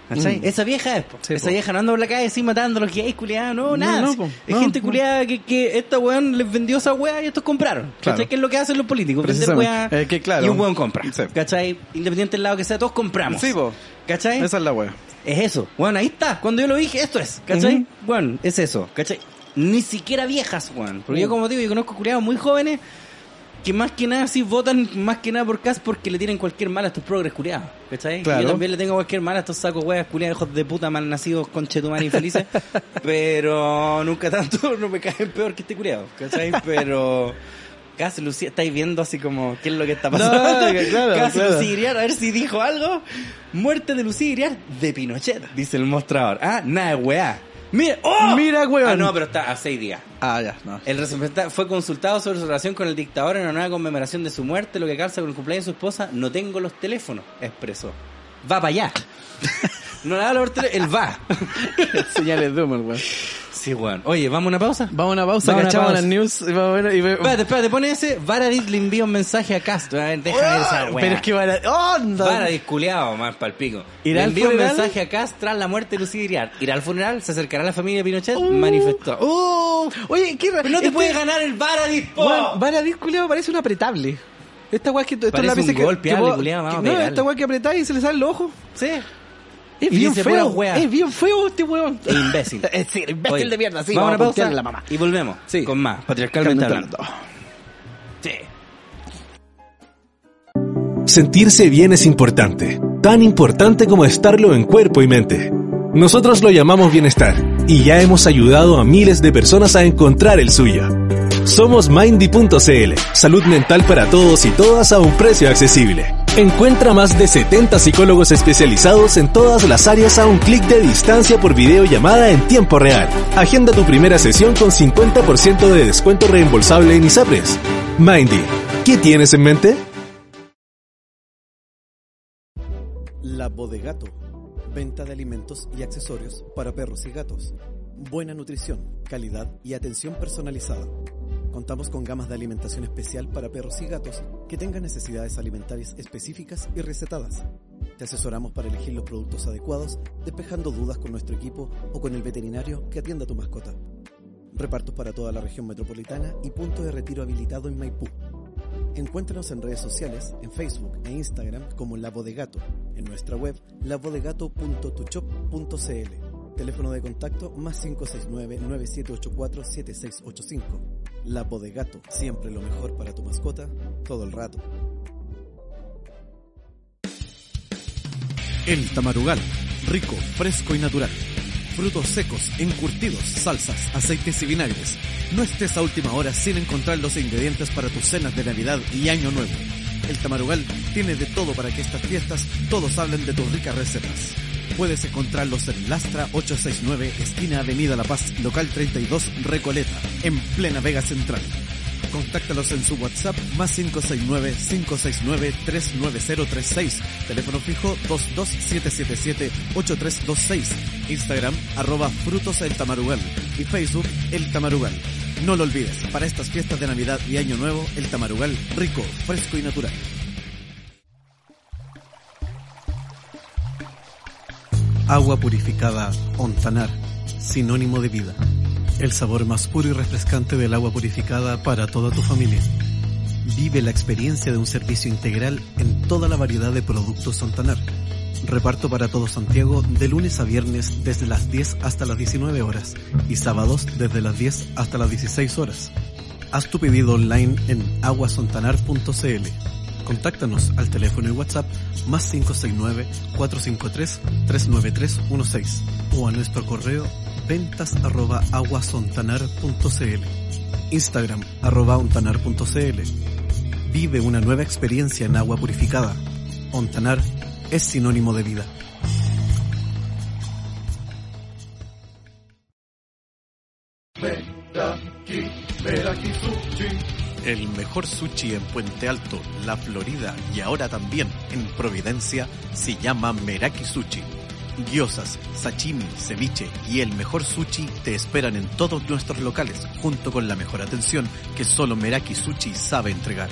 [SPEAKER 2] ¿Cachai?
[SPEAKER 3] Mm.
[SPEAKER 2] Esa vieja es po.
[SPEAKER 3] Sí,
[SPEAKER 2] Esa
[SPEAKER 3] po.
[SPEAKER 2] vieja no anda por la calle así matando a los gays, culiados, no,
[SPEAKER 3] No,
[SPEAKER 2] nada.
[SPEAKER 3] no, po.
[SPEAKER 2] es
[SPEAKER 3] No,
[SPEAKER 2] gente
[SPEAKER 3] no.
[SPEAKER 2] culiada que, que esta weón les vendió esa weá y estos compraron. ¿Cachai?
[SPEAKER 3] Claro.
[SPEAKER 2] Que es lo que hacen los políticos, vender weá
[SPEAKER 3] Precisamente. Eh, que claro.
[SPEAKER 2] y un weón compra.
[SPEAKER 3] Sí.
[SPEAKER 2] ¿Cachai? Independiente del lado que sea, todos compramos.
[SPEAKER 3] Sí, po.
[SPEAKER 2] ¿Cachai?
[SPEAKER 3] Esa es la wea.
[SPEAKER 2] Es eso. Bueno, ahí está. Cuando yo lo dije, esto es. ¿Cachai?
[SPEAKER 3] Ujú.
[SPEAKER 2] Bueno, es eso. ¿Cachai? Ni siquiera viejas, Juan. Porque yo,
[SPEAKER 3] Mm.
[SPEAKER 2] como digo, yo conozco curiados muy jóvenes que más que nada sí votan más que nada por Cas porque le tienen cualquier mala a estos progres curiados. ¿Cachai? Y
[SPEAKER 3] Claro.
[SPEAKER 2] Yo también le tengo cualquier mala a estos sacos huevas curiados, hijos de puta, mal nacidos, conchetumani infelices. pero nunca tanto no me caen peor que este curiado. ¿Cachai? Pero. Cas, Lucía, estáis viendo así como qué es lo que está pasando.
[SPEAKER 3] que claro,
[SPEAKER 2] Cas,
[SPEAKER 3] claro.
[SPEAKER 2] Lucía Iriar, a ver si dijo algo. Muerte de Lucía Iriar de Pinochet, dice el mostrador. Ah, nada, de weá. Mira, ¡oh!
[SPEAKER 3] Mira, weón.
[SPEAKER 2] Ah, no, pero está a seis días.
[SPEAKER 3] Ah, ya, no.
[SPEAKER 2] El representante fue consultado sobre su relación con el dictador en una nueva conmemoración de su muerte, lo que calza con el cumpleaños de su esposa. No tengo los teléfonos, expresó. Va para allá. no le da los teléfonos, él va.
[SPEAKER 3] Señales de humor, weón.
[SPEAKER 2] sí, weón. Oye, ¿vamos a una pausa?
[SPEAKER 3] Vamos a una pausa,
[SPEAKER 2] Vamos a una
[SPEAKER 3] cachamos
[SPEAKER 2] pausa.
[SPEAKER 3] las news. y vamos a ver- y ve-
[SPEAKER 2] Espérate, espérate, pone ese. Varadit le envía un mensaje a Castro. A ver, deja ver esa weá.
[SPEAKER 3] Pero es que van a... ¡Onda!
[SPEAKER 2] Para disculeado, más palpico.
[SPEAKER 3] ¿Irá
[SPEAKER 2] Le
[SPEAKER 3] al
[SPEAKER 2] envió un
[SPEAKER 3] funeral?
[SPEAKER 2] mensaje acá tras la muerte de Lucía Iriar. Irá al funeral, se acercará a la familia de Pinochet, manifestó.
[SPEAKER 3] ¡Oh! Oye, qué raro.
[SPEAKER 2] Pero no te
[SPEAKER 3] Este-
[SPEAKER 2] puedes ganar el Varadis, po.
[SPEAKER 3] Weón, Vanadis, culiao, parece un apretable. Esta weá que... Estos
[SPEAKER 2] Parece
[SPEAKER 3] lápices
[SPEAKER 2] un
[SPEAKER 3] que-
[SPEAKER 2] golpe,
[SPEAKER 3] que
[SPEAKER 2] hable,
[SPEAKER 3] vos-
[SPEAKER 2] culiao, vamos a
[SPEAKER 3] que- No,
[SPEAKER 2] pegarle.
[SPEAKER 3] esta weá que apretáis y se le sale el ojo.
[SPEAKER 2] Sí. E
[SPEAKER 3] Es
[SPEAKER 2] Y
[SPEAKER 3] bien
[SPEAKER 2] dice,
[SPEAKER 3] feo.
[SPEAKER 2] pura weá.
[SPEAKER 3] Es bien feo este weón.
[SPEAKER 2] E imbécil.
[SPEAKER 3] Es decir, imbécil
[SPEAKER 2] Oye,
[SPEAKER 3] de mierda. Sí,
[SPEAKER 2] vamos a una pausa
[SPEAKER 3] puntearle a la mamá.
[SPEAKER 2] y volvemos.
[SPEAKER 3] Sí.
[SPEAKER 2] Con más, patriarcalmente hablando. Sí.
[SPEAKER 5] Sentirse bien es importante, tan importante como estarlo en cuerpo y mente. Nosotros lo llamamos bienestar y ya hemos ayudado a miles de personas a encontrar el suyo. Somos Mindy.cl, salud mental para todos y todas a un precio accesible. Encuentra más de 70 psicólogos especializados en todas las áreas a un clic de distancia por videollamada en tiempo real. Agenda tu primera sesión con 50% de descuento reembolsable en ISAPRES. Mindy, ¿qué tienes en mente?
[SPEAKER 6] La Bodegato. Venta de alimentos y accesorios para perros y gatos. Buena nutrición, calidad y atención personalizada. Contamos con gamas de alimentación especial para perros y gatos que tengan necesidades alimentarias específicas y recetadas. Te asesoramos para elegir los productos adecuados, despejando dudas con nuestro equipo o con el veterinario que atienda a tu mascota. Repartos para toda la región metropolitana y punto de retiro habilitado en Maipú. Encuéntranos en redes sociales, en Facebook e Instagram como La Bodegato, en nuestra web labodegato.tuchop.cl. Teléfono de contacto más 569-9784-7685. La Bodegato, siempre lo mejor para tu mascota, todo el rato. El tamarugal, rico, fresco y natural. Frutos secos, encurtidos, salsas, aceites y vinagres. No estés a última hora sin encontrar los ingredientes para tus cenas de Navidad y Año Nuevo. El Tamarugal tiene de todo para que estas fiestas todos hablen de tus ricas recetas. Puedes encontrarlos en Lastra 869, esquina Avenida La Paz, local 32, Recoleta, en plena Vega Central. Contáctalos en su WhatsApp más 569-569-39036. Teléfono fijo 22777-8326. Instagram arroba frutos el tamarugal. Y Facebook el tamarugal. No lo olvides, para estas fiestas de Navidad y Año Nuevo, el tamarugal rico, fresco y natural.
[SPEAKER 3] Agua purificada Ontanar, sinónimo de vida. El sabor más puro y refrescante del agua purificada para toda tu familia. Vive la experiencia de un servicio integral en toda la variedad de productos Ontanar. Reparto para todo Santiago de lunes a viernes desde las 10 hasta las 19 horas y sábados desde las 10 hasta las 16 horas. Haz tu pedido online en aguasontanar.cl. Contáctanos al teléfono y WhatsApp más 569-453-39316 o a nuestro correo ventas arroba aguasontanar.cl, Instagram arroba ontanar.cl. Vive una nueva experiencia en agua purificada. Ontanar es sinónimo de vida.
[SPEAKER 6] El mejor sushi en Puente Alto, La Florida y ahora también en Providencia se llama Meraki Sushi. Gyozas, sashimi, ceviche y el mejor sushi te esperan en todos nuestros locales junto con la mejor atención que solo Meraki Sushi sabe entregar.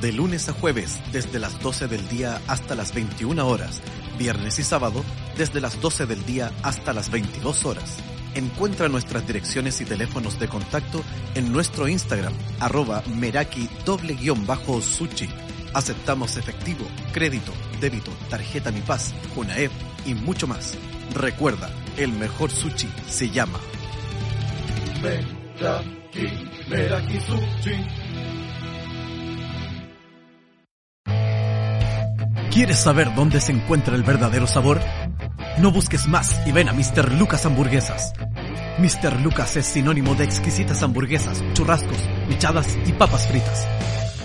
[SPEAKER 6] De lunes a jueves desde las 12 del día hasta las 21 horas, viernes y sábado desde las 12 del día hasta las 22 horas. Encuentra nuestras direcciones y teléfonos de contacto en nuestro Instagram, arroba meraki doble guión bajo sushi. Aceptamos efectivo, crédito, débito, tarjeta Mi Paz, Junaep y mucho más. Recuerda, el mejor sushi se llama. ¿Quieres saber dónde se encuentra el verdadero sabor? No busques más y ven a Mr. Lucas Hamburguesas. Mr. Lucas es sinónimo de exquisitas hamburguesas, churrascos, michadas y papas fritas.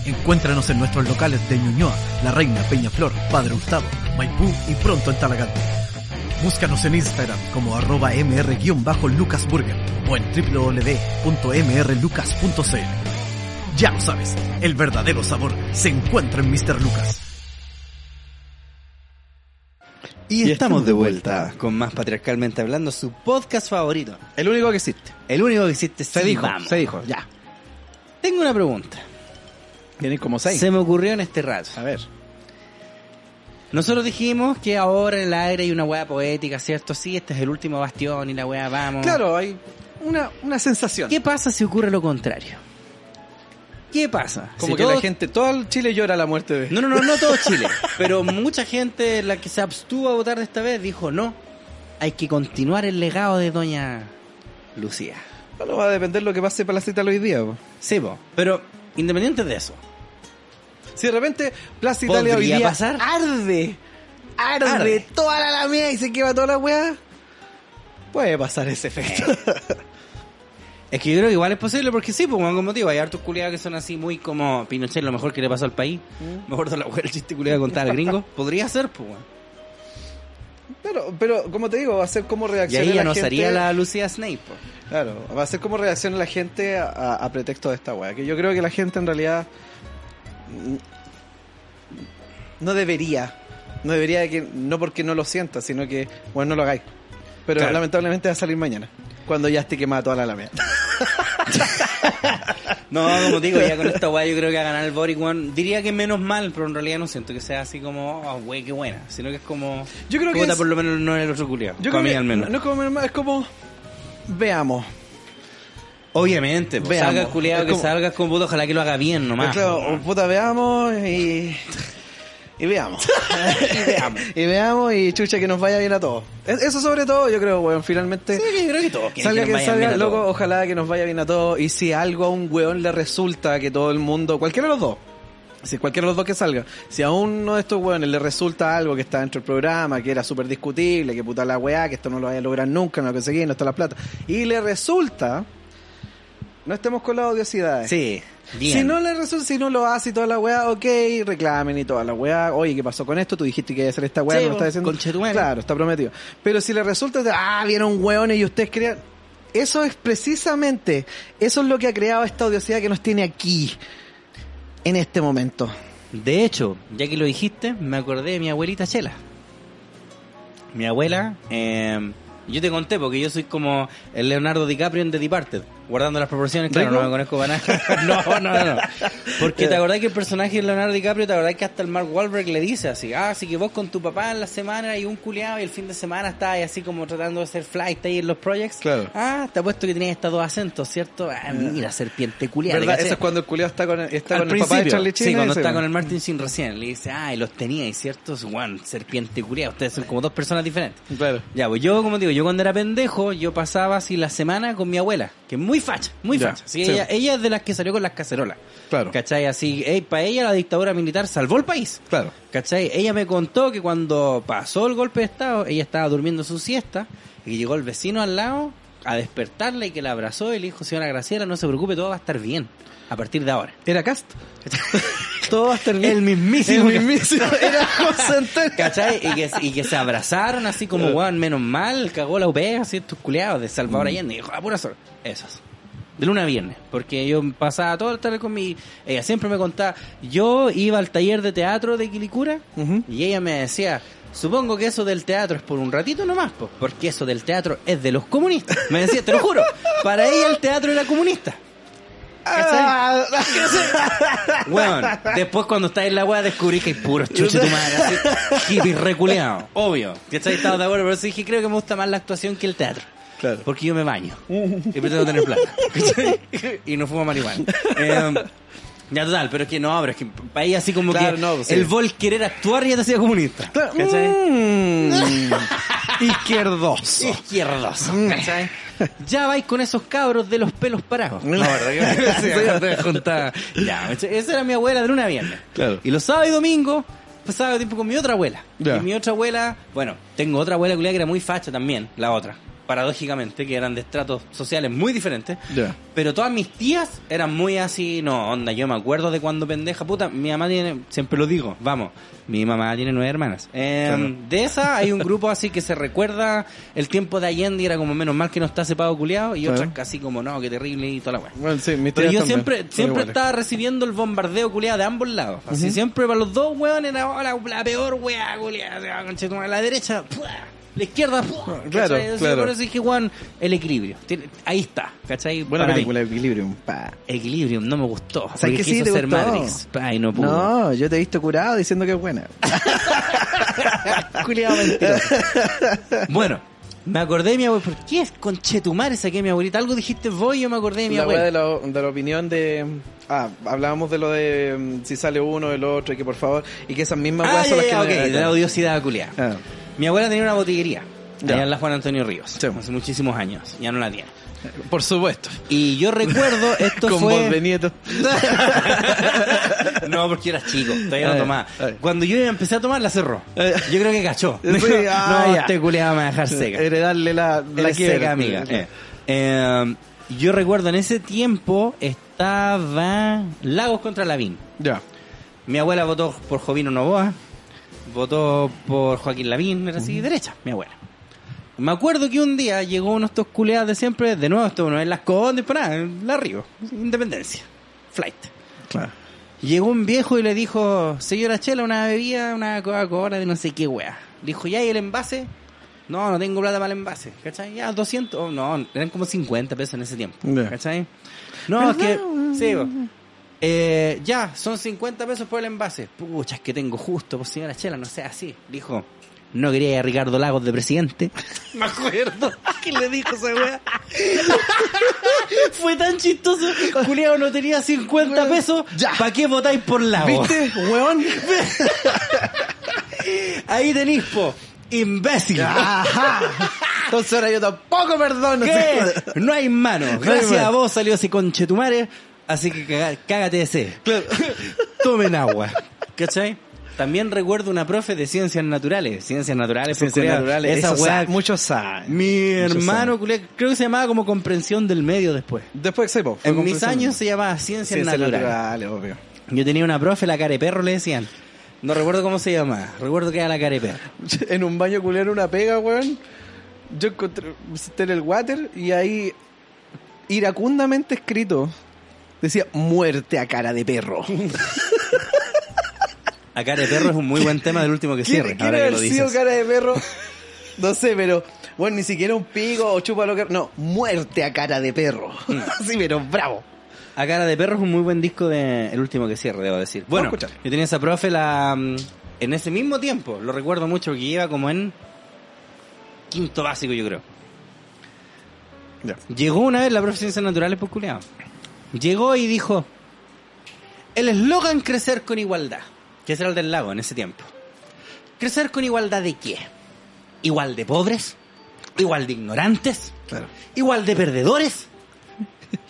[SPEAKER 6] Encuéntranos en nuestros locales de Ñuñoa, La Reina, Peñaflor, Padre Hurtado, Maipú y pronto en Talagante. Búscanos en Instagram como arroba mr-lucasburger o en www.mrlucas.cl. Ya lo sabes, el verdadero sabor se encuentra en Mr. Lucas.
[SPEAKER 2] Y estamos de vuelta con más Patriarcalmente Hablando, su podcast favorito.
[SPEAKER 3] El único que existe.
[SPEAKER 2] El único que existe.
[SPEAKER 3] Se
[SPEAKER 2] sí,
[SPEAKER 3] dijo,
[SPEAKER 2] vamos.
[SPEAKER 3] se dijo.
[SPEAKER 2] Ya. Tengo una pregunta.
[SPEAKER 3] Tienen como seis.
[SPEAKER 2] Se me ocurrió en este rato.
[SPEAKER 3] A ver.
[SPEAKER 2] Nosotros dijimos que ahora en el aire hay una weá poética, ¿cierto? Sí, este es el último bastión y la weá vamos.
[SPEAKER 3] Claro, hay una, una sensación.
[SPEAKER 2] ¿Qué pasa si ocurre lo contrario? ¿Qué pasa?
[SPEAKER 3] Como
[SPEAKER 2] Si
[SPEAKER 3] que la
[SPEAKER 2] todo-
[SPEAKER 3] gente, todo el Chile llora la muerte de...
[SPEAKER 2] No, no, no, no todo Chile. pero mucha gente, la que se abstuvo a votar de esta vez, dijo no. Hay que continuar el legado de Doña Lucía.
[SPEAKER 3] Bueno, va a depender lo que pase para la cita hoy día. po.
[SPEAKER 2] Sí, po, pero independiente de eso.
[SPEAKER 3] Si de repente Plaza Italia hoy
[SPEAKER 2] ¿Podría
[SPEAKER 3] día
[SPEAKER 2] pasar?
[SPEAKER 3] arde, arde,
[SPEAKER 2] Arde.
[SPEAKER 3] toda la lamia y se quema toda la weá, puede pasar ese efecto.
[SPEAKER 2] Es que yo creo que igual es posible porque sí, por algún motivo. Hay hartos culiados que son así muy como Pinochet, lo mejor que le pasó al país. Me acuerdo la wea del chiste culiado contar al gringo. Podría ser, pues. weón.
[SPEAKER 3] Claro, pero como te digo, va a ser como
[SPEAKER 2] Y
[SPEAKER 3] reacciona
[SPEAKER 2] ahí ya
[SPEAKER 3] la
[SPEAKER 2] nos
[SPEAKER 3] gente.
[SPEAKER 2] haría la Lucía Snape. pues. po.
[SPEAKER 3] Claro, va a ser como reacciona la gente a, a- a pretexto de esta weá. Que yo creo que la gente en realidad mm, no debería, no debería de que, no porque no lo sienta, sino que, bueno, no lo hagáis. Pero
[SPEAKER 2] Claro.
[SPEAKER 3] lamentablemente va a salir mañana, cuando ya esté quemada toda la lamia.
[SPEAKER 2] No, como te digo, ya con esta weá yo creo que va a ganar el Boric, weón. Diría que menos mal, pero en realidad no siento que sea así como, oh, wey, qué buena. Sino que es como.
[SPEAKER 3] Yo creo que
[SPEAKER 2] puta,
[SPEAKER 3] es-
[SPEAKER 2] por lo menos no es el otro culiado.
[SPEAKER 3] Yo
[SPEAKER 2] Para
[SPEAKER 3] creo
[SPEAKER 2] mí
[SPEAKER 3] que
[SPEAKER 2] al menos.
[SPEAKER 3] No es como, hermano, es como veamos.
[SPEAKER 2] Obviamente, pues,
[SPEAKER 3] Veamos.
[SPEAKER 2] salga el culiado,
[SPEAKER 3] Es
[SPEAKER 2] que
[SPEAKER 3] como-
[SPEAKER 2] salga con puto, ojalá que lo haga bien nomás.
[SPEAKER 3] Claro, oh, puta, veamos y y veamos.
[SPEAKER 2] Y veamos.
[SPEAKER 3] y veamos y chucha que nos vaya bien a todos. Es- Eso sobre todo, yo creo, weón, finalmente
[SPEAKER 2] Yo creo que todos quieren
[SPEAKER 3] Salga
[SPEAKER 2] que nos
[SPEAKER 3] que
[SPEAKER 2] vaya bien
[SPEAKER 3] salga,
[SPEAKER 2] a todos.
[SPEAKER 3] loco, ojalá que nos vaya bien a todos. Y si algo a un weón le resulta que todo el mundo, cualquiera de los dos, si cualquiera de los dos que salga, si a uno de estos weones le resulta algo que está dentro del programa, que era súper discutible, que puta la weá, que esto no lo vaya a lograr nunca, no lo conseguí, no está la plata, y le resulta, no estemos con las odiosidades.
[SPEAKER 2] Sí, bien.
[SPEAKER 3] Si no le resulta, si no lo hace y toda la weá, ok, reclamen y toda la weá. Oye, ¿qué pasó con esto? Tú dijiste que iba a hacer esta weá,
[SPEAKER 2] Sí,
[SPEAKER 3] no lo
[SPEAKER 2] po,
[SPEAKER 3] estás haciendo.
[SPEAKER 2] conchetumare.
[SPEAKER 3] Claro, está prometido. Pero si le resulta, de, ah, vieron weones y ustedes crean. Eso es precisamente, eso es lo que ha creado esta odiosidad que nos tiene aquí, en este momento.
[SPEAKER 2] De hecho, ya que lo dijiste, me acordé de mi abuelita Chela. em, Mi abuela, eh, yo te conté porque yo soy como el Leonardo DiCaprio en The Departed. Guardando las proporciones, claro, no me conozco para nada. No, no, no, no. Porque te acordás que el personaje de Leonardo DiCaprio, te acordás que hasta el Mark Wahlberg le dice así, ah, así que vos con tu papá en la semana y un culeado y el fin de semana estás ahí así como tratando de hacer flight ahí en los projects.
[SPEAKER 3] Claro.
[SPEAKER 2] Ah, te apuesto que tenías estos dos acentos, ¿cierto? Ah, mira, serpiente culiada.
[SPEAKER 3] ¿Verdad?
[SPEAKER 2] ¿cachai?
[SPEAKER 3] Eso es cuando el culiao está con, está
[SPEAKER 2] Al
[SPEAKER 3] con el papá de
[SPEAKER 2] principio,
[SPEAKER 3] Charlie Sheen.
[SPEAKER 2] Sí, cuando
[SPEAKER 3] ese,
[SPEAKER 2] está
[SPEAKER 3] bueno.
[SPEAKER 2] con el Martin Sheen recién, le dice, ah, y los teníais, ¿cierto? Juan, serpiente culiada. Ustedes son como dos personas diferentes.
[SPEAKER 3] Claro.
[SPEAKER 2] Ya, pues yo, como digo, yo cuando era pendejo, yo pasaba así la semana con mi abuela, que es muy facha, muy
[SPEAKER 3] Ya,
[SPEAKER 2] facha. Así,
[SPEAKER 3] sí.
[SPEAKER 2] ella, ella es de las que salió con las cacerolas.
[SPEAKER 3] Claro.
[SPEAKER 2] ¿Cachai? Así, para ella la dictadura militar salvó el país.
[SPEAKER 3] Claro.
[SPEAKER 2] ¿Cachai? Ella me contó que cuando pasó el golpe de Estado, ella estaba durmiendo su siesta y llegó el vecino al lado a despertarla y que la abrazó y le dijo, señora Graciela, no se preocupe, todo va a estar bien a partir de ahora.
[SPEAKER 3] Era Cast. Todo hasta el
[SPEAKER 2] El mismísimo.
[SPEAKER 3] El mismísimo. Era José Antonio.
[SPEAKER 2] ¿Cachai? Y que, y que se abrazaron así como, weón, menos mal, cagó la UP, así estos culeados de
[SPEAKER 3] Mm.
[SPEAKER 2] Salvador Allende. Y dijo, ah, pura sol. Esas. De luna a viernes. Porque yo pasaba todo el tarde con mi... Ella siempre me contaba, yo iba al taller de teatro de Quilicura y ella me decía... Supongo que eso del teatro es por un ratito nomás, po, porque eso del teatro es de los comunistas. Me decía, te lo juro, para ella el teatro era comunista.
[SPEAKER 3] Ah,
[SPEAKER 2] Weón, después cuando estás en la weá descubrí que hay puros chuches tu madre, así, hippies reculeados, obvio. Ya estáis estado de acuerdo, pero sí dije, creo que me gusta más la actuación que el teatro.
[SPEAKER 3] Claro.
[SPEAKER 2] Porque yo me baño. Y pretendo tener plata. ¿cachai? y no fumo marihuana. Eh, ya total, pero es que no, pero es que para ella así como
[SPEAKER 3] Claro,
[SPEAKER 2] que
[SPEAKER 3] no, pues sí.
[SPEAKER 2] el vol querer actuar ya te hacía comunista.
[SPEAKER 3] Claro.
[SPEAKER 2] ¿Cachai?
[SPEAKER 3] Mm. Izquierdoso.
[SPEAKER 2] Izquierdoso. ¿cachai? Ya vais con esos cabros de los pelos parados. No, ¿verdad? Sí, te junta. Ya, ¿cachai? esa era mi abuela de una viernes.
[SPEAKER 3] Claro.
[SPEAKER 2] Y los sábados y domingos pasaba tiempo con mi otra abuela.
[SPEAKER 3] Ya.
[SPEAKER 2] Y mi otra abuela, bueno, tengo otra abuela culiá que era muy facha también, la otra. Paradójicamente, que eran de estratos sociales muy diferentes.
[SPEAKER 3] Ya.
[SPEAKER 2] Pero todas mis tías eran muy así, no, onda, yo me acuerdo de cuando pendeja, puta, mi mamá tiene, siempre lo digo, vamos, mi mamá tiene nueve hermanas. Eh, De esa hay un grupo así que se recuerda el tiempo de Allende y era como menos mal que no está separado culiado y
[SPEAKER 3] Claro.
[SPEAKER 2] otras casi como no, qué terrible y toda la weá.
[SPEAKER 3] Bueno, sí, mis
[SPEAKER 2] Pero
[SPEAKER 3] tías
[SPEAKER 2] yo
[SPEAKER 3] también.
[SPEAKER 2] siempre,
[SPEAKER 3] Son
[SPEAKER 2] siempre
[SPEAKER 3] iguales.
[SPEAKER 2] estaba recibiendo el bombardeo culiado de ambos lados. Así siempre para los dos weón era oh, la, la peor weá culiada. La derecha, ¡pua! la izquierda, ¡pua!
[SPEAKER 3] Claro,
[SPEAKER 2] ¿Cachai? Así,
[SPEAKER 3] claro.
[SPEAKER 2] Por eso dije, weón, el equilibrio. Tiene- ahí está, ¿cachai?
[SPEAKER 3] Buena
[SPEAKER 2] Para mí.
[SPEAKER 3] película, Equilibrium. Pa.
[SPEAKER 2] Equilibrium no me gustó.
[SPEAKER 3] ¿Sabes
[SPEAKER 2] Porque
[SPEAKER 3] que sí
[SPEAKER 2] quiso
[SPEAKER 3] te
[SPEAKER 2] ser
[SPEAKER 3] gustó?
[SPEAKER 2] Matrix. Ay, no pudo.
[SPEAKER 3] No, yo te he visto curado diciendo que es buena.
[SPEAKER 2] Culeado mentiroso. bueno, me acordé de mi abuela. ¿Por qué es conchetumare saqué a mi abuelita? Algo dijiste vos y yo me acordé de mi
[SPEAKER 3] la weá
[SPEAKER 2] abuela.
[SPEAKER 3] de la, de la opinión de. Ah, hablábamos de lo de mm, si sale uno, el otro, y que por favor. Y que esas mismas
[SPEAKER 2] Ah,
[SPEAKER 3] weas son
[SPEAKER 2] ya,
[SPEAKER 3] las
[SPEAKER 2] ya, ok,
[SPEAKER 3] que.
[SPEAKER 2] de la odiosidad culiada.
[SPEAKER 3] Ah,
[SPEAKER 2] Mi abuela tenía una botillería.
[SPEAKER 3] Ya.
[SPEAKER 2] Allá en la Juan Antonio Ríos.
[SPEAKER 3] Sí.
[SPEAKER 2] Hace muchísimos años. Ya no la tiene.
[SPEAKER 3] por supuesto.
[SPEAKER 2] Y yo recuerdo, esto
[SPEAKER 3] Con
[SPEAKER 2] fue...
[SPEAKER 3] voz de nieto.
[SPEAKER 2] no, porque era chico, todavía
[SPEAKER 3] Ay,
[SPEAKER 2] no tomaba.
[SPEAKER 3] ay.
[SPEAKER 2] Cuando yo empecé a tomar, la cerró.
[SPEAKER 3] Ay.
[SPEAKER 2] Yo creo que cachó.
[SPEAKER 3] eh. Sí,
[SPEAKER 2] Dijo,
[SPEAKER 3] ah,
[SPEAKER 2] no,
[SPEAKER 3] ya.
[SPEAKER 2] este culeado me va a dejar seca.
[SPEAKER 3] Heredarle la, la
[SPEAKER 2] Eres
[SPEAKER 3] quiebra.
[SPEAKER 2] seca, amiga. Eh. Eh, yo recuerdo en ese tiempo estaba Lagos contra Lavín.
[SPEAKER 3] Ya.
[SPEAKER 2] Mi abuela votó por Jovino Novoa, votó por Joaquín Lavín, era así, derecha, mi abuela. Me acuerdo que un día llegó uno de estos culeados de siempre, de nuevo, esto no es Las Condes, para nada, en La Río, Independencia, Flight.
[SPEAKER 3] Claro.
[SPEAKER 2] Llegó un viejo y le dijo, señora Chela, una bebida, una Coca-Cola de no sé qué weá. Le dijo, ¿ya y el envase? No, no tengo plata para el envase. ¿Cachai? Ya, 200. oh, no, eran como 50 pesos en ese tiempo.
[SPEAKER 3] Ya.
[SPEAKER 2] ¿Cachai? No, es que... Sí, po. Eh, ya, son 50 pesos por el envase. Pucha, es que tengo justo, pues señora Chela, no sea así. Dijo, no quería a Ricardo Lagos de presidente. Me acuerdo. ¿Qué le dijo esa weá? Fue tan chistoso. Julián no tenía 50 pesos.
[SPEAKER 3] Ya.
[SPEAKER 2] ¿Para qué votáis por Lagos?
[SPEAKER 3] ¿Viste, weón?
[SPEAKER 2] Ahí tenéis, po. Imbécil.
[SPEAKER 3] Ajá. Entonces ahora yo tampoco perdono.
[SPEAKER 2] ¿Qué? No hay mano. Gracias
[SPEAKER 3] mano.
[SPEAKER 2] a vos salió ese conchetumare. Así que caga- cágate ese. Tomen agua. ¿Cachai? También recuerdo una profe de ciencias naturales. Ciencias naturales, pues,
[SPEAKER 3] Ciencias
[SPEAKER 2] culiao.
[SPEAKER 3] naturales.
[SPEAKER 2] Esa
[SPEAKER 3] eso
[SPEAKER 2] weá.
[SPEAKER 3] sa- Muchos saben.
[SPEAKER 2] Mi
[SPEAKER 3] Muchos
[SPEAKER 2] hermano, culiao, creo que se llamaba como comprensión del medio después.
[SPEAKER 3] Después se po, fue
[SPEAKER 2] En mis
[SPEAKER 3] comprensión.
[SPEAKER 2] años se llamaba ciencias,
[SPEAKER 3] Ciencias
[SPEAKER 2] naturales.
[SPEAKER 3] naturales, obvio.
[SPEAKER 2] Yo tenía una profe, la care perro le decían. No recuerdo cómo se llamaba. Recuerdo que era la care perro.
[SPEAKER 3] en un baño culero una pega, weón. Yo encontré senté en el water y ahí iracundamente escrito decía muerte a cara de perro.
[SPEAKER 2] La care perro es un muy buen tema del último que
[SPEAKER 3] ¿Quién,
[SPEAKER 2] cierre.
[SPEAKER 3] quién
[SPEAKER 2] ahora que
[SPEAKER 3] haber
[SPEAKER 2] lo
[SPEAKER 3] sido
[SPEAKER 2] dices.
[SPEAKER 3] cara de perro? No sé, pero Bueno, ni siquiera un pico o chupa lo que. No, muerte a cara de perro. Así, pero bravo.
[SPEAKER 2] A cara de perro es un muy buen disco de el último que cierre, debo decir. Bueno,
[SPEAKER 3] Vamos a
[SPEAKER 2] yo
[SPEAKER 3] escuchar.
[SPEAKER 2] tenía esa profe la mm, en ese mismo tiempo, lo recuerdo mucho que iba como en quinto básico, yo creo.
[SPEAKER 3] Ya.
[SPEAKER 2] Llegó una vez la profe de Ciencias Naturales por culiao. Llegó y dijo el eslogan crecer con igualdad, que ese era el del lago en ese tiempo. ¿Crecer con igualdad de qué? ¿Igual de pobres? ¿Igual de ignorantes? ¿Igual de perdedores?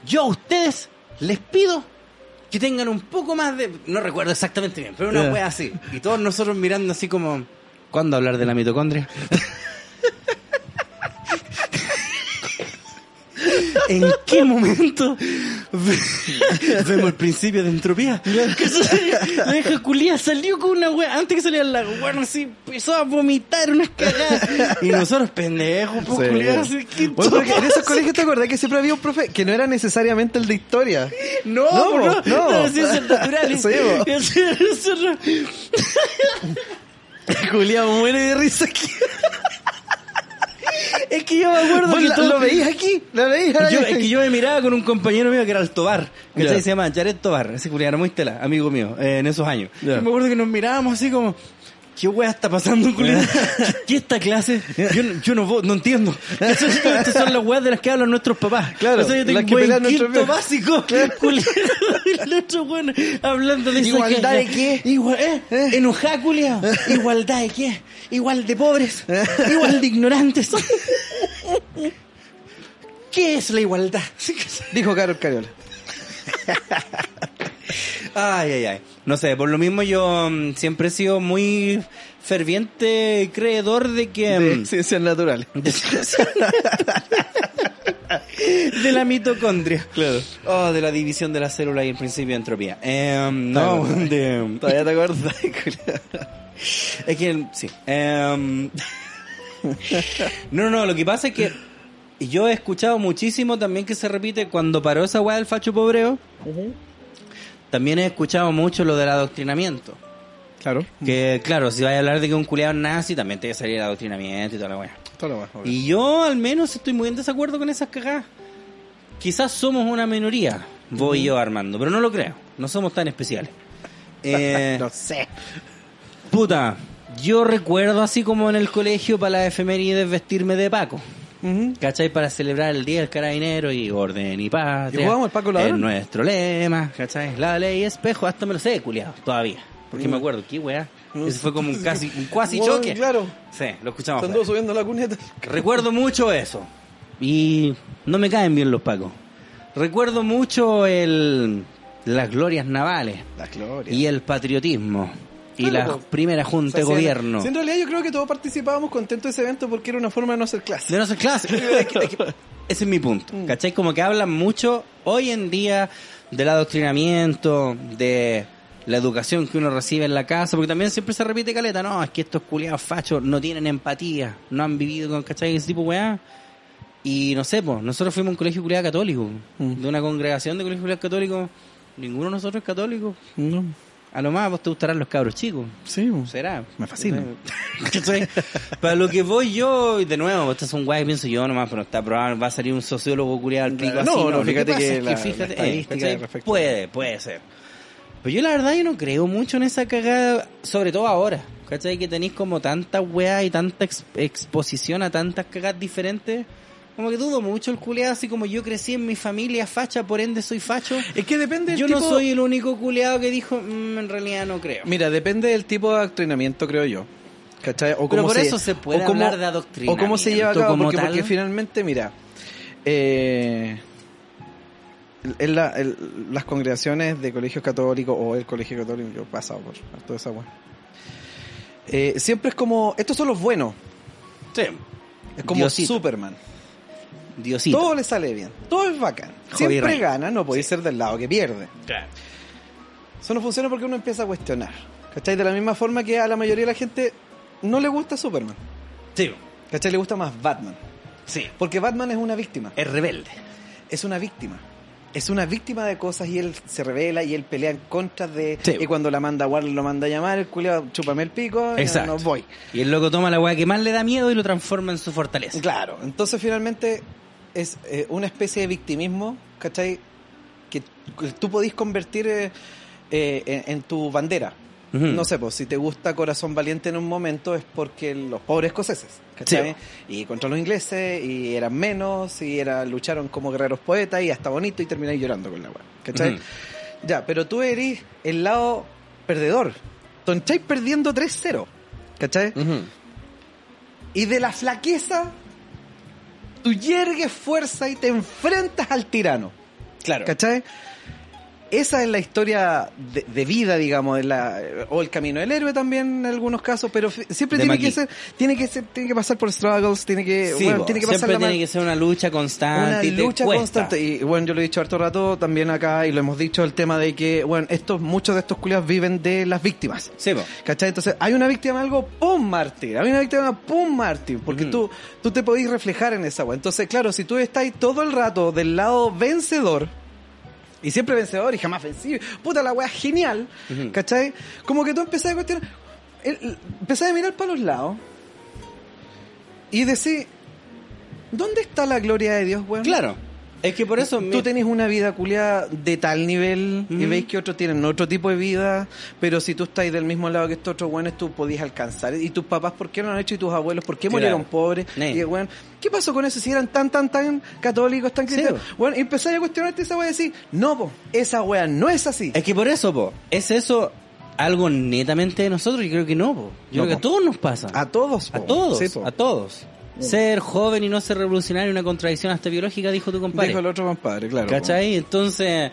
[SPEAKER 2] Yo a ustedes les pido que tengan un poco más de... No recuerdo exactamente bien, pero una
[SPEAKER 3] Ya.
[SPEAKER 2] wea así. Y todos nosotros mirando así como... ¿Cuándo hablar de la mitocondria? ¿En qué momento ve- vemos el principio de entropía? Que se- la vieja culia salió con una wea antes que saliera la wea, así empezó a vomitar unas cagadas. Y nosotros, pendejos, pues
[SPEAKER 3] Sí.
[SPEAKER 2] culiao, así, ¿qué
[SPEAKER 3] Bueno, porque en
[SPEAKER 2] chucha?
[SPEAKER 3] esos colegios te acordás que siempre había un profe que no era necesariamente el de historia.
[SPEAKER 2] No,
[SPEAKER 3] No,
[SPEAKER 2] no,
[SPEAKER 3] po, no.
[SPEAKER 2] no, las ciencias naturales.
[SPEAKER 3] Sí, po.
[SPEAKER 2] Nosotros-
[SPEAKER 3] Julián muere de risa aquí.
[SPEAKER 2] Es que yo me acuerdo
[SPEAKER 3] ¿Vos
[SPEAKER 2] que
[SPEAKER 3] la-
[SPEAKER 2] todo-
[SPEAKER 3] lo veís aquí? ¿Lo veís ahí?
[SPEAKER 2] Yo, es que yo me miraba con un compañero mío que era el Tobar, que
[SPEAKER 3] Ya.
[SPEAKER 2] se llama Jared Tobar, ese culiano muy tela, amigo mío, eh, en esos años.
[SPEAKER 3] Ya.
[SPEAKER 2] Y me acuerdo que nos mirábamos así como, ¿qué wea está pasando, culiano? ¿Qué, qué esta clase? Yo, no- yo no, vo- no entiendo. Eso- Estas son las weas de las que hablan nuestros papás.
[SPEAKER 3] Claro,
[SPEAKER 2] o sea, yo tengo
[SPEAKER 3] las que
[SPEAKER 2] voy en
[SPEAKER 3] pelean nuestros
[SPEAKER 2] quinto
[SPEAKER 3] viejos.
[SPEAKER 2] básico, culiano, y el otro bueno, hablando de esa
[SPEAKER 3] ¿Igualdad de
[SPEAKER 2] caga.
[SPEAKER 3] qué?
[SPEAKER 2] Igual, ¿eh?
[SPEAKER 3] ¿Eh?
[SPEAKER 2] Enojá, culiao. ¿Igualdad de qué? Igual de pobres, igual de ignorantes. ¿Qué es la igualdad?
[SPEAKER 3] Dijo Carol Cariola.
[SPEAKER 2] Ay, ay, ay. No sé, por lo mismo yo mm, siempre he sido muy ferviente creedor de que... mm,
[SPEAKER 3] De ciencias naturales.
[SPEAKER 2] de la mitocondria. Claro. Oh, de la división de la célula y el principio de entropía. Em, no, de...
[SPEAKER 3] Todavía te acordás. culiao.
[SPEAKER 2] Es que, sí. Em, no, no, lo que pasa es que yo he escuchado muchísimo también que se repite cuando paró esa weá del facho pobreo. También he escuchado mucho lo del adoctrinamiento.
[SPEAKER 3] Claro.
[SPEAKER 2] Que, claro, si vais a hablar de que un culeado es nazi, también te va a salir el adoctrinamiento y toda la weá.
[SPEAKER 3] Todo lo más, obvio.
[SPEAKER 2] Y yo al menos estoy muy en desacuerdo con esas cagadas. Quizás somos una minoría, voy yo armando, pero no lo creo. No somos tan especiales. Eh,
[SPEAKER 3] No sé.
[SPEAKER 2] Puta, yo recuerdo así como en el colegio para las efemérides vestirme de Paco. ¿Cachai? Para celebrar el Día del Carabinero y orden y patria.
[SPEAKER 3] ¿Y jugábamos al Paco Ladrón?
[SPEAKER 2] Es nuestro lema, ¿cachai? La ley espejo, hasta me lo sé, culiado, todavía. Porque
[SPEAKER 3] Mm.
[SPEAKER 2] me acuerdo, qué weá. Eso fue como un casi, un cuasi
[SPEAKER 3] Bueno,
[SPEAKER 2] choque.
[SPEAKER 3] Mm. Claro.
[SPEAKER 2] Sí, lo escuchamos.
[SPEAKER 3] Están
[SPEAKER 2] fuera.
[SPEAKER 3] todos subiendo la cuneta.
[SPEAKER 2] Recuerdo mucho eso. Y no me caen bien los pacos. Recuerdo mucho el las glorias navales
[SPEAKER 3] Las glorias.
[SPEAKER 2] y el patriotismo y la
[SPEAKER 3] Claro, pues.
[SPEAKER 2] primera junta
[SPEAKER 3] O sea,
[SPEAKER 2] de
[SPEAKER 3] si-
[SPEAKER 2] gobierno.
[SPEAKER 3] si en realidad yo creo que todos participábamos contentos de ese evento porque era una forma de no hacer clase.
[SPEAKER 2] De no ser clase. Es que- es que- Mm. Ese es mi punto. ¿Cachai? Como que hablan mucho hoy en día del adoctrinamiento, de la educación que uno recibe en la casa, porque también siempre se repite caleta, no, es que estos culiados fachos no tienen empatía, no han vivido con, ¿cachai? Ese tipo de weá. Y no sé, pues, nosotros fuimos a un colegio culiado católico, de una congregación de colegios culiados católicos, ninguno de nosotros es católico.
[SPEAKER 3] No.
[SPEAKER 2] A lo más vos te gustarán los cabros chicos.
[SPEAKER 3] Sí,
[SPEAKER 2] ¿Será?
[SPEAKER 3] Me fascina.
[SPEAKER 2] ¿Cachai? Para lo que voy yo, y de nuevo, estas son guay, pienso yo nomás, pero está probado, va a salir un sociólogo culiado al pico
[SPEAKER 3] No,
[SPEAKER 2] así.
[SPEAKER 3] no,
[SPEAKER 2] Lo
[SPEAKER 3] fíjate
[SPEAKER 2] pasa
[SPEAKER 3] que
[SPEAKER 2] es
[SPEAKER 3] la- la
[SPEAKER 2] fíjate, eh,
[SPEAKER 3] estadística
[SPEAKER 2] ¿cachai?
[SPEAKER 3] respecto-
[SPEAKER 2] Puede, puede ser. Pero yo la verdad yo no creo mucho en esa cagada, sobre todo ahora, ¿cachai? Que tenéis como tanta weá y tanta ex- exposición a tantas cagadas diferentes. Como que dudo mucho el culiado, así como yo crecí en mi familia facha, por ende soy facho.
[SPEAKER 3] Es que depende del
[SPEAKER 2] Yo
[SPEAKER 3] Este tipo...
[SPEAKER 2] no soy el único culiado que dijo, "Mm, en realidad no creo.
[SPEAKER 3] Mira, depende del tipo de adoctrinamiento, creo yo. ¿Cachai? O
[SPEAKER 2] Pero
[SPEAKER 3] cómo
[SPEAKER 2] por eso se puede
[SPEAKER 3] o cómo-
[SPEAKER 2] hablar de adoctrinamiento
[SPEAKER 3] O cómo se lleva a cabo,
[SPEAKER 2] como
[SPEAKER 3] porque,
[SPEAKER 2] tal.
[SPEAKER 3] porque finalmente, mira, eh, en la- en las congregaciones de colegios católicos o el colegio católico, yo he pasado por toda esa hueá. Eh, siempre es como, estos son los buenos, es como
[SPEAKER 2] Diosito.
[SPEAKER 3] Superman.
[SPEAKER 2] Diosito.
[SPEAKER 3] Todo le sale bien, todo es bacán. Siempre
[SPEAKER 2] Rey.
[SPEAKER 3] gana, no podéis ser del lado que pierde. Eso no funciona porque uno empieza a cuestionar. ¿Cachai? De la misma forma que a la mayoría de la gente no le gusta Superman.
[SPEAKER 2] Sí,
[SPEAKER 3] ¿Cachai? Le gusta más Batman.
[SPEAKER 2] sí. Eh.
[SPEAKER 3] Porque Batman es una víctima.
[SPEAKER 2] Es rebelde.
[SPEAKER 3] Es una víctima. es una víctima de cosas y él se revela y él pelea en contra de...
[SPEAKER 2] Sí.
[SPEAKER 3] Y cuando la manda a Warner lo manda a llamar, el culiao, chúpame el pico,
[SPEAKER 2] Exacto.
[SPEAKER 3] no voy.
[SPEAKER 2] Y el loco toma la weá que más le da miedo y lo transforma en su fortaleza.
[SPEAKER 3] Claro, entonces finalmente es eh, una especie de victimismo, ¿cachai? Que que tú podís convertir eh, eh, en, en tu bandera.
[SPEAKER 2] Ujú.
[SPEAKER 3] No sé, pues si te gusta Corazón Valiente en un momento es porque los pobres escoceses, ¿cachai?
[SPEAKER 2] Sí.
[SPEAKER 3] Y contra los ingleses, y eran menos, y era, lucharon como guerreros poetas, y hasta bonito, y termináis llorando con la weá, ¿cachai?
[SPEAKER 2] Ujú.
[SPEAKER 3] Ya, pero tú eres el lado perdedor. Toncháis perdiendo 3-0, ¿cachai? Y de la flaqueza, tú yergues fuerza y te enfrentas al tirano.
[SPEAKER 2] Claro.
[SPEAKER 3] ¿Cachai? Esa es la historia de, de vida, digamos, de la, o el camino del héroe también en algunos casos, pero fi- siempre
[SPEAKER 2] De
[SPEAKER 3] tiene que,
[SPEAKER 2] Maquis.
[SPEAKER 3] ser, tiene que ser, tiene que pasar por struggles, tiene que,
[SPEAKER 2] Sí,
[SPEAKER 3] bueno,
[SPEAKER 2] po.
[SPEAKER 3] tiene que pasar
[SPEAKER 2] siempre
[SPEAKER 3] la
[SPEAKER 2] tiene que ser una lucha constante.
[SPEAKER 3] una
[SPEAKER 2] y te
[SPEAKER 3] lucha
[SPEAKER 2] cuesta.
[SPEAKER 3] constante. Y bueno, yo lo he dicho harto rato también acá y lo hemos dicho el tema de que, bueno, estos, muchos de estos culiados viven de las víctimas.
[SPEAKER 2] Sí, po.
[SPEAKER 3] ¿Cachai? Entonces, hay una víctima de algo, ¡pum! Mártir. Hay una víctima, ¡pum! Mártir. Porque
[SPEAKER 2] Ujú.
[SPEAKER 3] tú, tú te podís reflejar en esa agua. Entonces, claro, si tú estás ahí todo el rato del lado vencedor, y siempre vencedor y jamás vencido, puta la wea genial,
[SPEAKER 2] Ujú.
[SPEAKER 3] ¿cachai? Como que tú empezás a cuestionar, el- el- empezás a mirar para los lados y decís, ¿dónde está la gloria de Dios, weón?
[SPEAKER 2] Claro. Es que por eso.
[SPEAKER 3] Tú
[SPEAKER 2] mi-
[SPEAKER 3] tenés una vida culiada de tal nivel y
[SPEAKER 2] Mm.
[SPEAKER 3] veis que otros tienen otro tipo de vida, pero si tú estás del mismo lado que estos otros buenos, tú podías alcanzar. Y tus papás, ¿por qué no lo han hecho? Y tus abuelos, ¿por qué
[SPEAKER 2] Claro.
[SPEAKER 3] murieron pobres?
[SPEAKER 2] Nee.
[SPEAKER 3] Y, weón, ¿qué pasó con eso? Si eran tan, tan, tan católicos, tan cristianos.
[SPEAKER 2] bo.
[SPEAKER 3] Bueno, y empezáis a cuestionarte esa wea y decir, no, po, esa wea no es así.
[SPEAKER 2] Es que por eso, po. ¿Es eso algo netamente de nosotros? Yo creo que no, po. Yo creo
[SPEAKER 3] No,
[SPEAKER 2] que
[SPEAKER 3] po.
[SPEAKER 2] a todos nos pasa.
[SPEAKER 3] A todos, po.
[SPEAKER 2] A todos.
[SPEAKER 3] Sí, po.
[SPEAKER 2] a todos. Ser joven y no ser revolucionario es una contradicción hasta biológica, dijo tu compadre.
[SPEAKER 3] Dijo el otro compadre, claro.
[SPEAKER 2] ¿Cachai? Entonces,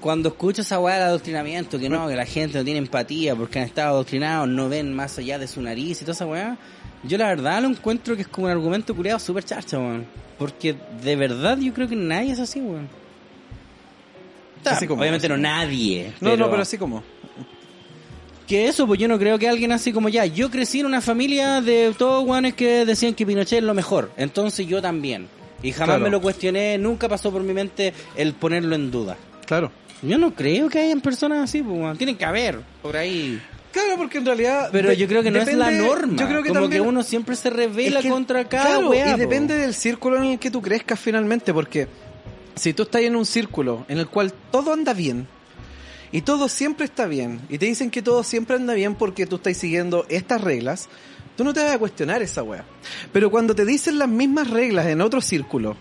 [SPEAKER 2] cuando escucho esa weá del adoctrinamiento, que no, que la gente no tiene empatía porque han estado adoctrinados, no ven más allá de su nariz y toda esa weá, yo la verdad lo encuentro que es como un argumento culiado súper charcha, weón. Porque de verdad yo creo que nadie es así, weón.
[SPEAKER 3] Así como-
[SPEAKER 2] Obviamente no nadie.
[SPEAKER 3] po. No, no, pero así como.
[SPEAKER 2] Que eso, pues yo no creo que alguien así como ya. Yo crecí en una familia de todos guanes que decían que Pinochet es lo mejor. Entonces yo también. Y jamás
[SPEAKER 3] Claro.
[SPEAKER 2] me lo cuestioné, nunca pasó por mi mente el ponerlo en duda.
[SPEAKER 3] Claro.
[SPEAKER 2] Yo no creo que hayan personas así, pues, weón. tienen que haber por ahí.
[SPEAKER 3] Claro, porque en realidad.
[SPEAKER 2] Pero
[SPEAKER 3] de-
[SPEAKER 2] yo creo que no es la
[SPEAKER 3] depende-
[SPEAKER 2] norma.
[SPEAKER 3] Yo creo que
[SPEAKER 2] como
[SPEAKER 3] también-
[SPEAKER 2] que uno siempre se revela
[SPEAKER 3] Es que-
[SPEAKER 2] contra cada
[SPEAKER 3] claro,
[SPEAKER 2] weá,
[SPEAKER 3] y
[SPEAKER 2] po.
[SPEAKER 3] depende del círculo en el que tú crezcas finalmente, porque si tú estás en un círculo en el cual todo anda bien y todo siempre está bien y te dicen que todo siempre anda bien porque tú estás siguiendo estas reglas, tú no te vas a cuestionar esa wea. Pero cuando te dicen las mismas reglas en otro círculo,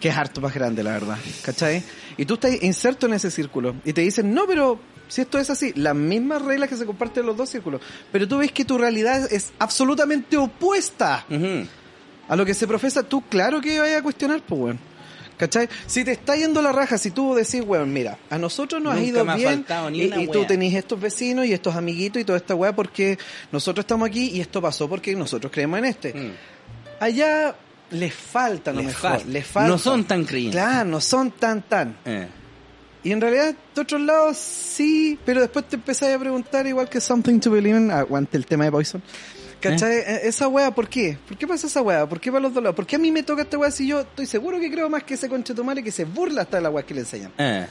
[SPEAKER 3] que es harto más grande, la verdad, ¿cachai? Y tú estás inserto en ese círculo y te dicen, no, pero si esto es así, las mismas reglas que se comparten en los dos círculos, pero tú ves que tu realidad es absolutamente opuesta
[SPEAKER 2] Ujú.
[SPEAKER 3] a lo que se profesa, tú claro que vayas a cuestionar, pues, weón. ¿Cachai? Si te está yendo la raja, si tú decís, weón, mira, a nosotros nos ha
[SPEAKER 2] Nunca
[SPEAKER 3] ido
[SPEAKER 2] me ha
[SPEAKER 3] bien
[SPEAKER 2] faltado ni
[SPEAKER 3] y,
[SPEAKER 2] una
[SPEAKER 3] y tú
[SPEAKER 2] wea.
[SPEAKER 3] tenés estos vecinos y estos amiguitos y toda esta weá porque nosotros estamos aquí y esto pasó porque nosotros creemos en este.
[SPEAKER 2] Mm.
[SPEAKER 3] Allá les falta, no
[SPEAKER 2] Les
[SPEAKER 3] mejor,
[SPEAKER 2] falta.
[SPEAKER 3] les falta.
[SPEAKER 2] No son tan creyentes.
[SPEAKER 3] Claro, no son tan, tan.
[SPEAKER 2] Eh.
[SPEAKER 3] Y en realidad, de otros lados, sí, pero después te empezás a preguntar, igual que Something to Believe in, Ah, aguante el tema de Poison. ¿Cachai? Eh, Esa wea, ¿por qué? ¿Por qué pasa esa wea? ¿Por qué para los dos lados? ¿Por qué a mí me toca esta wea si yo estoy seguro que creo más que ese conchetumare que se burla hasta de la wea que le enseñan?
[SPEAKER 2] Eh.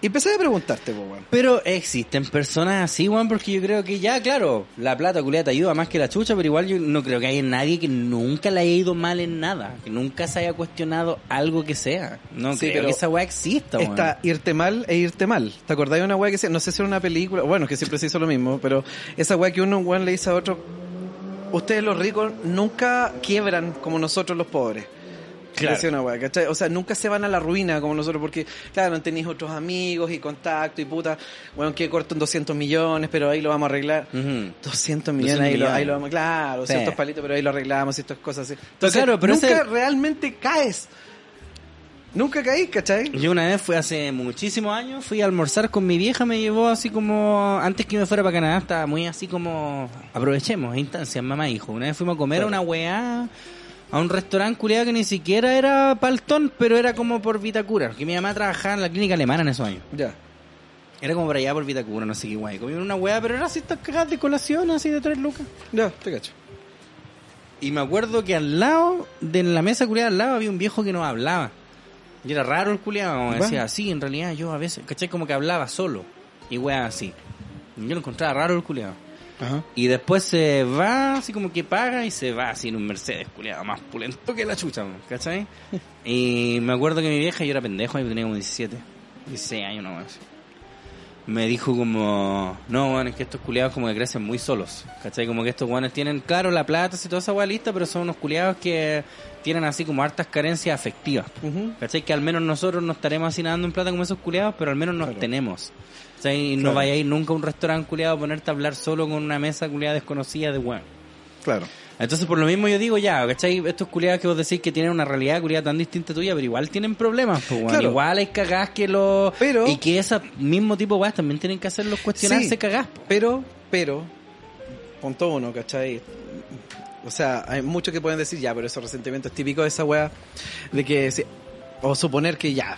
[SPEAKER 3] Y empecé a preguntarte, po, weón.
[SPEAKER 2] Pero existen personas así, weón, porque yo creo que ya, claro, la plata culiada te ayuda más que la chucha, pero igual yo no creo que haya nadie que nunca le haya ido mal en nada, que nunca se haya cuestionado algo que sea. No
[SPEAKER 3] Sí,
[SPEAKER 2] creo
[SPEAKER 3] pero
[SPEAKER 2] que esa weá exista, weón.
[SPEAKER 3] Está irte mal e irte mal. ¿Te acordás de una wea que se, no sé si era una película, bueno, que siempre se hizo lo mismo, pero esa wea que uno un weón le dice a otro, ustedes los ricos nunca quiebran como nosotros los pobres.
[SPEAKER 2] Claro.
[SPEAKER 3] Decía una wea, ¿cachai? O sea, nunca se van a la ruina como nosotros, porque, claro, no tenéis otros amigos y contacto y puta, bueno, que corto en 200 millones, pero ahí lo vamos a arreglar.
[SPEAKER 2] Ujú.
[SPEAKER 3] 200
[SPEAKER 2] 200
[SPEAKER 3] millones, ahí, Lo,
[SPEAKER 2] millones.
[SPEAKER 3] ahí lo vamos, claro,
[SPEAKER 2] Sí.
[SPEAKER 3] ciertos palitos, pero ahí lo arreglamos, ciertas cosas así. Entonces,
[SPEAKER 2] claro, pero
[SPEAKER 3] nunca
[SPEAKER 2] ese-
[SPEAKER 3] realmente caes. Nunca caís, ¿cachai?
[SPEAKER 2] Yo una vez fui hace muchísimos años, fui a almorzar con mi vieja, me llevó así como, antes que me fuera para Canadá, estaba muy así como, aprovechemos, instancias, mamá e hijo. Una vez fuimos a comer a una weá, a un restaurante culiado que ni siquiera era paltón, pero era como por Vitacura, que mi mamá trabajaba en la clínica alemana en esos años.
[SPEAKER 3] Ya.
[SPEAKER 2] Era como para allá por Vitacura, no sé qué guay. Comí una weá, pero era así estas cagadas de colación, así de tres lucas.
[SPEAKER 3] Ya, te cacho.
[SPEAKER 2] Y me acuerdo que al lado, de la mesa culiada al lado, había un viejo que no hablaba. Y era raro el culiado,
[SPEAKER 3] Bueno.
[SPEAKER 2] decía, sí, en realidad yo a veces, caché como que hablaba solo y weá así. Yo lo encontraba raro el culiado.
[SPEAKER 3] Ajá.
[SPEAKER 2] Y después se va, así como que paga y se va así en un Mercedes, culiado, más pulento que la chucha, weón, ¿cachai? Y me acuerdo que mi vieja, yo era pendejo, yo tenía como 17, 16 años nomás. Me dijo como, no, weón, es que estos culiados como que crecen muy solos, ¿cachai? Como que estos weones tienen, claro, la plata y toda esa weá lista, pero son unos culiados que tienen así como hartas carencias afectivas, ¿Cachai? Que al menos nosotros no estaremos así nadando en plata como esos culeados, pero al menos nos tenemos. O sea, y no vaya a ir nunca a un restaurante culeado a ponerte a hablar solo con una mesa culeada desconocida de weón.
[SPEAKER 3] Claro.
[SPEAKER 2] Entonces, por lo mismo yo digo, ya, ¿cachai? Estos culeados que vos decís que tienen una realidad culeada tan distinta tuya, pero igual tienen problemas, pues, weón.
[SPEAKER 3] Claro.
[SPEAKER 2] Igual hay cagás que los...
[SPEAKER 3] Pero-
[SPEAKER 2] Y que ese mismo tipo de weas también tienen que hacerlos cuestionarse pues.
[SPEAKER 3] Sí.
[SPEAKER 2] cagás, po.
[SPEAKER 3] Pero, pero, punto uno, ¿cachai? O sea, hay muchos que pueden decir, ya, pero ese resentimiento es típico de esa wea, de que, se- o suponer que ya,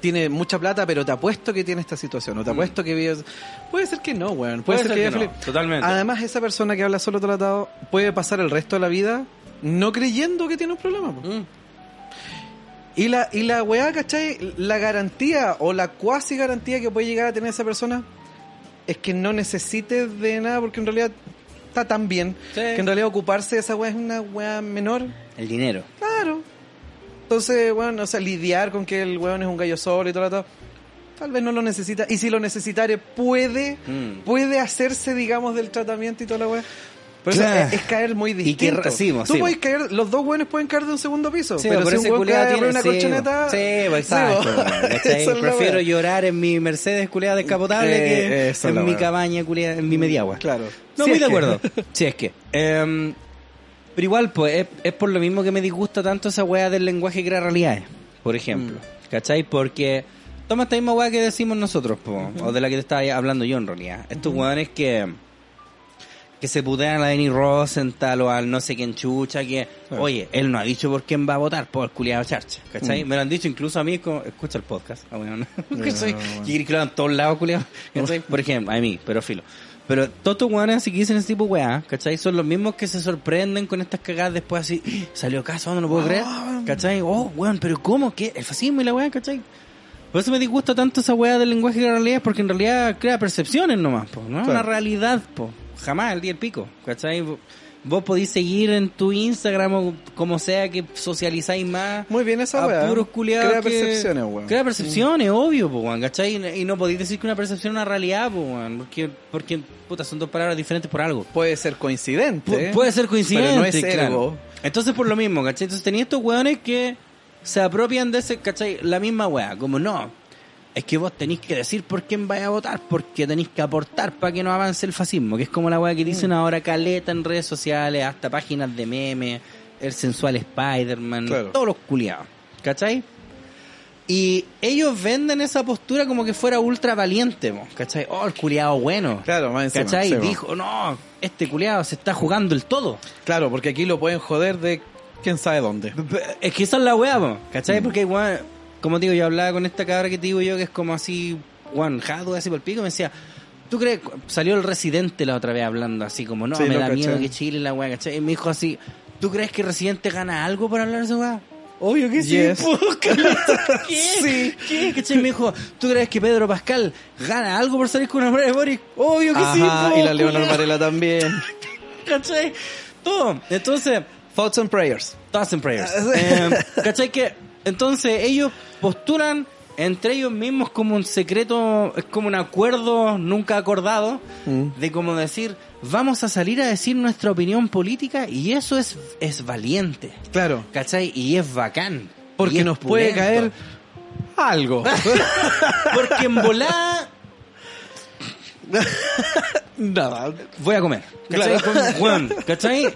[SPEAKER 3] tiene mucha plata, pero te apuesto que tiene esta situación, o te apuesto que vives... Puede ser que no, weón. Mm. Puede, ser, que, Ah. vive
[SPEAKER 2] no,
[SPEAKER 3] feliz.
[SPEAKER 2] totalmente.
[SPEAKER 3] Además, esa persona que habla solo tratado puede pasar el resto de la vida no creyendo que tiene un problema. po.
[SPEAKER 2] Mm.
[SPEAKER 3] Y la, y la weá, ¿cachai? La garantía o la cuasi garantía que puede llegar a tener esa persona es que no necesite de nada porque en realidad está tan bien.
[SPEAKER 2] Sí.
[SPEAKER 3] Que en realidad ocuparse de esa weá es una weá menor.
[SPEAKER 2] El dinero.
[SPEAKER 3] Claro. Entonces, bueno, o sea, lidiar con que el weón es un gallo solo y todo, todo tal vez no lo necesita. Y si lo necesitare, puede,
[SPEAKER 2] Mm.
[SPEAKER 3] puede hacerse, digamos, del tratamiento y toda la weá. Por eso
[SPEAKER 2] Claro.
[SPEAKER 3] es, es caer muy
[SPEAKER 2] que
[SPEAKER 3] distinto.
[SPEAKER 2] ra- sí, vos,
[SPEAKER 3] Tú
[SPEAKER 2] sí,
[SPEAKER 3] podés
[SPEAKER 2] vos.
[SPEAKER 3] caer, los dos weones pueden caer de un segundo piso,
[SPEAKER 2] Sí,
[SPEAKER 3] pero
[SPEAKER 2] por
[SPEAKER 3] si un
[SPEAKER 2] ese
[SPEAKER 3] weón
[SPEAKER 2] culiado
[SPEAKER 3] cae de
[SPEAKER 2] tiene
[SPEAKER 3] una
[SPEAKER 2] sí,
[SPEAKER 3] colchoneta...
[SPEAKER 2] Sí, pues, exacto.
[SPEAKER 3] sí,
[SPEAKER 2] weón,
[SPEAKER 3] vos.
[SPEAKER 2] ¿cachai?
[SPEAKER 3] Esa es la
[SPEAKER 2] Prefiero
[SPEAKER 3] weá.
[SPEAKER 2] llorar en mi Mercedes culiada descapotable
[SPEAKER 3] Eh,
[SPEAKER 2] que
[SPEAKER 3] esa es la
[SPEAKER 2] en mi
[SPEAKER 3] weá.
[SPEAKER 2] cabaña culiada, en mi mediagua.
[SPEAKER 3] Claro.
[SPEAKER 2] No,
[SPEAKER 3] Si
[SPEAKER 2] muy
[SPEAKER 3] es
[SPEAKER 2] de
[SPEAKER 3] que-
[SPEAKER 2] acuerdo. Sí, es que. Em, pero igual, pues, es, es por lo mismo que me disgusta tanto esa weá del lenguaje que crea realidades, por ejemplo.
[SPEAKER 3] Mm.
[SPEAKER 2] ¿Cachai? Porque toma esta misma weá que decimos nosotros, po, o de la que te estaba hablando yo en realidad. Estos weones que que se putean a Danny Rosenthal o al no sé quién chucha, que, oye, él no ha dicho por quién va a votar, por el culiado charcha, ¿cachai?
[SPEAKER 3] Mm.
[SPEAKER 2] Me lo han dicho incluso a mí, como, escucha el podcast, ah, bueno, no, que soy, y que lo dan todos lados, culiado, ¿cachai? por ejemplo, a mí, pero filo. Pero todos estos weones así que dicen ese tipo de weá, ¿cachai? Son los mismos que se sorprenden con estas cagadas después así, "Ah, salió caso, no lo puedo creer, ¿cachai? Oh, weón, pero ¿cómo? ¿Qué? El fascismo y la weá, ¿cachai? Por eso me disgusta tanto esa weá del lenguaje de la realidad, porque en realidad crea percepciones nomás, po, no es una realidad, po. jamás el día del pico, ¿cachai? Vo- Vos podís seguir en tu Instagram o como sea que socializáis más.
[SPEAKER 3] Muy bien esa
[SPEAKER 2] a
[SPEAKER 3] weá.
[SPEAKER 2] puros culiados
[SPEAKER 3] Crea
[SPEAKER 2] que-
[SPEAKER 3] percepciones, weón.
[SPEAKER 2] Crea percepciones, obvio, po, weón, ¿cachai? Y no- Y no podéis decir que una percepción es una realidad, po, weón, porque, porque, puta, son dos palabras diferentes por algo.
[SPEAKER 3] Puede ser coincidente.
[SPEAKER 2] Pu- puede ser coincidente.
[SPEAKER 3] Pero no es
[SPEAKER 2] claro.
[SPEAKER 3] ergo.
[SPEAKER 2] Entonces, por lo mismo, ¿cachai? Entonces, tenía estos hueones que se apropian de ese, ¿cachai? La misma hueá. Como no, es que vos tenéis que decir por quién vais a votar, porque tenéis que aportar para que no avance el fascismo, que es como la hueá que dicen ahora caleta en redes sociales, hasta páginas de memes, el sensual Spider-Man,
[SPEAKER 3] Claro.
[SPEAKER 2] todos los culiados, ¿cachai? Y ellos venden esa postura como que fuera ultra valiente, mo, ¿cachai? Oh, el culiado bueno.
[SPEAKER 3] Claro, más encima,
[SPEAKER 2] ¿Cachai?
[SPEAKER 3] sí, mo.
[SPEAKER 2] Dijo, no, este culiado se está jugando el todo.
[SPEAKER 3] Claro, porque aquí lo pueden joder de quién sabe dónde.
[SPEAKER 2] Es que esa es la weá, po,
[SPEAKER 3] Mm.
[SPEAKER 2] ¿cachai? Porque, weón, como te digo, yo hablaba con esta cabra que te digo yo que es como así, weón, jado, así por el pico, y me decía, ¿tú crees? Salió el residente la otra vez hablando así, como, no,
[SPEAKER 3] Sí,
[SPEAKER 2] me
[SPEAKER 3] lo
[SPEAKER 2] da
[SPEAKER 3] caché.
[SPEAKER 2] miedo que Chile la weá, ¿cachai? Y me dijo así, ¿tú crees que residente gana algo por hablar de esa weá? Obvio que sí,
[SPEAKER 3] Yes.
[SPEAKER 2] po, ¿cachai? ¿Qué? ¿Qué? ¿Cachai? Me dijo, ¿tú crees que Pedro Pascal gana algo por salir con una mujer de Boris? Obvio que sí,
[SPEAKER 3] Ajá,
[SPEAKER 2] po,
[SPEAKER 3] y la Leonor
[SPEAKER 2] culiao,
[SPEAKER 3] Varela también.
[SPEAKER 2] ¿Cachai? Todo. Entonces,
[SPEAKER 3] Thoughts and prayers.
[SPEAKER 2] Thoughts and prayers. Em, ¿Cachai que? Entonces ellos postulan entre ellos mismos como un secreto, es como un acuerdo nunca acordado,
[SPEAKER 3] Mm.
[SPEAKER 2] de como decir, vamos a salir a decir nuestra opinión política y eso es, es valiente.
[SPEAKER 3] Claro.
[SPEAKER 2] ¿Cachai? Y es bacán. y
[SPEAKER 3] Porque
[SPEAKER 2] es
[SPEAKER 3] nos puede
[SPEAKER 2] pulento.
[SPEAKER 3] caer algo.
[SPEAKER 2] Porque en volada
[SPEAKER 3] Nada.
[SPEAKER 2] voy a comer. ¿Cachai? Con- weón, ¿cachai?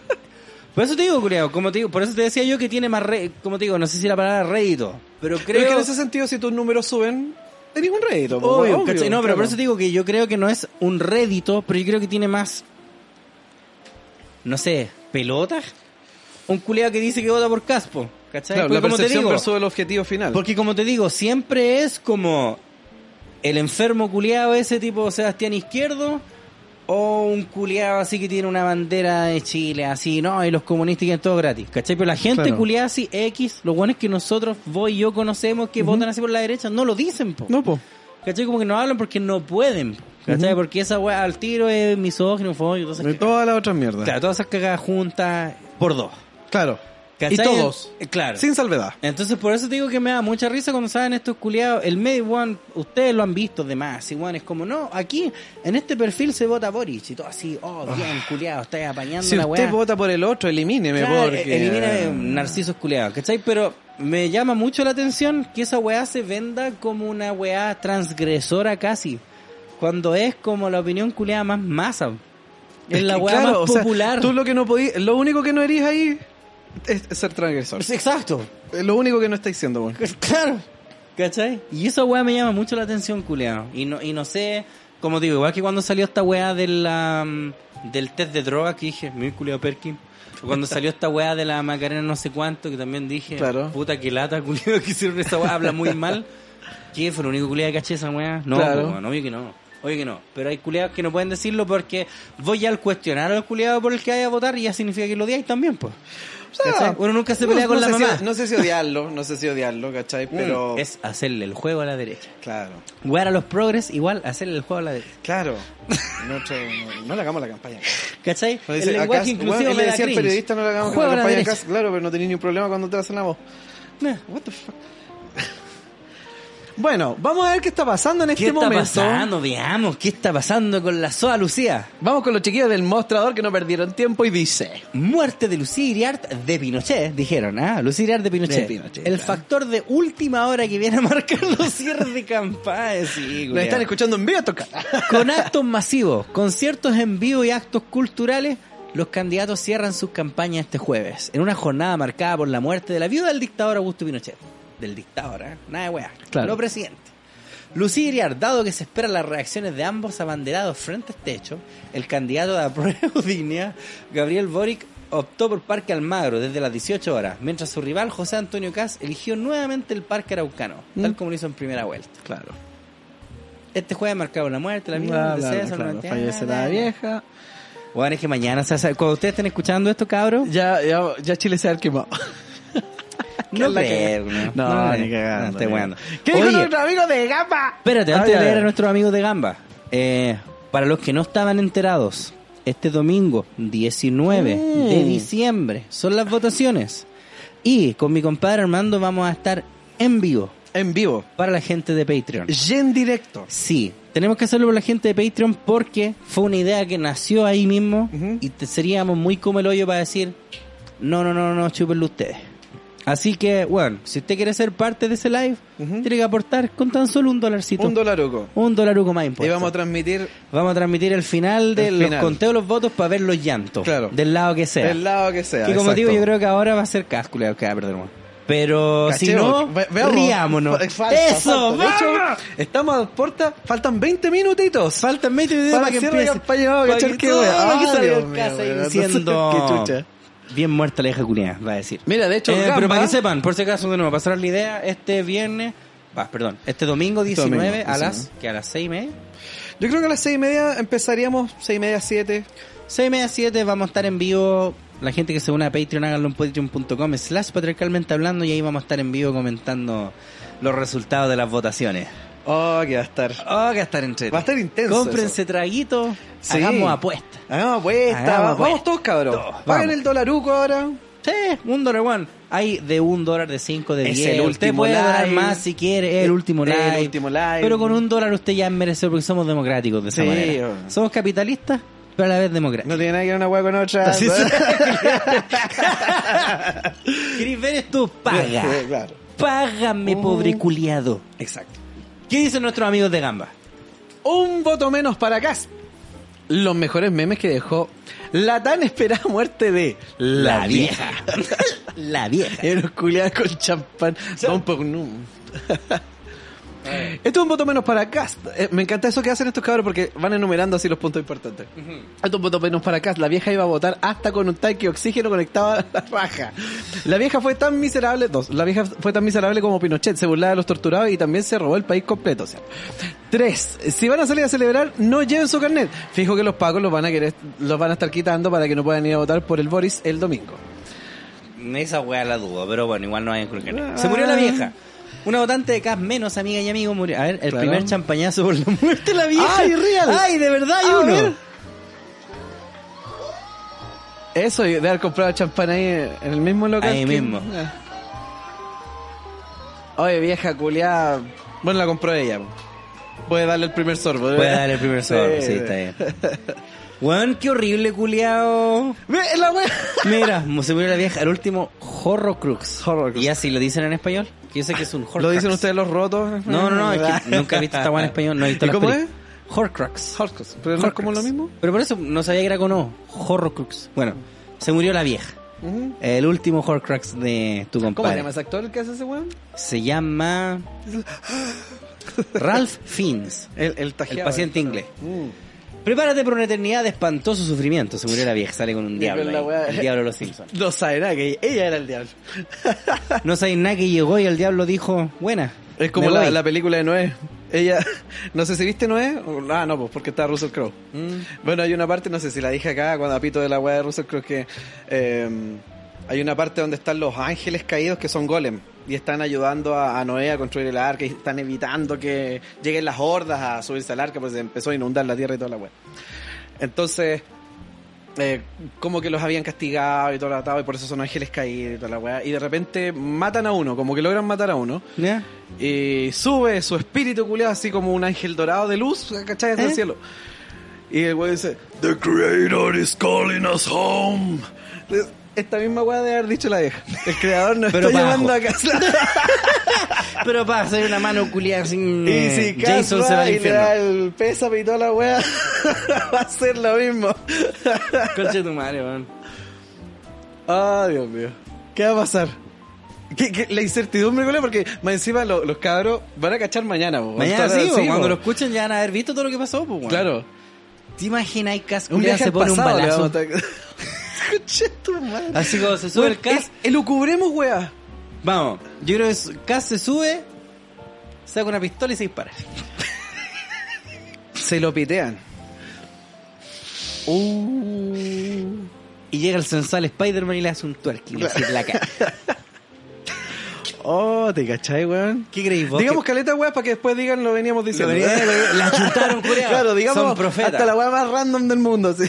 [SPEAKER 2] Por eso te digo, culiao, como te digo, por eso te decía yo que tiene más, re- como te digo, no sé si la palabra rédito, pero creo
[SPEAKER 3] Creo que en ese sentido, si tus números suben, tenés un rédito.
[SPEAKER 2] Obvio,
[SPEAKER 3] obvio,
[SPEAKER 2] ¿cachai? No, pero por
[SPEAKER 3] claro.
[SPEAKER 2] eso te digo que yo creo que no es un rédito, pero yo creo que tiene más. No sé, pelotas. Un culeado que dice que vota por Caspo. ¿Cachai?
[SPEAKER 3] Claro,
[SPEAKER 2] Porque
[SPEAKER 3] la
[SPEAKER 2] como te
[SPEAKER 3] percepción
[SPEAKER 2] digo,
[SPEAKER 3] versus el objetivo final.
[SPEAKER 2] porque como te digo, siempre es como el enfermo culeado ese tipo Sebastián Izquierdo O un culiado así que tiene una bandera de Chile, así, no, y los comunistas quieren todo gratis, ¿cachai? Pero la gente
[SPEAKER 3] Claro.
[SPEAKER 2] culiada así, X, los buenos que nosotros, vos y yo conocemos que votan así por la derecha, no lo dicen, po.
[SPEAKER 3] No, po.
[SPEAKER 2] ¿Cachai? Como que no hablan porque no pueden, ¿cachai? Porque esa weá al tiro es misógino, fue, y todas esas
[SPEAKER 3] De todas las otras mierdas.
[SPEAKER 2] cagadas. Claro, todas esas cagadas juntas por dos.
[SPEAKER 3] Claro.
[SPEAKER 2] ¿Cachai?
[SPEAKER 3] Y todos.
[SPEAKER 2] Eh, Claro.
[SPEAKER 3] Sin salvedad.
[SPEAKER 2] Entonces por eso te digo que me da mucha risa cuando saben estos culiados. El medio, weón, ustedes lo han visto de más, y weón, es como, no, aquí, en este perfil se vota Boric, y todo así, oh, bien, culiado, estáis apañando
[SPEAKER 3] Si
[SPEAKER 2] la
[SPEAKER 3] Ah. usted
[SPEAKER 2] weá.
[SPEAKER 3] vota por el otro, elimíneme
[SPEAKER 2] Claro,
[SPEAKER 3] porque...
[SPEAKER 2] eh, Elimina narcisos culiados, ¿cachai? Pero me llama mucho la atención que esa weá se venda como una weá transgresora casi. Cuando es como la opinión culiada más masa. Es,
[SPEAKER 3] que,
[SPEAKER 2] la weá
[SPEAKER 3] claro, o
[SPEAKER 2] más
[SPEAKER 3] sea,
[SPEAKER 2] popular.
[SPEAKER 3] tú lo que no podí, lo único que no eres ahí es es ser transgresor.
[SPEAKER 2] Exacto.
[SPEAKER 3] Es Lo único que no estáis siendo, Ah, bueno.
[SPEAKER 2] Claro. ¿Cachai? Y esa weá me llama mucho la atención, culiado. Y no, y no sé, como digo, igual que cuando salió esta weá de la, mm, del test de drogas que dije, mi culiado Perkin. O Cuando salió esta weá de la Macarena no sé cuánto, que también dije,
[SPEAKER 3] Claro.
[SPEAKER 2] puta que lata, culiado, que hicieron esa weá, habla muy mal. ¿Qué? ¿Fue el único culiado que caché esa weá? No,
[SPEAKER 3] Claro.
[SPEAKER 2] po, weón, obvio que no. Obvio que no. Pero hay culiados que no pueden decirlo porque vos ya al cuestionar al culiado por el que vaya a votar ya significa que lo odiáis también, pues. ¿Cachai? Uno nunca se pelea con la
[SPEAKER 3] sé si-
[SPEAKER 2] mamá.
[SPEAKER 3] Ah,
[SPEAKER 2] Mm,
[SPEAKER 3] no sé si odiarlo, no sé si odiarlo, ¿cachai? Pero...
[SPEAKER 2] Es hacerle el juego a la derecha.
[SPEAKER 3] Claro,
[SPEAKER 2] Jugar a los progres igual hacerle el juego a la derecha.
[SPEAKER 3] claro. Nuestro- no, no le hagamos la campaña.
[SPEAKER 2] ¿Cachai?
[SPEAKER 3] No,
[SPEAKER 2] el
[SPEAKER 3] dice,
[SPEAKER 2] lenguaje
[SPEAKER 3] acá-
[SPEAKER 2] inclusivo
[SPEAKER 3] bueno, él
[SPEAKER 2] me
[SPEAKER 3] le
[SPEAKER 2] da
[SPEAKER 3] decía al
[SPEAKER 2] cringe.
[SPEAKER 3] periodista no le hagamos
[SPEAKER 2] Juego
[SPEAKER 3] la
[SPEAKER 2] a la
[SPEAKER 3] campaña
[SPEAKER 2] derecha.
[SPEAKER 3] acá, claro, pero no tenéis ni un problema cuando te hacen la voz.
[SPEAKER 2] Nah.
[SPEAKER 3] What the fuck? Bueno, vamos a ver qué está pasando en
[SPEAKER 2] ¿Qué
[SPEAKER 3] este
[SPEAKER 2] está
[SPEAKER 3] momento.
[SPEAKER 2] pasando? Veamos, ¿qué está pasando con la soa Lucía?
[SPEAKER 3] Vamos con los chiquillos del mostrador que no perdieron tiempo y dice.
[SPEAKER 2] Muerte de Lucía Iriart de Pinochet, dijeron, ¿ah? Lucía Iriart de Pinochet.
[SPEAKER 3] De Pinochet,
[SPEAKER 2] el
[SPEAKER 3] claro.
[SPEAKER 2] factor de última hora que viene a marcar los cierres de campaña. Sí,
[SPEAKER 3] Nos
[SPEAKER 2] culiao.
[SPEAKER 3] están escuchando en vivo tocar.
[SPEAKER 2] Con actos masivos, conciertos en vivo y actos culturales, los candidatos cierran sus campañas este jueves, en una jornada marcada por la muerte de la viuda del dictador Augusto Pinochet. Del dictador, ¿eh? Nada de weá.
[SPEAKER 3] Claro.
[SPEAKER 2] No presidente. Lucía Iriar, dado que se esperan las reacciones de ambos abanderados frente a este hecho, el candidato de apruebo dignidad, Gabriel Boric, optó por Parque Almagro desde las 18 horas, mientras su rival José Antonio Cas eligió nuevamente el Parque Araucano, tal como lo hizo en primera vuelta.
[SPEAKER 3] Mm. Claro.
[SPEAKER 2] Este jueves marcado la muerte, la vida,
[SPEAKER 3] Bla,
[SPEAKER 2] el
[SPEAKER 3] bla,
[SPEAKER 2] deceso,
[SPEAKER 3] bla,
[SPEAKER 2] la
[SPEAKER 3] claro.
[SPEAKER 2] muerte.
[SPEAKER 3] Fallece la vieja.
[SPEAKER 2] Bueno, es que mañana, se hace- cuando ustedes estén escuchando esto, cabros,
[SPEAKER 3] Ya, ya, ya Chile se ha quemado.
[SPEAKER 2] no
[SPEAKER 3] la
[SPEAKER 2] creo,
[SPEAKER 3] cagada.
[SPEAKER 2] no,
[SPEAKER 3] No,
[SPEAKER 2] no,
[SPEAKER 3] ni
[SPEAKER 2] no,
[SPEAKER 3] cagando,
[SPEAKER 2] no estoy
[SPEAKER 3] ni
[SPEAKER 2] weando.
[SPEAKER 3] cagando. ¿Qué dijo
[SPEAKER 2] Oye,
[SPEAKER 3] nuestro amigo de Gamba?
[SPEAKER 2] Espérate, antes
[SPEAKER 3] Ay,
[SPEAKER 2] de
[SPEAKER 3] ay,
[SPEAKER 2] leer a
[SPEAKER 3] ay.
[SPEAKER 2] nuestros amigos de Gamba, eh, para los que no estaban enterados, este domingo 19
[SPEAKER 3] Mm.
[SPEAKER 2] de diciembre son las votaciones y con mi compadre Armando vamos a estar en vivo
[SPEAKER 3] En vivo.
[SPEAKER 2] para la gente de Patreon.
[SPEAKER 3] Y en directo.
[SPEAKER 2] Sí, tenemos que hacerlo por la gente de Patreon porque fue una idea que nació ahí mismo
[SPEAKER 3] Ujú.
[SPEAKER 2] y te- seríamos muy como el hoyo para decir, no, no, no, no, chúpenlo ustedes. Así que, bueno, si usted quiere ser parte de ese live,
[SPEAKER 3] Ujú.
[SPEAKER 2] tiene que aportar con tan solo un dolarcito.
[SPEAKER 3] Un dolaruco.
[SPEAKER 2] Un dolaruco más
[SPEAKER 3] Y
[SPEAKER 2] impuesto.
[SPEAKER 3] vamos a transmitir
[SPEAKER 2] Vamos a transmitir el final de
[SPEAKER 3] El
[SPEAKER 2] los
[SPEAKER 3] final.
[SPEAKER 2] conteos de los votos para ver los llantos.
[SPEAKER 3] Claro.
[SPEAKER 2] Del lado que sea.
[SPEAKER 3] del lado que sea.
[SPEAKER 2] que como digo,
[SPEAKER 3] exacto.
[SPEAKER 2] yo creo que ahora va a ser cásculo que va a perder weón. Pero si
[SPEAKER 3] Cacheo,
[SPEAKER 2] no,
[SPEAKER 3] ve- veamos.
[SPEAKER 2] riámonos.
[SPEAKER 3] Fa- falta,
[SPEAKER 2] Eso,
[SPEAKER 3] falta. De hecho,
[SPEAKER 2] vamos.
[SPEAKER 3] estamos a puerta, faltan 20 minutitos.
[SPEAKER 2] Faltan 20 minutos
[SPEAKER 3] Para
[SPEAKER 2] para que
[SPEAKER 3] cierre de
[SPEAKER 2] empiece.
[SPEAKER 3] campaña, vamos a
[SPEAKER 2] Para
[SPEAKER 3] cachar
[SPEAKER 2] que
[SPEAKER 3] qué
[SPEAKER 2] todo
[SPEAKER 3] wea.
[SPEAKER 2] lo que
[SPEAKER 3] Ah,
[SPEAKER 2] salió
[SPEAKER 3] Dios
[SPEAKER 2] en
[SPEAKER 3] mío,
[SPEAKER 2] casa
[SPEAKER 3] wea,
[SPEAKER 2] y
[SPEAKER 3] no sé
[SPEAKER 2] diciendo...
[SPEAKER 3] qué chucha.
[SPEAKER 2] Bien muerta la hija culiada, va a decir.
[SPEAKER 3] Mira, de hecho,
[SPEAKER 2] Eh,
[SPEAKER 3] Gamba-
[SPEAKER 2] pero para que sepan, por si acaso, no me va a pasar la idea, este viernes... Va, perdón, este domingo 19
[SPEAKER 3] domingo,
[SPEAKER 2] a las...
[SPEAKER 3] 19.
[SPEAKER 2] que a las 6 y media?
[SPEAKER 3] Yo creo que a las 6 y media empezaríamos, 6 y media, 7.
[SPEAKER 2] 6 y media, 7, vamos a estar en vivo. La gente que se une a Patreon, háganlo en patreon.com slash patriarcalmente hablando y ahí vamos a estar en vivo comentando los resultados de las votaciones.
[SPEAKER 3] Oh, que va a estar.
[SPEAKER 2] Oh, que va a estar entre
[SPEAKER 3] Va a estar intenso
[SPEAKER 2] Cómprense traguito,
[SPEAKER 3] Sí.
[SPEAKER 2] hagamos apuestas.
[SPEAKER 3] Hagamos apuesta,
[SPEAKER 2] Hagamos
[SPEAKER 3] vamos,
[SPEAKER 2] apuesta.
[SPEAKER 3] todos cabros.
[SPEAKER 2] Todos,
[SPEAKER 3] Pagan
[SPEAKER 2] vamos.
[SPEAKER 3] el dolaruco ahora.
[SPEAKER 2] Sí, un dólar, weón. Hay de un dólar, de cinco, de
[SPEAKER 3] Es
[SPEAKER 2] diez.
[SPEAKER 3] el
[SPEAKER 2] usted
[SPEAKER 3] último
[SPEAKER 2] puede donar
[SPEAKER 3] live.
[SPEAKER 2] más si quiere. Es el último
[SPEAKER 3] El
[SPEAKER 2] live.
[SPEAKER 3] último live.
[SPEAKER 2] Pero con un dólar usted ya merece porque somos democráticos de esa
[SPEAKER 3] Sí,
[SPEAKER 2] manera.
[SPEAKER 3] weón.
[SPEAKER 2] Somos capitalistas, pero a la vez democráticos.
[SPEAKER 3] No tiene nada que ver una hueá con otra.
[SPEAKER 2] Así
[SPEAKER 3] ¿no?
[SPEAKER 2] es. ¿Querés ver esto? Paga.
[SPEAKER 3] Sí, claro.
[SPEAKER 2] Págame, pobre culiado.
[SPEAKER 3] Exacto.
[SPEAKER 2] Oh. ¿Qué dicen nuestros amigos de Gamba?
[SPEAKER 3] Un voto menos para acá. Los mejores memes que dejó la tan esperada muerte de la, vieja.
[SPEAKER 2] la vieja.
[SPEAKER 3] Era culiada con champán. Don Pognum. Esto es un voto menos para Cast. Eh, me encanta eso que hacen estos cabros porque van enumerando así los puntos importantes. Esto es un voto menos para Cast. La vieja iba a votar hasta con un tanque de oxígeno conectado a la raja. La vieja fue tan miserable, dos, la vieja fue tan miserable como Pinochet. Se burlaba de los torturados y también se robó el país completo. O sea, tres, si van a salir a celebrar, no lleven su carnet. Fijo que los pacos los van a querer, los van a estar quitando para que no puedan ir a votar por el Boris el domingo.
[SPEAKER 2] Esa weá la dudo, pero bueno, igual no hay que Se
[SPEAKER 3] Ah.
[SPEAKER 2] murió la vieja. Una votante de CAS menos, amiga y amigo, murió. A ver, el
[SPEAKER 3] Claro.
[SPEAKER 2] primer champañazo por la muerte de la vieja.
[SPEAKER 3] ¡Ay, real!
[SPEAKER 2] ¡Ay, de verdad hay
[SPEAKER 3] A
[SPEAKER 2] uno!
[SPEAKER 3] ver. Eso, y de haber comprado champán ahí en el mismo local.
[SPEAKER 2] Ahí
[SPEAKER 3] que- Ah.
[SPEAKER 2] mismo.
[SPEAKER 3] Oye, vieja culiada. Bueno, la compró ella. Puede darle el primer sorbo. ¿eh? ¿verdad?
[SPEAKER 2] Puede dar el primer sorbo, sí,
[SPEAKER 3] Sí.
[SPEAKER 2] está bien. Weón, qué horrible, culiao.
[SPEAKER 3] Ve, la wea.
[SPEAKER 2] Mira, se murió la vieja. El último, Horrocrux.
[SPEAKER 3] Horrocrux.
[SPEAKER 2] ¿Y así lo dicen en español? Que yo sé que es un Horcrux.
[SPEAKER 3] ¿Lo dicen ustedes los rotos?
[SPEAKER 2] No, no, no, es que nunca he visto esta weá en español. No he visto
[SPEAKER 3] ¿Y
[SPEAKER 2] las
[SPEAKER 3] cómo
[SPEAKER 2] peli-
[SPEAKER 3] es?
[SPEAKER 2] Horcrux.
[SPEAKER 3] Horcrux. ¿Pero no es como lo
[SPEAKER 2] Horcrux.
[SPEAKER 3] mismo?
[SPEAKER 2] Pero por eso no sabía que era con O. Horrocrux. Bueno, se murió la vieja.
[SPEAKER 3] Ujú.
[SPEAKER 2] El último Horcrux de tu
[SPEAKER 3] ¿Cómo se
[SPEAKER 2] compadre.
[SPEAKER 3] llama ese actor el que hace ese weón?
[SPEAKER 2] se llama. Ralph Fiennes.
[SPEAKER 3] El, el
[SPEAKER 2] El
[SPEAKER 3] tajeado.
[SPEAKER 2] paciente inglés.
[SPEAKER 3] Mm.
[SPEAKER 2] Prepárate para una eternidad de espantoso sufrimiento. Se murió la vieja, sale con un diablo.
[SPEAKER 3] con la
[SPEAKER 2] ahí.
[SPEAKER 3] weá.
[SPEAKER 2] El diablo de los Simpsons.
[SPEAKER 3] No sabe nada, que ella era el diablo.
[SPEAKER 2] No sabéis nada que llegó y el diablo dijo, buena.
[SPEAKER 3] Es como
[SPEAKER 2] me
[SPEAKER 3] la,
[SPEAKER 2] voy.
[SPEAKER 3] la película de Noé. Ella, no sé si viste Noé. o- Ah, no, pues porque está Russell Crowe.
[SPEAKER 2] Mm.
[SPEAKER 3] Bueno, hay una parte, no sé si la dije acá, cuando apito de la weá de Russell Crowe, que eh, hay una parte donde están los ángeles caídos que son golem. Y están ayudando a, a Noé a construir el arca y están evitando que lleguen las hordas a subirse al arca, pues se empezó a inundar la tierra y toda la weá. Entonces, eh, como que los habían castigado y todo lo atado, y por eso son ángeles caídos y toda la weá. Y de repente matan a uno, como que logran matar a uno.
[SPEAKER 2] ¿Ya?
[SPEAKER 3] Y sube su espíritu culiado así como un ángel dorado de luz, ¿cachai?
[SPEAKER 2] ¿Eh?
[SPEAKER 3] Hacia el cielo. Y el güey dice, The Creator is calling us home. Esta misma weá de haber dicho la vieja. El creador nos
[SPEAKER 2] Pero
[SPEAKER 3] está
[SPEAKER 2] para
[SPEAKER 3] llevando a casa.
[SPEAKER 2] Pero para hacer una mano culiada sin. eh,
[SPEAKER 3] y si
[SPEAKER 2] Mm, Jason
[SPEAKER 3] Jason
[SPEAKER 2] se va al
[SPEAKER 3] y le da
[SPEAKER 2] infierno.
[SPEAKER 3] el pésame y toda la weá, va a ser lo mismo.
[SPEAKER 2] Concha tu madre, weón.
[SPEAKER 3] Ah, Dios mío. ¿Qué va a pasar? ¿Qué- qué- la incertidumbre, güey, porque más encima lo- los cabros van a cachar mañana. po.
[SPEAKER 2] Mañana
[SPEAKER 3] Están
[SPEAKER 2] sí,
[SPEAKER 3] así,
[SPEAKER 2] po, cuando
[SPEAKER 3] po.
[SPEAKER 2] lo escuchen ya van a haber visto todo lo que pasó, pues, weón.
[SPEAKER 3] Claro.
[SPEAKER 2] ¿Te imaginas que Cas
[SPEAKER 3] Un
[SPEAKER 2] culiao
[SPEAKER 3] viaje
[SPEAKER 2] se pone un balazo?
[SPEAKER 3] Escuché tu madre.
[SPEAKER 2] Así como se sube el Cas.
[SPEAKER 3] Elucubremos, weá.
[SPEAKER 2] Vamos, yo creo que Cas se sube, saca una pistola y se dispara.
[SPEAKER 3] Se lo pitean.
[SPEAKER 2] Y llega el sensual Spider-Man y le hace un twerking así en la cara.
[SPEAKER 3] Oh, te cachai, weón.
[SPEAKER 2] ¿Qué creéis vos?
[SPEAKER 3] Digamos caleta, weá, para que después digan lo veníamos
[SPEAKER 2] Lo
[SPEAKER 3] diciendo.
[SPEAKER 2] venía- lo- la chutaron, culiao.
[SPEAKER 3] Claro, digamos
[SPEAKER 2] Son profetas.
[SPEAKER 3] hasta la weá más random del mundo. sí.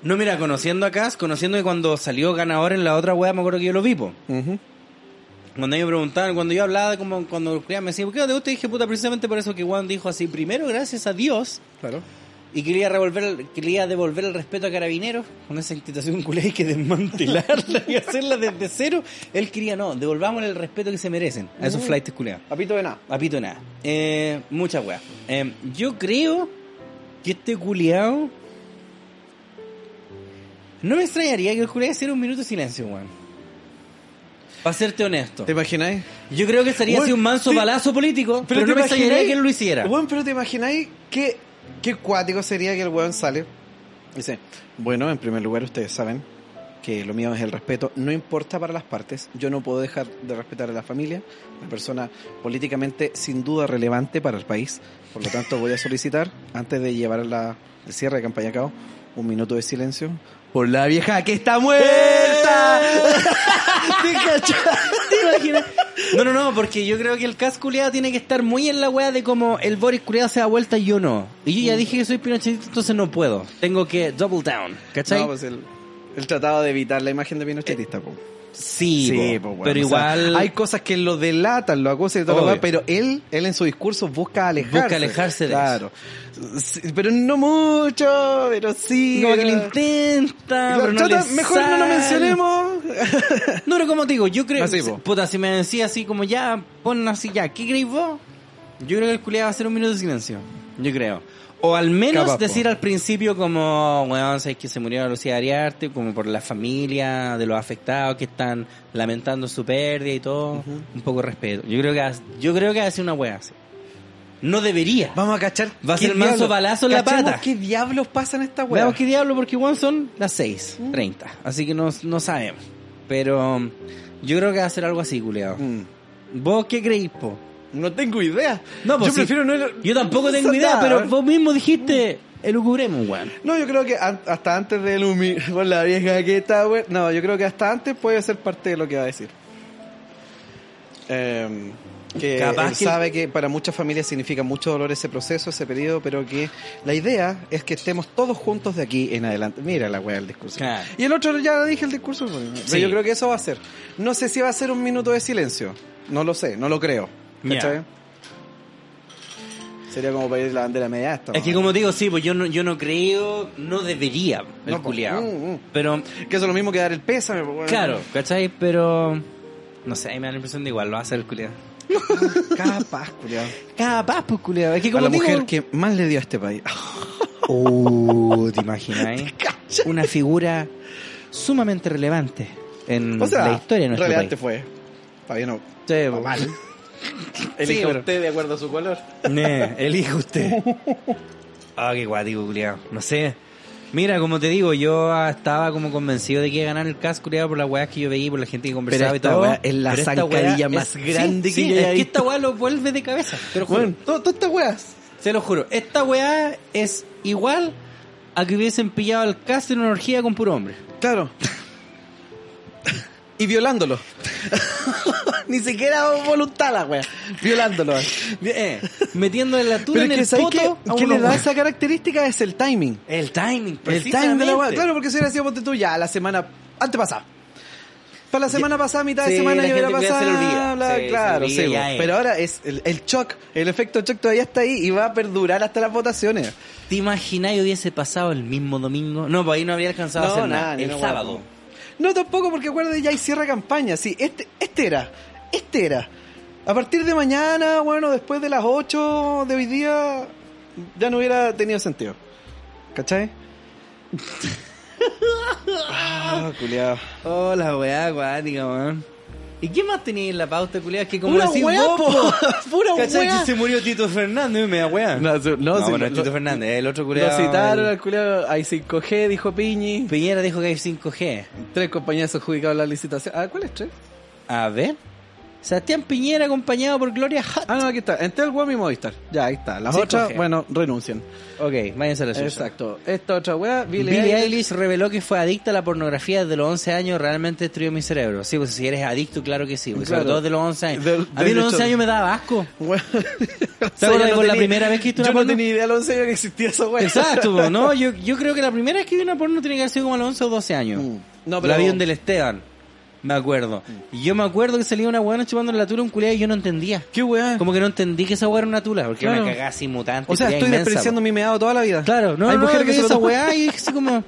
[SPEAKER 2] No, mira, conociendo a Cass, conociendo que cuando salió ganador en la otra weá, me acuerdo que yo lo vi, po. Cuando ellos me preguntaban, cuando yo hablaba, como cuando los culiados me decían, ¿por qué no te gusta? Y dije, puta, precisamente por eso que Juan dijo así, primero, gracias a Dios,
[SPEAKER 3] Claro.
[SPEAKER 2] y quería, revolver, quería devolver el respeto a Carabineros, con esa institución culé hay que desmantelarla y hacerla desde cero. Él quería, no, devolvamos el respeto que se merecen a esos flights culiados.
[SPEAKER 3] Apito de nada.
[SPEAKER 2] Papito, nada. Eh, mucha weá. Eh, yo creo que este culiao. No me extrañaría que el culiao hiciera un minuto de silencio, weón. Para serte honesto.
[SPEAKER 3] ¿Te imagináis?
[SPEAKER 2] Yo creo que sería
[SPEAKER 3] Weón,
[SPEAKER 2] así un manso
[SPEAKER 3] te-
[SPEAKER 2] balazo político, pero,
[SPEAKER 3] te
[SPEAKER 2] no me
[SPEAKER 3] imagináis-
[SPEAKER 2] extrañaría que él lo hiciera.
[SPEAKER 3] Weón, pero te imagináis qué, qué cuático sería que el weón sale. Dice, bueno, en primer lugar ustedes saben que lo mío es el respeto, no importa para las partes, yo no puedo dejar de respetar a la familia, una persona políticamente sin duda relevante para el país, por lo tanto voy a solicitar, antes de llevar la, el cierre de campaña a cabo, un minuto de silencio por la vieja que está muerta. ¿Te cachai?
[SPEAKER 2] ¿Te imaginas? No, no, no, porque yo creo que el cas culiado tiene que estar muy en la weá de como el Boris culiado se da vuelta y yo no. Y yo ya
[SPEAKER 3] Mm.
[SPEAKER 2] dije que soy pinochetista, entonces no puedo. Tengo que double down, ¿cachai?
[SPEAKER 3] No, pues el, el tratado de evitar la imagen de Pinochetista, po.
[SPEAKER 2] sí,
[SPEAKER 3] Sí,
[SPEAKER 2] po,
[SPEAKER 3] pues, bueno,
[SPEAKER 2] pero
[SPEAKER 3] o sea,
[SPEAKER 2] igual...
[SPEAKER 3] hay cosas que lo delatan, lo acusan y todo lo
[SPEAKER 2] Obvio.
[SPEAKER 3] demás, pero él, él en su discurso busca alejarse.
[SPEAKER 2] Busca alejarse de
[SPEAKER 3] claro. Sí, pero no mucho, pero sí.
[SPEAKER 2] Como que lo
[SPEAKER 3] pero-
[SPEAKER 2] intenta,
[SPEAKER 3] Claro,
[SPEAKER 2] pero no
[SPEAKER 3] trata-
[SPEAKER 2] le
[SPEAKER 3] mejor no lo
[SPEAKER 2] sale.
[SPEAKER 3] mencionemos.
[SPEAKER 2] No, pero como te digo, yo creo...
[SPEAKER 3] Así, po.
[SPEAKER 2] puta, si me decía así como ya, pon así ya, ¿qué creéis vos? Yo creo que el culiado va a hacer un minuto de silencio. Yo creo. O al menos
[SPEAKER 3] Capaz, po.
[SPEAKER 2] decir al principio como, weón, sabes que se murió Lucía Ariarte, como por la familia de los afectados que están lamentando su pérdida y todo. Un poco de respeto. Yo creo que ha- yo creo que hace una weá así. No debería.
[SPEAKER 3] Vamos a cachar.
[SPEAKER 2] Va a
[SPEAKER 3] qué
[SPEAKER 2] ser manso
[SPEAKER 3] diablo-
[SPEAKER 2] balazo en la
[SPEAKER 3] cachemos
[SPEAKER 2] pata.
[SPEAKER 3] ¿Qué diablos pasa en esta weá?
[SPEAKER 2] Veamos qué diablo, porque igual son las
[SPEAKER 3] Mm.
[SPEAKER 2] 6.30. Así que no, no sabemos. Pero um, yo creo que va a ser algo así, culeado.
[SPEAKER 3] Mm.
[SPEAKER 2] ¿Vos qué creís, po?
[SPEAKER 3] No tengo idea.
[SPEAKER 2] No, pues
[SPEAKER 3] yo
[SPEAKER 2] sí.
[SPEAKER 3] prefiero no. ¿eh?
[SPEAKER 2] Yo tampoco tengo
[SPEAKER 3] Nada,
[SPEAKER 2] idea,
[SPEAKER 3] a
[SPEAKER 2] pero
[SPEAKER 3] ver.
[SPEAKER 2] vos mismo dijiste, elucubremos, weón.
[SPEAKER 3] No, yo creo que an- hasta antes de Lumi, por la vieja que está, güey. No, yo creo que hasta antes puede ser parte de lo que va a decir. Em, que
[SPEAKER 2] Capaz
[SPEAKER 3] él
[SPEAKER 2] que-
[SPEAKER 3] sabe que para muchas familias significa mucho dolor ese proceso, ese periodo, pero que la idea es que estemos todos juntos de aquí en adelante. Mira la weá del discurso.
[SPEAKER 2] Claro.
[SPEAKER 3] Y el otro ya dije el discurso, pues, pero
[SPEAKER 2] Sí.
[SPEAKER 3] yo creo que eso va a ser. No sé si va a ser un minuto de silencio. No lo sé, no lo creo.
[SPEAKER 2] Ya.
[SPEAKER 3] ¿Cachai? Sería como para ir la bandera media hasta,
[SPEAKER 2] Es que
[SPEAKER 3] ¿no?
[SPEAKER 2] como digo, sí, pues yo no, yo no creo, no debería el
[SPEAKER 3] No, pues,
[SPEAKER 2] culiao.
[SPEAKER 3] mm, mm.
[SPEAKER 2] Pero,
[SPEAKER 3] Que eso es lo mismo que dar el pésame, pues, weón.
[SPEAKER 2] claro, ¿cachai? Pero, no sé, ahí me da la impresión de igual, lo va a hacer el culiao.
[SPEAKER 3] Capaz, culiado.
[SPEAKER 2] Capaz, pues culiao. Es que
[SPEAKER 3] A
[SPEAKER 2] como
[SPEAKER 3] la
[SPEAKER 2] digo-
[SPEAKER 3] mujer que más le dio a este país.
[SPEAKER 2] Uh, ¿te imagináis? Una figura sumamente relevante en
[SPEAKER 3] O sea,
[SPEAKER 2] la historia de nuestro
[SPEAKER 3] relevante
[SPEAKER 2] país.
[SPEAKER 3] fue. Está bien, no.
[SPEAKER 2] Sí,
[SPEAKER 3] Está mal.
[SPEAKER 2] Sí,
[SPEAKER 3] Elige
[SPEAKER 2] pero-
[SPEAKER 3] usted de acuerdo a su color.
[SPEAKER 2] Ne, elige usted. Ah, qué guático, culiao. No sé. Mira, como te digo, yo ah, estaba como convencido de que iba a ganar el cast, culiao, por las weas que yo veía, por la gente que conversaba
[SPEAKER 3] Pero
[SPEAKER 2] y
[SPEAKER 3] esta
[SPEAKER 2] todo.
[SPEAKER 3] wea es la
[SPEAKER 2] Pero esta
[SPEAKER 3] zancadilla
[SPEAKER 2] wea
[SPEAKER 3] más grande
[SPEAKER 2] sí,
[SPEAKER 3] que
[SPEAKER 2] sí,
[SPEAKER 3] yo
[SPEAKER 2] es
[SPEAKER 3] haya
[SPEAKER 2] que
[SPEAKER 3] visto.
[SPEAKER 2] esta wea lo vuelve de cabeza. Te lo juro.
[SPEAKER 3] Bueno, todas estas weas.
[SPEAKER 2] Se lo juro. Esta wea es igual a que hubiesen pillado al cast en una orgía con puro hombre.
[SPEAKER 3] Claro. y violándolo. Ni siquiera voluntad la wea. Violándolo.
[SPEAKER 2] Eh, metiendo la altura en el
[SPEAKER 3] ¿sabes
[SPEAKER 2] poto
[SPEAKER 3] qué?
[SPEAKER 2] a
[SPEAKER 3] ¿Qué
[SPEAKER 2] uno
[SPEAKER 3] le da
[SPEAKER 2] wea.
[SPEAKER 3] esa característica? Es el timing.
[SPEAKER 2] El timing,
[SPEAKER 3] El time de la
[SPEAKER 2] precisamente.
[SPEAKER 3] weá. Claro, porque si hubiera sido ponte tú ya la semana antepasada. Para la semana pasada, mitad de
[SPEAKER 2] Sí,
[SPEAKER 3] semana,
[SPEAKER 2] la
[SPEAKER 3] yo hubiera
[SPEAKER 2] gente ya se
[SPEAKER 3] pasado.
[SPEAKER 2] le olvida.
[SPEAKER 3] bla,
[SPEAKER 2] Sí, se
[SPEAKER 3] claro,
[SPEAKER 2] olvida
[SPEAKER 3] sí,
[SPEAKER 2] ya
[SPEAKER 3] bo.
[SPEAKER 2] es.
[SPEAKER 3] Pero ahora es el, el shock, el efecto shock todavía está ahí y va a perdurar hasta las votaciones.
[SPEAKER 2] ¿Te imagináis hubiese pasado el mismo domingo? No, pues ahí no habría alcanzado a hacer nada.
[SPEAKER 3] ni
[SPEAKER 2] el
[SPEAKER 3] una weá,
[SPEAKER 2] sábado.
[SPEAKER 3] No, tampoco, porque acuérdate, ya hay cierre de campaña. Sí, este, este era. Este era. A partir de mañana, bueno, después de las 8 de hoy día, ya no hubiera tenido sentido. ¿Cachai? Ah, culiao.
[SPEAKER 2] Oh, la weá acuática, weón. ¿Y qué más tenía en la pauta, culiada? Que como
[SPEAKER 3] Pura
[SPEAKER 2] decís
[SPEAKER 3] weá,
[SPEAKER 2] vos,
[SPEAKER 3] po. Pura
[SPEAKER 2] ¿Cachai
[SPEAKER 3] weá.
[SPEAKER 2] que se murió Tito Fernández? Me da weá.
[SPEAKER 3] No, se- no, sí,
[SPEAKER 2] bueno,
[SPEAKER 3] lo-
[SPEAKER 2] Tito Fernández, el otro
[SPEAKER 3] Lo
[SPEAKER 2] culiado.
[SPEAKER 3] citaron
[SPEAKER 2] eh.
[SPEAKER 3] al culiao, hay 5G, dijo Piñi.
[SPEAKER 2] Piñera dijo que hay 5G.
[SPEAKER 3] Tres compañías adjudicadas la licitación. Ah, ¿cuál es tres?
[SPEAKER 2] A ver. Sebastián Piñera acompañado por Gloria Hutt.
[SPEAKER 3] Ah, no, aquí está. Entel, Guam y Movistar. Ya, ahí está. Las
[SPEAKER 2] 5G.
[SPEAKER 3] otras, bueno, renuncian.
[SPEAKER 2] Ok, váyanse a la suya.
[SPEAKER 3] Exacto. Esta otra weá, Billie,
[SPEAKER 2] Billie
[SPEAKER 3] Eilish.
[SPEAKER 2] Eilish reveló que fue adicta a la pornografía desde los 11 años, realmente destruyó mi cerebro. Sí, pues si eres adicto, claro que sí, pues,
[SPEAKER 3] Claro.
[SPEAKER 2] sobre todo de los 11 años.
[SPEAKER 3] Del-
[SPEAKER 2] a mí
[SPEAKER 3] del
[SPEAKER 2] los 11
[SPEAKER 3] hecho-
[SPEAKER 2] años me daba asco.
[SPEAKER 3] Weá.
[SPEAKER 2] ¿Te
[SPEAKER 3] O sea, yo
[SPEAKER 2] acuerdas
[SPEAKER 3] no
[SPEAKER 2] por la
[SPEAKER 3] tenía-
[SPEAKER 2] primera vez que viste una
[SPEAKER 3] Yo no
[SPEAKER 2] porno?
[SPEAKER 3] tenía idea a los 11 años que existía esa weá.
[SPEAKER 2] Exacto, po, no, yo, yo creo que la primera vez que vi una porno tiene que haber sido como a los 11 o 12 años.
[SPEAKER 3] Mm. No, pero-
[SPEAKER 2] La
[SPEAKER 3] Mm.
[SPEAKER 2] vi en Del Esteban, me acuerdo. Y yo me acuerdo que salía una huevona chupando la tula a un culiado y yo no entendía.
[SPEAKER 3] ¿Qué weá?
[SPEAKER 2] Como que no entendí que esa hueá era una tula, porque era una
[SPEAKER 3] Claro.
[SPEAKER 2] cagada así mutante.
[SPEAKER 3] O sea,
[SPEAKER 2] culiá
[SPEAKER 3] estoy
[SPEAKER 2] inmensa, pues.
[SPEAKER 3] despreciando
[SPEAKER 2] po.
[SPEAKER 3] mi meado toda la vida.
[SPEAKER 2] Claro, no,
[SPEAKER 3] Hay
[SPEAKER 2] no,
[SPEAKER 3] mujeres que
[SPEAKER 2] vi
[SPEAKER 3] se lo
[SPEAKER 2] esa
[SPEAKER 3] toman.
[SPEAKER 2] weá y dije así como...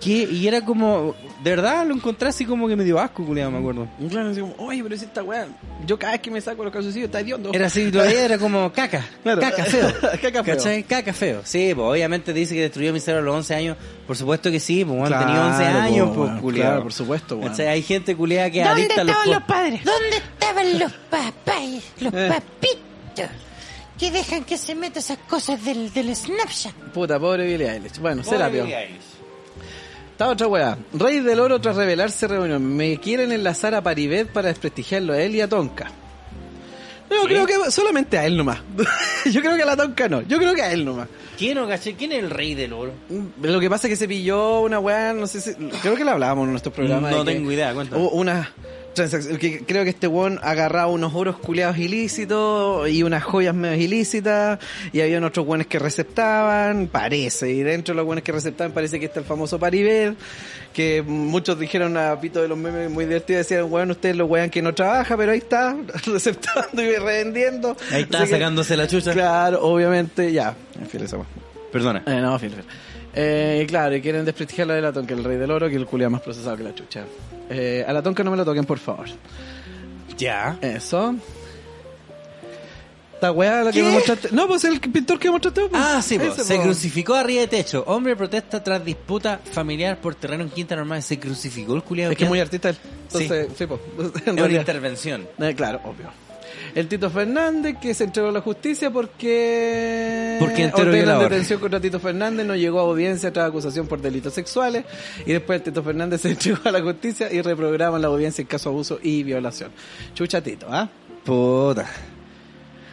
[SPEAKER 2] ¿Qué? Y era como... De verdad, lo encontré así como que me dio asco, culiado, me acuerdo.
[SPEAKER 3] Claro, así como, oye, pero es esta weá. Yo cada vez que me saco los calzoncillos está hediondo.
[SPEAKER 2] Era así, lo veía, era como caca.
[SPEAKER 3] Claro.
[SPEAKER 2] Caca feo.
[SPEAKER 3] Caca feo.
[SPEAKER 2] ¿Cachai? Caca feo. Sí, pues obviamente dice que destruyó mi cerebro a los 11 años. Por supuesto que sí, pues bueno, tenía 11
[SPEAKER 3] Claro,
[SPEAKER 2] años,
[SPEAKER 3] po,
[SPEAKER 2] pues
[SPEAKER 3] weón,
[SPEAKER 2] culiao.
[SPEAKER 3] claro, por supuesto, weón.
[SPEAKER 2] ¿Cachai? Hay gente culiada que es
[SPEAKER 4] ¿Dónde
[SPEAKER 2] adicta a los
[SPEAKER 4] estaban los
[SPEAKER 2] cu-
[SPEAKER 4] padres? ¿Dónde estaban los papás? Los papitos. Que dejan que se meta esas cosas del, del Snapchat.
[SPEAKER 3] Puta, pobre Billie Eilish. Bueno, será
[SPEAKER 2] Pobre
[SPEAKER 3] peor.
[SPEAKER 2] Billie Eilish.
[SPEAKER 3] Está otra weá. Rey del Oro tras revelarse reunión. Me quieren enlazar a Paribet para desprestigiarlo a él y a Tonka. No,
[SPEAKER 2] ¿Sí?
[SPEAKER 3] creo que solamente a él nomás. yo creo que a la Tonka no. Yo creo que a él nomás.
[SPEAKER 2] ¿Quién, no, cachai? ¿Quién es el rey del oro?
[SPEAKER 3] Lo que pasa es que se pilló una weá, no sé si. Creo que la hablábamos en nuestro programa.
[SPEAKER 2] No
[SPEAKER 3] de que
[SPEAKER 2] tengo idea, cuéntame.
[SPEAKER 3] Hubo una transacción. Que creo que este weón agarraba unos oros culeados ilícitos y unas joyas medio ilícitas. Y había otros weones que receptaban, parece. Y dentro de los weones que receptaban, parece que está el famoso Paribet. Que muchos dijeron a pito de los memes muy divertidos. Decían, weón, ustedes los weón que no trabaja, pero ahí está, receptando y revendiendo.
[SPEAKER 2] Ahí está
[SPEAKER 3] Así que-
[SPEAKER 2] sacándose la chucha.
[SPEAKER 3] Claro, obviamente, ya. En fin, esa weá.
[SPEAKER 2] Perdona.
[SPEAKER 3] Eh, no, Phil. Phil. Eh, claro, y quieren desprestigiar a la Tonka, el rey del oro, que el culia más procesado que la chucha. Eh, a la Tonka no me lo toquen, por favor.
[SPEAKER 2] Ya.
[SPEAKER 3] Eso. Esta weá la que
[SPEAKER 2] ¿Qué?
[SPEAKER 3] me mostraste. No, pues el pintor que mostraste. pues.
[SPEAKER 2] Ah, sí, po.
[SPEAKER 3] Ese,
[SPEAKER 2] se
[SPEAKER 3] po.
[SPEAKER 2] crucificó arriba de techo. Hombre protesta tras disputa familiar por terreno en Quinta Normal. Se crucificó el culiado.
[SPEAKER 3] Es que es muy artista él.
[SPEAKER 2] Ah, Sí.
[SPEAKER 3] Entonces, sí, pues. po. En
[SPEAKER 2] Es una
[SPEAKER 3] realidad.
[SPEAKER 2] intervención.
[SPEAKER 3] Eh, claro, obvio. El Tito Fernández que se entregó a la justicia porque
[SPEAKER 2] Porque enteró
[SPEAKER 3] ordenan
[SPEAKER 2] violador.
[SPEAKER 3] detención contra Tito Fernández, no llegó a audiencia tras acusación por delitos sexuales y después el Tito Fernández se entregó a la justicia y reprograman la audiencia en caso de abuso y violación. Chucha Tito, ¿ah?
[SPEAKER 2] Puta.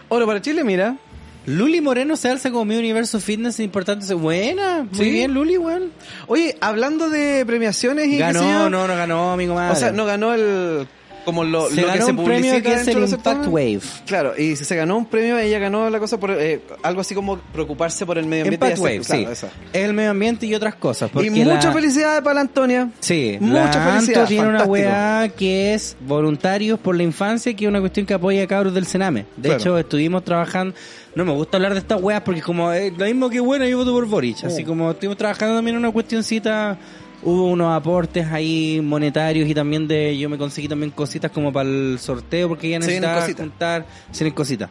[SPEAKER 3] Oro para Chile, mira.
[SPEAKER 2] Luli Moreno se alza como mi universo fitness importante. Buena, muy
[SPEAKER 3] Sí.
[SPEAKER 2] bien, Luli, weón.
[SPEAKER 3] Oye, hablando de premiaciones y qué sé
[SPEAKER 2] Ganó,
[SPEAKER 3] yo,
[SPEAKER 2] no, no ganó, amigo madre.
[SPEAKER 3] o sea, no ganó el como lo,
[SPEAKER 2] Se
[SPEAKER 3] lo que
[SPEAKER 2] ganó
[SPEAKER 3] se
[SPEAKER 2] un premio
[SPEAKER 3] publicita
[SPEAKER 2] que es
[SPEAKER 3] dentro
[SPEAKER 2] el
[SPEAKER 3] del
[SPEAKER 2] Impact
[SPEAKER 3] certamen.
[SPEAKER 2] Wave.
[SPEAKER 3] Claro, y si se ganó un premio, ella ganó la cosa por eh, algo así como preocuparse por el medio ambiente. y
[SPEAKER 2] Impact
[SPEAKER 3] hacer-
[SPEAKER 2] Wave, sí.
[SPEAKER 3] claro, esa.
[SPEAKER 2] El medio ambiente y otras cosas.
[SPEAKER 3] Y
[SPEAKER 2] porque
[SPEAKER 3] muchas
[SPEAKER 2] la-
[SPEAKER 3] felicidades para la Antonia.
[SPEAKER 2] Sí,
[SPEAKER 3] muchas
[SPEAKER 2] la
[SPEAKER 3] felicidades.
[SPEAKER 2] Anto tiene una
[SPEAKER 3] fantástico.
[SPEAKER 2] weá que es voluntarios por la infancia, que es una cuestión que apoya a cabros del Sename. De
[SPEAKER 3] Claro.
[SPEAKER 2] hecho, estuvimos trabajando. No me gusta hablar de estas weas porque, como es lo mismo que bueno, yo voto por Boric.
[SPEAKER 3] Uh.
[SPEAKER 2] Así como estuvimos trabajando también en una cuestioncita. Hubo unos aportes ahí monetarios y también de. Yo me conseguí también cositas como para el sorteo porque ella
[SPEAKER 3] Se vienen
[SPEAKER 2] necesitaba
[SPEAKER 3] cositas.
[SPEAKER 2] juntar. Se vienen cositas.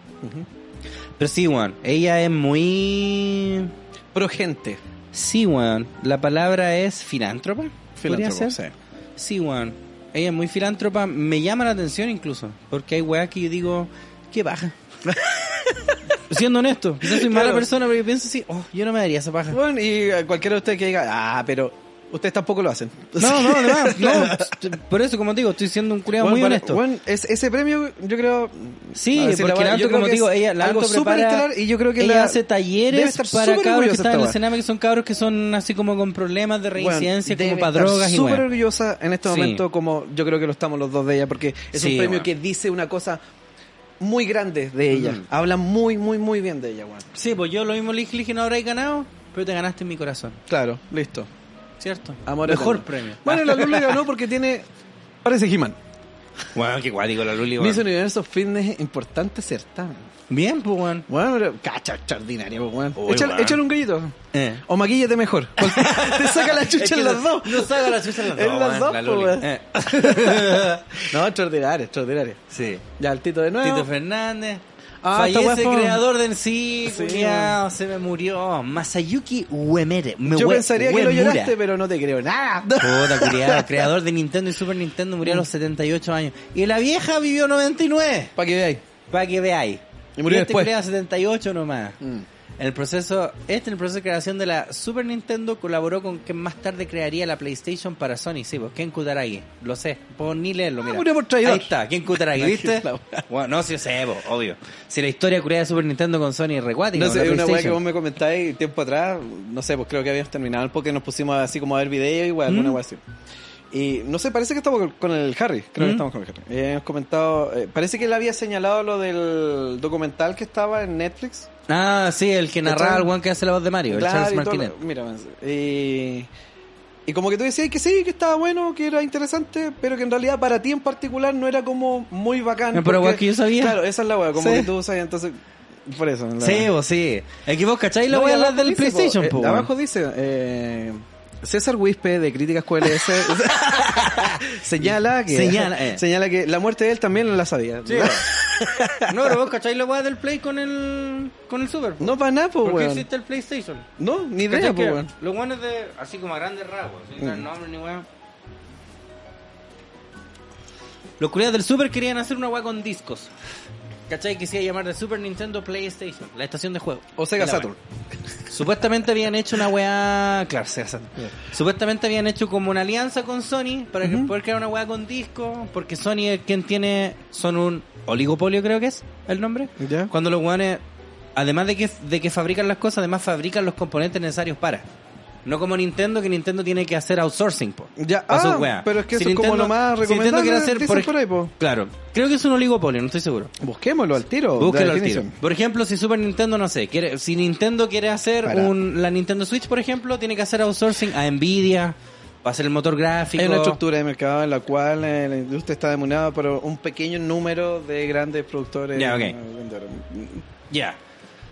[SPEAKER 2] Pero sí, weón. Ella es muy.
[SPEAKER 3] Pro gente.
[SPEAKER 2] Sí, weón. La palabra es filántropa. ¿Podría
[SPEAKER 3] Filántropo,
[SPEAKER 2] ser? Sí, weón. Ella es muy filántropa. Me llama la atención incluso. Porque hay weas que yo digo, qué baja. Siendo honesto, yo soy mala
[SPEAKER 3] Claro.
[SPEAKER 2] persona, pero yo pienso así, oh, yo no me daría esa paja.
[SPEAKER 3] Bueno, y a cualquiera de ustedes que diga, ah, pero ustedes tampoco lo hacen.
[SPEAKER 2] No, no, además, no. Por eso, como te digo, estoy siendo un culiado muy
[SPEAKER 3] Bueno,
[SPEAKER 2] honesto.
[SPEAKER 3] bueno, es, ese premio, yo creo.
[SPEAKER 2] Sí,
[SPEAKER 3] a ver si la
[SPEAKER 2] porque
[SPEAKER 3] voy a-
[SPEAKER 2] la
[SPEAKER 3] yo
[SPEAKER 2] Anto,
[SPEAKER 3] creo
[SPEAKER 2] como
[SPEAKER 3] que
[SPEAKER 2] digo,
[SPEAKER 3] es
[SPEAKER 2] ella, la
[SPEAKER 3] algo
[SPEAKER 2] Anto
[SPEAKER 3] súper
[SPEAKER 2] prepara,
[SPEAKER 3] estelar y yo creo que
[SPEAKER 2] ella
[SPEAKER 3] la-
[SPEAKER 2] hace
[SPEAKER 3] debe
[SPEAKER 2] talleres para
[SPEAKER 3] estar súper
[SPEAKER 2] cabros que
[SPEAKER 3] orgullosa
[SPEAKER 2] están en
[SPEAKER 3] esta
[SPEAKER 2] el
[SPEAKER 3] wea.
[SPEAKER 2] Sename, que son cabros que son así como con problemas de
[SPEAKER 3] Bueno,
[SPEAKER 2] reincidencia,
[SPEAKER 3] debe
[SPEAKER 2] como para
[SPEAKER 3] estar
[SPEAKER 2] drogas y
[SPEAKER 3] súper
[SPEAKER 2] weas.
[SPEAKER 3] orgullosa en este
[SPEAKER 2] Sí.
[SPEAKER 3] momento, como yo creo que lo estamos los dos de ella, porque es
[SPEAKER 2] Sí,
[SPEAKER 3] un premio
[SPEAKER 2] bueno.
[SPEAKER 3] que dice una cosa muy grande de ella.
[SPEAKER 2] Ujú.
[SPEAKER 3] Habla muy, muy, muy bien de ella, bueno.
[SPEAKER 2] Sí, pues yo lo mismo le dije, le dije, no habréis ganado, pero te ganaste en mi corazón,
[SPEAKER 3] Claro, listo.
[SPEAKER 2] ¿cierto?
[SPEAKER 3] Amor
[SPEAKER 2] Mejor
[SPEAKER 3] eterno.
[SPEAKER 2] premio.
[SPEAKER 3] Bueno, la Lula ganó porque tiene. Parece He-Man.
[SPEAKER 2] Bueno, qué guático la Luli,
[SPEAKER 3] Miss Universo Fitness es importante certamen.
[SPEAKER 2] Bien, pues, weón.
[SPEAKER 3] Bueno, pero cacha extraordinaria, pues, weón.
[SPEAKER 2] Uy,
[SPEAKER 3] Échale,
[SPEAKER 2] weón.
[SPEAKER 3] échale un gallito.
[SPEAKER 2] Eh.
[SPEAKER 3] O maquíllate mejor. Te saca la chucha en las dos.
[SPEAKER 2] No saca la chucha en las dos.
[SPEAKER 3] En
[SPEAKER 2] weón,
[SPEAKER 3] las dos,
[SPEAKER 2] la
[SPEAKER 3] pues,
[SPEAKER 2] Luli.
[SPEAKER 3] weón.
[SPEAKER 2] Eh.
[SPEAKER 3] No, extraordinaria, extraordinaria.
[SPEAKER 2] Sí.
[SPEAKER 3] Ya, el Tito de nuevo.
[SPEAKER 2] Tito Fernández.
[SPEAKER 3] Ah, esta
[SPEAKER 2] Fallece
[SPEAKER 3] weá fue-
[SPEAKER 2] creador de en sí,
[SPEAKER 3] Sí,
[SPEAKER 2] culiao, se me murió. Masayuki Uemere. Me
[SPEAKER 3] Yo
[SPEAKER 2] hue-
[SPEAKER 3] pensaría que lo
[SPEAKER 2] Uemura.
[SPEAKER 3] lloraste, pero no te creo nada.
[SPEAKER 2] Puta, culiao, creador de Nintendo y Super Nintendo murió a los 78 años. Y la vieja vivió 99.
[SPEAKER 3] Para que veáis.
[SPEAKER 2] Para que veáis.
[SPEAKER 3] Y murió
[SPEAKER 2] este
[SPEAKER 3] después.
[SPEAKER 2] culiao 78 nomás.
[SPEAKER 3] Mm.
[SPEAKER 2] En el proceso, este en el proceso de creación de la Super Nintendo colaboró con quien más tarde crearía la PlayStation para Sony, sí, pues Ken Kutaragi, lo sé, puedo ni leerlo, mira.
[SPEAKER 3] murió Ah, por traidor.
[SPEAKER 2] Ahí está, Ken Kutaragi, ¿viste?
[SPEAKER 3] La wea.
[SPEAKER 2] Bueno, no, si sé, po, obvio. Si la historia culiada de Super Nintendo con Sony es recuática,
[SPEAKER 3] No
[SPEAKER 2] con
[SPEAKER 3] sé,
[SPEAKER 2] la
[SPEAKER 3] una weá que vos
[SPEAKER 2] PlayStation.
[SPEAKER 3] me comentáis tiempo atrás, no sé, pues creo que habíamos terminado el podcast, nos pusimos así como a ver videos y weá, alguna
[SPEAKER 2] Mm.
[SPEAKER 3] weá así. Y no sé, parece que estamos con- con el Harry, creo
[SPEAKER 2] Mm.
[SPEAKER 3] que estamos con el Harry. Eh, hemos comentado, eh, parece que él había señalado lo del documental que estaba en Netflix.
[SPEAKER 2] Ah, sí, el que narraba
[SPEAKER 3] ¿Cachai?
[SPEAKER 2] el one que hace la voz de Mario, el
[SPEAKER 3] Claro,
[SPEAKER 2] Charles
[SPEAKER 3] y todo
[SPEAKER 2] Martinet.
[SPEAKER 3] lo- mira, eh, y como que tú decías que sí, que estaba bueno, que era interesante, pero que en realidad para ti en particular no era como muy bacán.
[SPEAKER 2] No, pero
[SPEAKER 3] porque-
[SPEAKER 2] weá que yo sabía.
[SPEAKER 3] Claro, esa es la weá, como
[SPEAKER 2] Sí.
[SPEAKER 3] que tú sabías, entonces, por eso. la-
[SPEAKER 2] Sí, vos, sí. Es que vos cacháis la
[SPEAKER 3] No, y
[SPEAKER 2] weá
[SPEAKER 3] abajo
[SPEAKER 2] del
[SPEAKER 3] dice,
[SPEAKER 2] PlayStation,
[SPEAKER 3] po,
[SPEAKER 2] po,
[SPEAKER 3] eh,
[SPEAKER 2] weón.
[SPEAKER 3] abajo dice, eh, César Wispe de Críticas QLS señala que
[SPEAKER 2] Señala, eh.
[SPEAKER 3] señala que la muerte de él también la sabía.
[SPEAKER 2] Sí, weón. No, pero vos cacháis la weá del Play con el, con el Super. po.
[SPEAKER 3] no para nada, po,
[SPEAKER 2] ¿Por qué
[SPEAKER 3] weón.
[SPEAKER 2] existe el PlayStation?
[SPEAKER 3] No, ni idea,
[SPEAKER 2] ¿Cachai
[SPEAKER 3] po,
[SPEAKER 2] que
[SPEAKER 3] weón.
[SPEAKER 2] Los guanes de. Así como a grandes rasgos. sin dar
[SPEAKER 3] Mm.
[SPEAKER 2] nombre ni weón. Los culiados del Super querían hacer una weá con discos. ¿Cachai? Quisiera llamar de Super Nintendo PlayStation, la estación de juego.
[SPEAKER 3] O Sega
[SPEAKER 2] La
[SPEAKER 3] Saturn.
[SPEAKER 2] weá. Supuestamente habían hecho una weá. Claro, Sega Saturn. Supuestamente habían hecho como una alianza con Sony para que poder crear una weá con disco. Porque Sony es quien tiene. Son un oligopolio, creo que es el nombre.
[SPEAKER 3] Ya.
[SPEAKER 2] Cuando los guanes, además de que, de que fabrican las cosas, además fabrican los componentes necesarios para. No como Nintendo, que Nintendo tiene que hacer outsourcing, po.
[SPEAKER 3] Ya,
[SPEAKER 2] Pa'
[SPEAKER 3] ah,
[SPEAKER 2] sus weas.
[SPEAKER 3] pero es que
[SPEAKER 2] Si
[SPEAKER 3] eso es como lo más
[SPEAKER 2] si Nintendo
[SPEAKER 3] recomendable,
[SPEAKER 2] quiere hacer,
[SPEAKER 3] dicen
[SPEAKER 2] ej-
[SPEAKER 3] por ahí, po.
[SPEAKER 2] Claro. Creo que es un oligopolio, no estoy seguro.
[SPEAKER 3] Busquémoslo al tiro.
[SPEAKER 2] Búsquelo
[SPEAKER 3] la
[SPEAKER 2] al tiro.
[SPEAKER 3] Oh, definición.
[SPEAKER 2] Por ejemplo, si Super Nintendo, no sé, quiere, si Nintendo quiere hacer
[SPEAKER 3] Para.
[SPEAKER 2] un, la Nintendo Switch, por ejemplo, tiene que hacer outsourcing a Nvidia, para hacer el motor gráfico.
[SPEAKER 3] Hay una estructura de mercado en la cual eh, la industria está demonada por un pequeño número de grandes productores.
[SPEAKER 2] Ya, ok.
[SPEAKER 3] eh, vendedores.
[SPEAKER 2] Ya.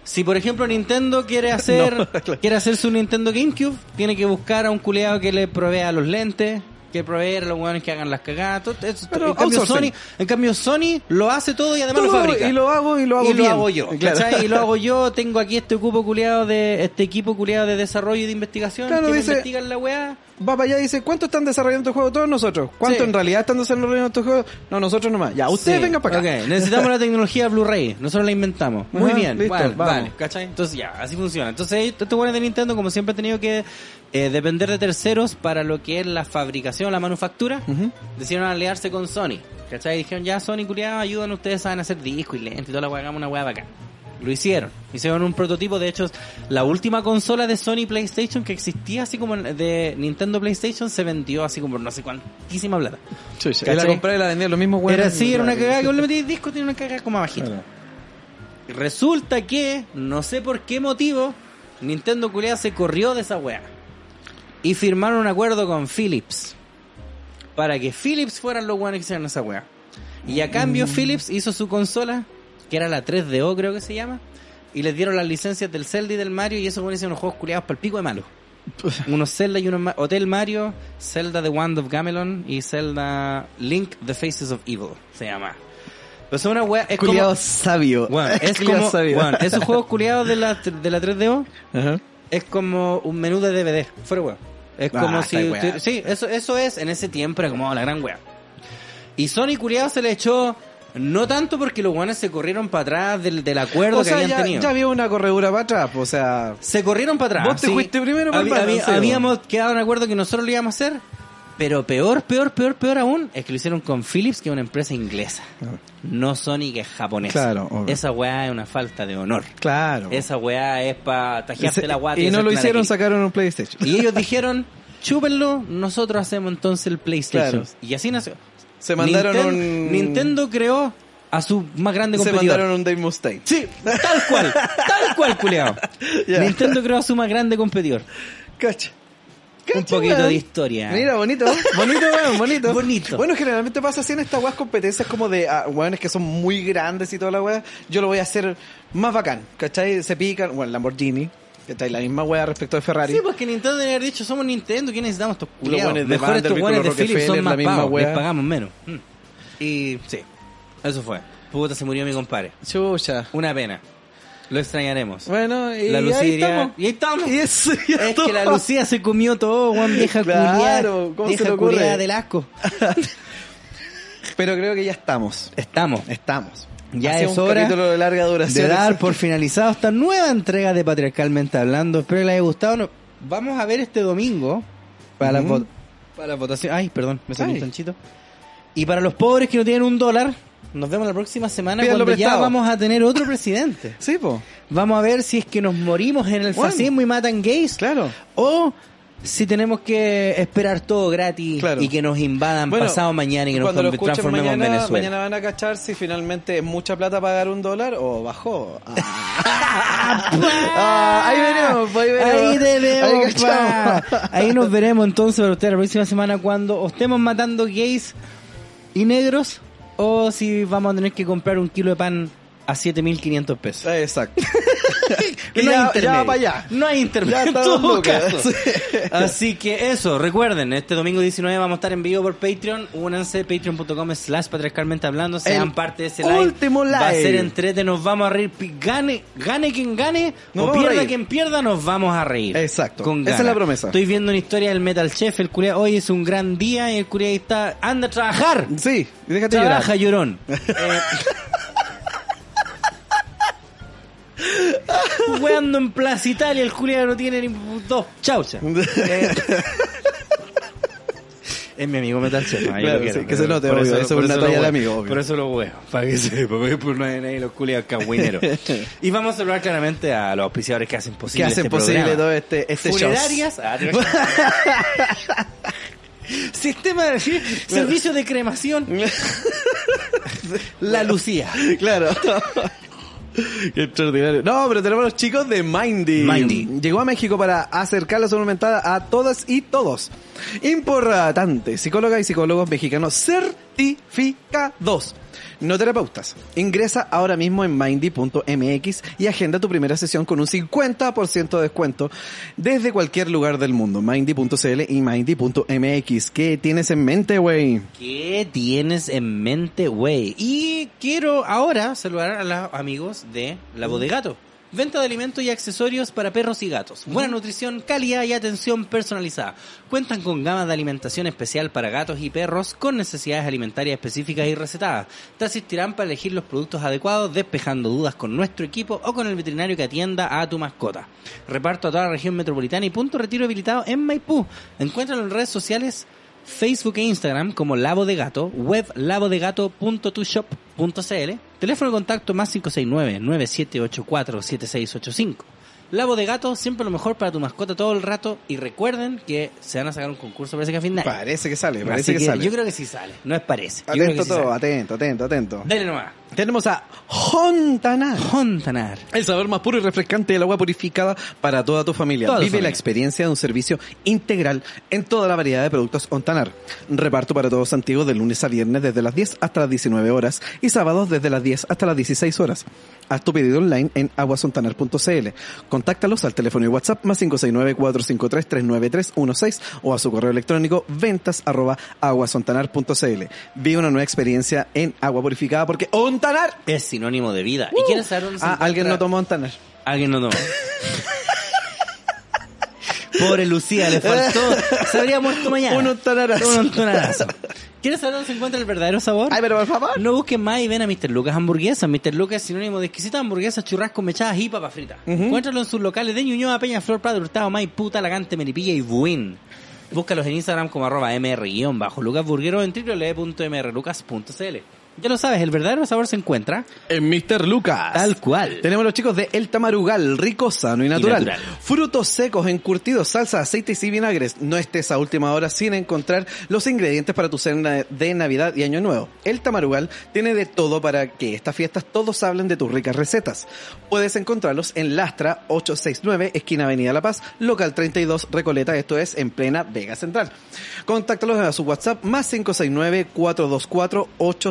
[SPEAKER 2] Si por ejemplo Nintendo quiere hacer quiere hacer su Nintendo GameCube, tiene que buscar a un culeado que le provea los lentes, que proveer a los hueones que hagan las cagadas. todo eso.
[SPEAKER 3] Pero
[SPEAKER 2] en, cambio,
[SPEAKER 3] outsourcing.
[SPEAKER 2] Sony, en cambio, Sony lo hace todo y además
[SPEAKER 3] Todo,
[SPEAKER 2] lo fabrica.
[SPEAKER 3] y lo hago, y lo hago
[SPEAKER 2] Y
[SPEAKER 3] bien.
[SPEAKER 2] lo hago yo.
[SPEAKER 3] Claro.
[SPEAKER 2] ¿cachai? Y lo hago yo. Tengo aquí este equipo culiado de, este equipo culiado de desarrollo y de investigación
[SPEAKER 3] Claro,
[SPEAKER 2] que me
[SPEAKER 3] dice-
[SPEAKER 2] investigan la weá.
[SPEAKER 3] Va para allá y dice, ¿cuánto están desarrollando tu juego? Todos nosotros. ¿Cuánto
[SPEAKER 2] Sí.
[SPEAKER 3] en realidad están desarrollando tu juego? No, nosotros nomás. Ya, ustedes
[SPEAKER 2] Sí.
[SPEAKER 3] vengan para acá.
[SPEAKER 2] Ok, Necesitamos la tecnología Blu-ray. Nosotros la inventamos. Muy
[SPEAKER 3] Ajá,
[SPEAKER 2] bien.
[SPEAKER 3] listo,
[SPEAKER 2] vale,
[SPEAKER 3] vamos.
[SPEAKER 2] vale, ¿cachai? Entonces ya, así funciona. Entonces ahí, estos buenos de Nintendo, como siempre, ha tenido que eh, depender de terceros para lo que es la fabricación, la manufactura.
[SPEAKER 3] Mm.
[SPEAKER 2] Decidieron aliarse con Sony. ¿Cachai? Dijeron, ya Sony, culiado, ayudan, ustedes saben hacer disco y lente y toda la weá, hagamos una weá bacán. Lo hicieron. Hicieron un prototipo. De hecho, la última consola de Sony PlayStation que existía, así como en- de Nintendo PlayStation, se vendió así como por no sé cuantísima plata.
[SPEAKER 3] Chucha,
[SPEAKER 2] ¿Cachai?
[SPEAKER 3] y la compré y la vendí a los mismos huevos.
[SPEAKER 2] Era así, era una cagada que vos le metís disco, tiene una cagada como bajita. Y Resulta que, no sé por qué motivo, Nintendo culiada se corrió de esa wea. Y firmaron un acuerdo con Philips. Para que Philips fueran los weones que hicieron esa wea. Y a cambio
[SPEAKER 3] Mm.
[SPEAKER 2] Philips hizo su consola, que era la 3DO creo que se llama. Y les dieron las licencias del Zelda y del Mario y esos weones hicieron unos juegos culiados para el pico de malo. unos Zelda y unos Ma- Hotel Mario, Zelda The Wand of Gamelon y Zelda Link The Faces of Evil se llama. Pero son una wea, es como-
[SPEAKER 3] Culiado sabio.
[SPEAKER 2] Weón, es
[SPEAKER 3] Culiao
[SPEAKER 2] como,
[SPEAKER 3] sabio.
[SPEAKER 2] weón, esos juegos culiados de la, de la 3DO
[SPEAKER 3] Ajá.
[SPEAKER 2] es como un menú de DVD. Fuera weón. Es
[SPEAKER 3] Ah,
[SPEAKER 2] como
[SPEAKER 3] esa
[SPEAKER 2] si.
[SPEAKER 3] weá.
[SPEAKER 2] Sí, eso, eso es. En ese tiempo era como "Oh, la gran wea. Y Sony culiado se le echó. No tanto porque los guanes se corrieron para atrás del, del acuerdo
[SPEAKER 3] O sea,
[SPEAKER 2] que habían
[SPEAKER 3] ya,
[SPEAKER 2] tenido.
[SPEAKER 3] ya había una corredura para atrás, pues, o sea...
[SPEAKER 2] Se corrieron para atrás.
[SPEAKER 3] Vos te fuiste primero,
[SPEAKER 2] Habi-
[SPEAKER 3] hermano,
[SPEAKER 2] habi-
[SPEAKER 3] sí, weón.
[SPEAKER 2] Habíamos quedado en acuerdo que nosotros lo íbamos a hacer. Pero peor, peor, peor, peor aún es que lo hicieron con Philips, que es una empresa inglesa. No Sony, que es japonesa.
[SPEAKER 3] Ah. Claro, obvio.
[SPEAKER 2] Esa weá es una falta de honor.
[SPEAKER 3] Claro.
[SPEAKER 2] Esa weá es para tajearte
[SPEAKER 3] Ese-
[SPEAKER 2] la guata.
[SPEAKER 3] y no
[SPEAKER 2] hacer
[SPEAKER 3] lo hicieron,
[SPEAKER 2] harakiri.
[SPEAKER 3] sacaron un PlayStation.
[SPEAKER 2] Y ellos dijeron, chúpenlo, nosotros hacemos entonces el PlayStation.
[SPEAKER 3] Claro.
[SPEAKER 2] Y así nació.
[SPEAKER 3] Se mandaron
[SPEAKER 2] Ninten-
[SPEAKER 3] un...
[SPEAKER 2] Nintendo creó a su más grande
[SPEAKER 3] Se
[SPEAKER 2] competidor.
[SPEAKER 3] mandaron un Dave Mustaine.
[SPEAKER 2] Sí, tal cual, tal cual, culeado.
[SPEAKER 3] Ya.
[SPEAKER 2] Nintendo creó a su más grande competidor.
[SPEAKER 3] Cacha.
[SPEAKER 2] Un poquito de historia.
[SPEAKER 3] Mira, bonito, bonito, weón, bonito.
[SPEAKER 2] Bonito.
[SPEAKER 3] Bueno, generalmente pasa así en estas weas competencias como de ah, weones que son muy grandes y toda la wea. Yo lo voy a hacer más bacán, ¿cachai? Se pican, bueno, Lamborghini, ¿cachai? La misma wea respecto al Ferrari.
[SPEAKER 2] Sí, pues que Nintendo debe haber dicho, somos Nintendo, ¿qué necesitamos estos culiados?
[SPEAKER 3] buenos de
[SPEAKER 2] Mejor estos
[SPEAKER 3] Vanderbilt,
[SPEAKER 2] guanes de
[SPEAKER 3] los
[SPEAKER 2] Philips son
[SPEAKER 3] Rockefeller,
[SPEAKER 2] más
[SPEAKER 3] la misma
[SPEAKER 2] pagos,
[SPEAKER 3] wea.
[SPEAKER 2] les pagamos menos. Mm. Y sí, eso fue. Puta, se murió mi compadre.
[SPEAKER 3] Chucha.
[SPEAKER 2] Una pena. Lo extrañaremos.
[SPEAKER 3] Bueno, y,
[SPEAKER 2] la
[SPEAKER 3] y
[SPEAKER 2] Lucía
[SPEAKER 3] ahí
[SPEAKER 2] diría-
[SPEAKER 3] estamos.
[SPEAKER 2] Y ahí estamos.
[SPEAKER 3] Y eso ya
[SPEAKER 2] Es
[SPEAKER 3] todo.
[SPEAKER 2] que la Lucía se comió todo, Juan, vieja
[SPEAKER 3] Claro,
[SPEAKER 2] culiada.
[SPEAKER 3] ¿cómo se
[SPEAKER 2] vieja
[SPEAKER 3] le ocurre?
[SPEAKER 2] culiada del asco.
[SPEAKER 3] Pero creo que ya estamos.
[SPEAKER 2] Estamos.
[SPEAKER 3] Estamos.
[SPEAKER 2] Ya
[SPEAKER 3] Hacía
[SPEAKER 2] es
[SPEAKER 3] un
[SPEAKER 2] hora
[SPEAKER 3] capítulo de larga duración.
[SPEAKER 2] De dar por finalizado esta nueva entrega de Patriarcalmente Hablando. Espero que les haya gustado. No- vamos a ver este domingo para, la
[SPEAKER 3] Ujú.
[SPEAKER 2] vo- para la votación. Ay, perdón, me salió un
[SPEAKER 3] Ay.
[SPEAKER 2] tanchito. Y para los pobres que no tienen un dólar, nos vemos la próxima semana
[SPEAKER 3] Pídanlo
[SPEAKER 2] cuando ya
[SPEAKER 3] prestado.
[SPEAKER 2] vamos a tener otro presidente.
[SPEAKER 3] Sí, po.
[SPEAKER 2] Vamos a ver si es que nos morimos en el
[SPEAKER 3] Bueno.
[SPEAKER 2] fascismo y matan gays.
[SPEAKER 3] Claro.
[SPEAKER 2] O si tenemos que esperar todo gratis
[SPEAKER 3] Claro.
[SPEAKER 2] y que nos invadan
[SPEAKER 3] Bueno,
[SPEAKER 2] pasado mañana y que nos
[SPEAKER 3] Cuando lo
[SPEAKER 2] conv-
[SPEAKER 3] escuchen
[SPEAKER 2] transformemos en
[SPEAKER 3] mañana,
[SPEAKER 2] Venezuela.
[SPEAKER 3] mañana van a cachar si finalmente es mucha plata pagar un dólar o bajó. Ah. Ah, ahí veremos, ahí veremos.
[SPEAKER 2] Ahí te veo,
[SPEAKER 3] Ahí cachamos.
[SPEAKER 2] pa. Ahí nos veremos entonces para ustedes la próxima semana cuando o estemos matando gays y negros o si vamos a tener que comprar un kilo de pan a 7500 pesos.
[SPEAKER 3] Exacto.
[SPEAKER 2] No
[SPEAKER 3] ya-
[SPEAKER 2] hay
[SPEAKER 3] ya
[SPEAKER 2] intermedio.
[SPEAKER 3] va pa' allá.
[SPEAKER 2] No hay
[SPEAKER 3] Ya
[SPEAKER 2] intermedio. en
[SPEAKER 3] está
[SPEAKER 2] todo
[SPEAKER 3] Don Lucas.
[SPEAKER 2] caso.
[SPEAKER 3] Sí.
[SPEAKER 2] Así que eso, recuerden, este domingo 19 vamos a estar en vivo por Patreon. Únanse, patreon.com slash patriarcalmente hablando. Sean
[SPEAKER 3] El
[SPEAKER 2] parte de ese live.
[SPEAKER 3] último
[SPEAKER 2] Va a
[SPEAKER 3] live.
[SPEAKER 2] ser entrete, nos vamos a reír. Pi- Gane, gane quien gane,
[SPEAKER 3] Nos
[SPEAKER 2] o
[SPEAKER 3] vamos a
[SPEAKER 2] pierda
[SPEAKER 3] reír.
[SPEAKER 2] quien pierda, nos vamos a reír.
[SPEAKER 3] Exacto.
[SPEAKER 2] Con
[SPEAKER 3] Esa
[SPEAKER 2] ganas.
[SPEAKER 3] es la promesa.
[SPEAKER 2] Estoy viendo una historia del Metal Chef. El curia hoy es un gran día y el curia ahí está. Anda a trabajar.
[SPEAKER 3] Sí, déjate llorar.
[SPEAKER 2] Trabaja, llorón. Eh, Weando Eh, en Plaza Italia, el Julián no tiene ni dos chauchas. Eh, Es mi amigo Metal Chef. ah, yo
[SPEAKER 3] Claro,
[SPEAKER 2] lo quiero,
[SPEAKER 3] sí, que se
[SPEAKER 2] pero
[SPEAKER 3] note,
[SPEAKER 2] por
[SPEAKER 3] obvio, eso es
[SPEAKER 2] por
[SPEAKER 3] una
[SPEAKER 2] lo
[SPEAKER 3] talla de
[SPEAKER 2] hue-
[SPEAKER 3] amigo, obvio.
[SPEAKER 2] Por eso lo huevo, para que sepa, porque por no hay nadie los culiados cagüineros. Y vamos a saludar claramente a los auspiciadores que hacen
[SPEAKER 3] que
[SPEAKER 2] posible
[SPEAKER 3] hacen
[SPEAKER 2] este
[SPEAKER 3] posible
[SPEAKER 2] programa.
[SPEAKER 3] todo este, este show.
[SPEAKER 2] Funerarias. Ah, te imaginas. Sistema de servicio de cremación. La Lucía.
[SPEAKER 3] Claro. Qué extraordinario. No, pero tenemos los chicos de Mindy.
[SPEAKER 2] Mindy.
[SPEAKER 3] Llegó a México para acercar la salud mental a todas y todos. Importante, psicólogas y psicólogos mexicanos certificados certificados. No terapeutas. Ingresa ahora mismo en mindy.mx y agenda tu primera sesión con un 50% de descuento desde cualquier lugar del mundo. Mindy.cl y mindy.mx. ¿Qué tienes en mente, güey?
[SPEAKER 2] ¿Qué tienes en mente, güey? Y quiero ahora saludar a los amigos de La Voz de Gato. Venta de alimentos y accesorios para perros y gatos. Buena nutrición, calidad y atención personalizada. Cuentan con gamas de alimentación especial para gatos y perros con necesidades alimentarias específicas y recetadas. Te asistirán para elegir los productos adecuados, despejando dudas con nuestro equipo o con el veterinario que atienda a tu mascota. Reparto a toda la región metropolitana y punto de retiro habilitado en Maipú. Encuéntralo en redes sociales Facebook e Instagram como Labo de Gato, web labodegato.tushop.cl, teléfono de contacto más 569-9784-7685. Labo de Gato, siempre lo mejor para tu mascota todo el rato y recuerden que se van a sacar un concurso, parece que a fin de año.
[SPEAKER 3] Parece que sale,
[SPEAKER 2] Así
[SPEAKER 3] parece que,
[SPEAKER 2] que
[SPEAKER 3] sale.
[SPEAKER 2] Yo creo que sí sale, no es parece. Yo creo que
[SPEAKER 3] Atento
[SPEAKER 2] sí
[SPEAKER 3] todo,
[SPEAKER 2] sale.
[SPEAKER 3] atento, atento, atento.
[SPEAKER 2] Dale nomás.
[SPEAKER 3] Tenemos a Hontanar.
[SPEAKER 2] Hontanar.
[SPEAKER 3] El sabor más puro y refrescante del agua purificada para toda tu familia.
[SPEAKER 2] Toda tu
[SPEAKER 3] Vive
[SPEAKER 2] familia.
[SPEAKER 3] la experiencia de un servicio integral en toda la variedad de productos Ontanar. Reparto para todos antiguos de lunes a viernes desde las 10 hasta las 19 horas y sábados desde las 10 hasta las 16 horas. Haz tu pedido online en aguasontanar.cl. Contáctalos al teléfono y WhatsApp más 569-453-39316 o a su correo electrónico ventas arroba aguasontanar.cl. Vive una nueva experiencia en agua purificada porque Ontanar...
[SPEAKER 2] Es sinónimo de vida. ¿Y quieres saber dónde se
[SPEAKER 3] Ah, alguien
[SPEAKER 2] encuentra?
[SPEAKER 3] no tomó Ontanar.
[SPEAKER 2] Alguien no tomó. Pobre Lucía, le faltó. Se habría muerto mañana.
[SPEAKER 3] Un hontanarazo.
[SPEAKER 2] Un hontanarazo. ¿Quieres saber dónde se encuentra el verdadero sabor?
[SPEAKER 3] Ay, pero por favor.
[SPEAKER 2] No busquen más y ven a Mr. Lucas Hamburguesas. Mr. Lucas es sinónimo de exquisitas hamburguesas, churrasco, mechadas y papas fritas. Encuéntralo en sus locales de Ñuñoa, Peña, Flor, Prado, Hurtado, Maipú, Talagante, Melipilla y Buin. Búscalos en Instagram como arroba mr-bajo Lucas Burguero en www.mrlucas.cl. Ya lo sabes, el verdadero sabor se encuentra
[SPEAKER 3] En Mr. Lucas.
[SPEAKER 2] tal cual.
[SPEAKER 3] Tenemos los chicos de El Tamarugal, rico, sano y natural.
[SPEAKER 2] natural.
[SPEAKER 3] Frutos secos, encurtidos, salsa, aceites y vinagres. No estés a última hora sin encontrar los ingredientes para tu cena de Navidad y Año Nuevo. El Tamarugal tiene de todo para que estas fiestas todos hablen de tus ricas recetas. Puedes encontrarlos en Lastra 869, esquina Avenida La Paz, local 32, Recoleta, esto es en plena Vega Central. Contáctalos a su WhatsApp más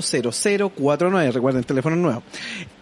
[SPEAKER 3] 569-424-80049. Recuerden, teléfono nuevo.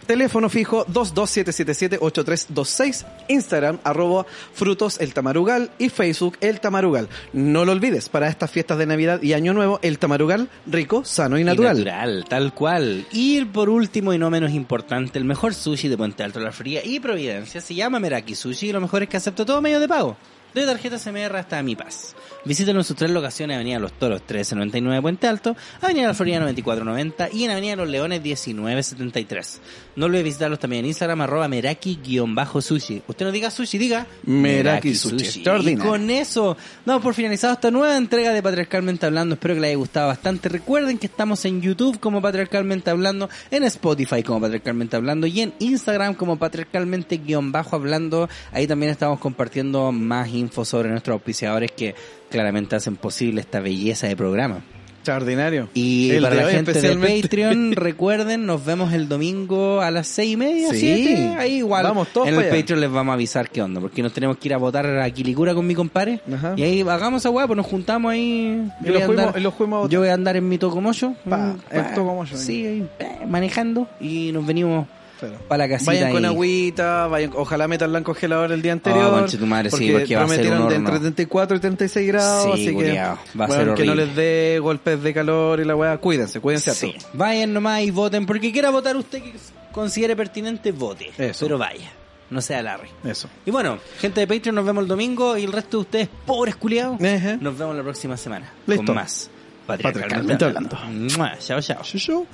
[SPEAKER 3] Teléfono fijo 227778326, Instagram arroba frutos el tamarugal y Facebook el tamarugal. No lo olvides, para estas fiestas de Navidad y Año Nuevo, el tamarugal rico, sano y natural.
[SPEAKER 2] Y natural, tal cual. Y por último y no menos importante, el mejor sushi de Puente Alto, La Fría y Providencia se llama Meraki Sushi y lo mejor es que acepta todo medio de pago. De tarjetas MR hasta Mi Paz. Visítanos en sus tres locaciones, Avenida Los Toros 1399 Puente Alto, Avenida La Florida 9490 y en Avenida Los Leones 1973. No olvides visitarlos también en Instagram, arroba Meraki-sushi. Usted no diga sushi, diga
[SPEAKER 3] Meraki Sushi.
[SPEAKER 2] Y
[SPEAKER 3] Extraordinario.
[SPEAKER 2] con con eso, damos por finalizado esta nueva entrega de Patriarcalmente Hablando. Espero que les haya gustado bastante. Recuerden que estamos en YouTube como Patriarcalmente Hablando, en Spotify como Patriarcalmente Hablando y en Instagram como Patriarcalmente-Hablando. Ahí también estamos compartiendo más info sobre nuestros auspiciadores que claramente hacen posible esta belleza de programa.
[SPEAKER 3] Extraordinario.
[SPEAKER 2] Y
[SPEAKER 3] El
[SPEAKER 2] para
[SPEAKER 3] de
[SPEAKER 2] la
[SPEAKER 3] hoy
[SPEAKER 2] gente de
[SPEAKER 3] especialmente.
[SPEAKER 2] Patreon, recuerden, nos vemos el domingo a las seis y media,
[SPEAKER 3] Sí.
[SPEAKER 2] siete. Ahí igual.
[SPEAKER 3] Vamos todos
[SPEAKER 2] en el
[SPEAKER 3] para allá.
[SPEAKER 2] Patreon les vamos a avisar qué onda, porque nos tenemos que ir a votar a Quilicura con mi compadre.
[SPEAKER 3] Ajá.
[SPEAKER 2] Y ahí hagamos esa weá, pues nos juntamos ahí.
[SPEAKER 3] Y
[SPEAKER 2] Yo
[SPEAKER 3] los
[SPEAKER 2] voy a
[SPEAKER 3] fuimos-
[SPEAKER 2] andar-
[SPEAKER 3] y los fuimos a votar.
[SPEAKER 2] Yo voy a andar en mi tocomoyo.
[SPEAKER 3] Pa,
[SPEAKER 2] Mm,
[SPEAKER 3] el tocomoyo.
[SPEAKER 2] Sí, ahí, eh, manejando. Y nos venimos
[SPEAKER 3] Pero-
[SPEAKER 2] para la casita.
[SPEAKER 3] Vayan con
[SPEAKER 2] ahí. Oh,
[SPEAKER 3] agüita, vayan, ojalá metanla en congelador el día anterior.
[SPEAKER 2] conche tu madre, sí, porque va a ser
[SPEAKER 3] prometieron
[SPEAKER 2] un
[SPEAKER 3] de
[SPEAKER 2] horno.
[SPEAKER 3] entre 34 y 36 grados,
[SPEAKER 2] Sí,
[SPEAKER 3] así que,
[SPEAKER 2] culiao, va a ser
[SPEAKER 3] bueno, que no
[SPEAKER 2] horrible.
[SPEAKER 3] les dé golpes de calor y la weá, cuídense, cuídense
[SPEAKER 2] Sí.
[SPEAKER 3] a todos.
[SPEAKER 2] Vayan nomás y voten, porque quiera votar usted que considere pertinente, vote.
[SPEAKER 3] Eso.
[SPEAKER 2] Pero vaya, no sea Larry.
[SPEAKER 3] Eso.
[SPEAKER 2] Y bueno, gente de Patreon, nos vemos el domingo y el resto de ustedes, pobres culiados,
[SPEAKER 3] Ejé.
[SPEAKER 2] nos vemos la próxima semana.
[SPEAKER 3] Listo.
[SPEAKER 2] Con más.
[SPEAKER 3] Patriarcalmente hablando.
[SPEAKER 2] Mua, Chao, chao.
[SPEAKER 3] Shoo, shoo.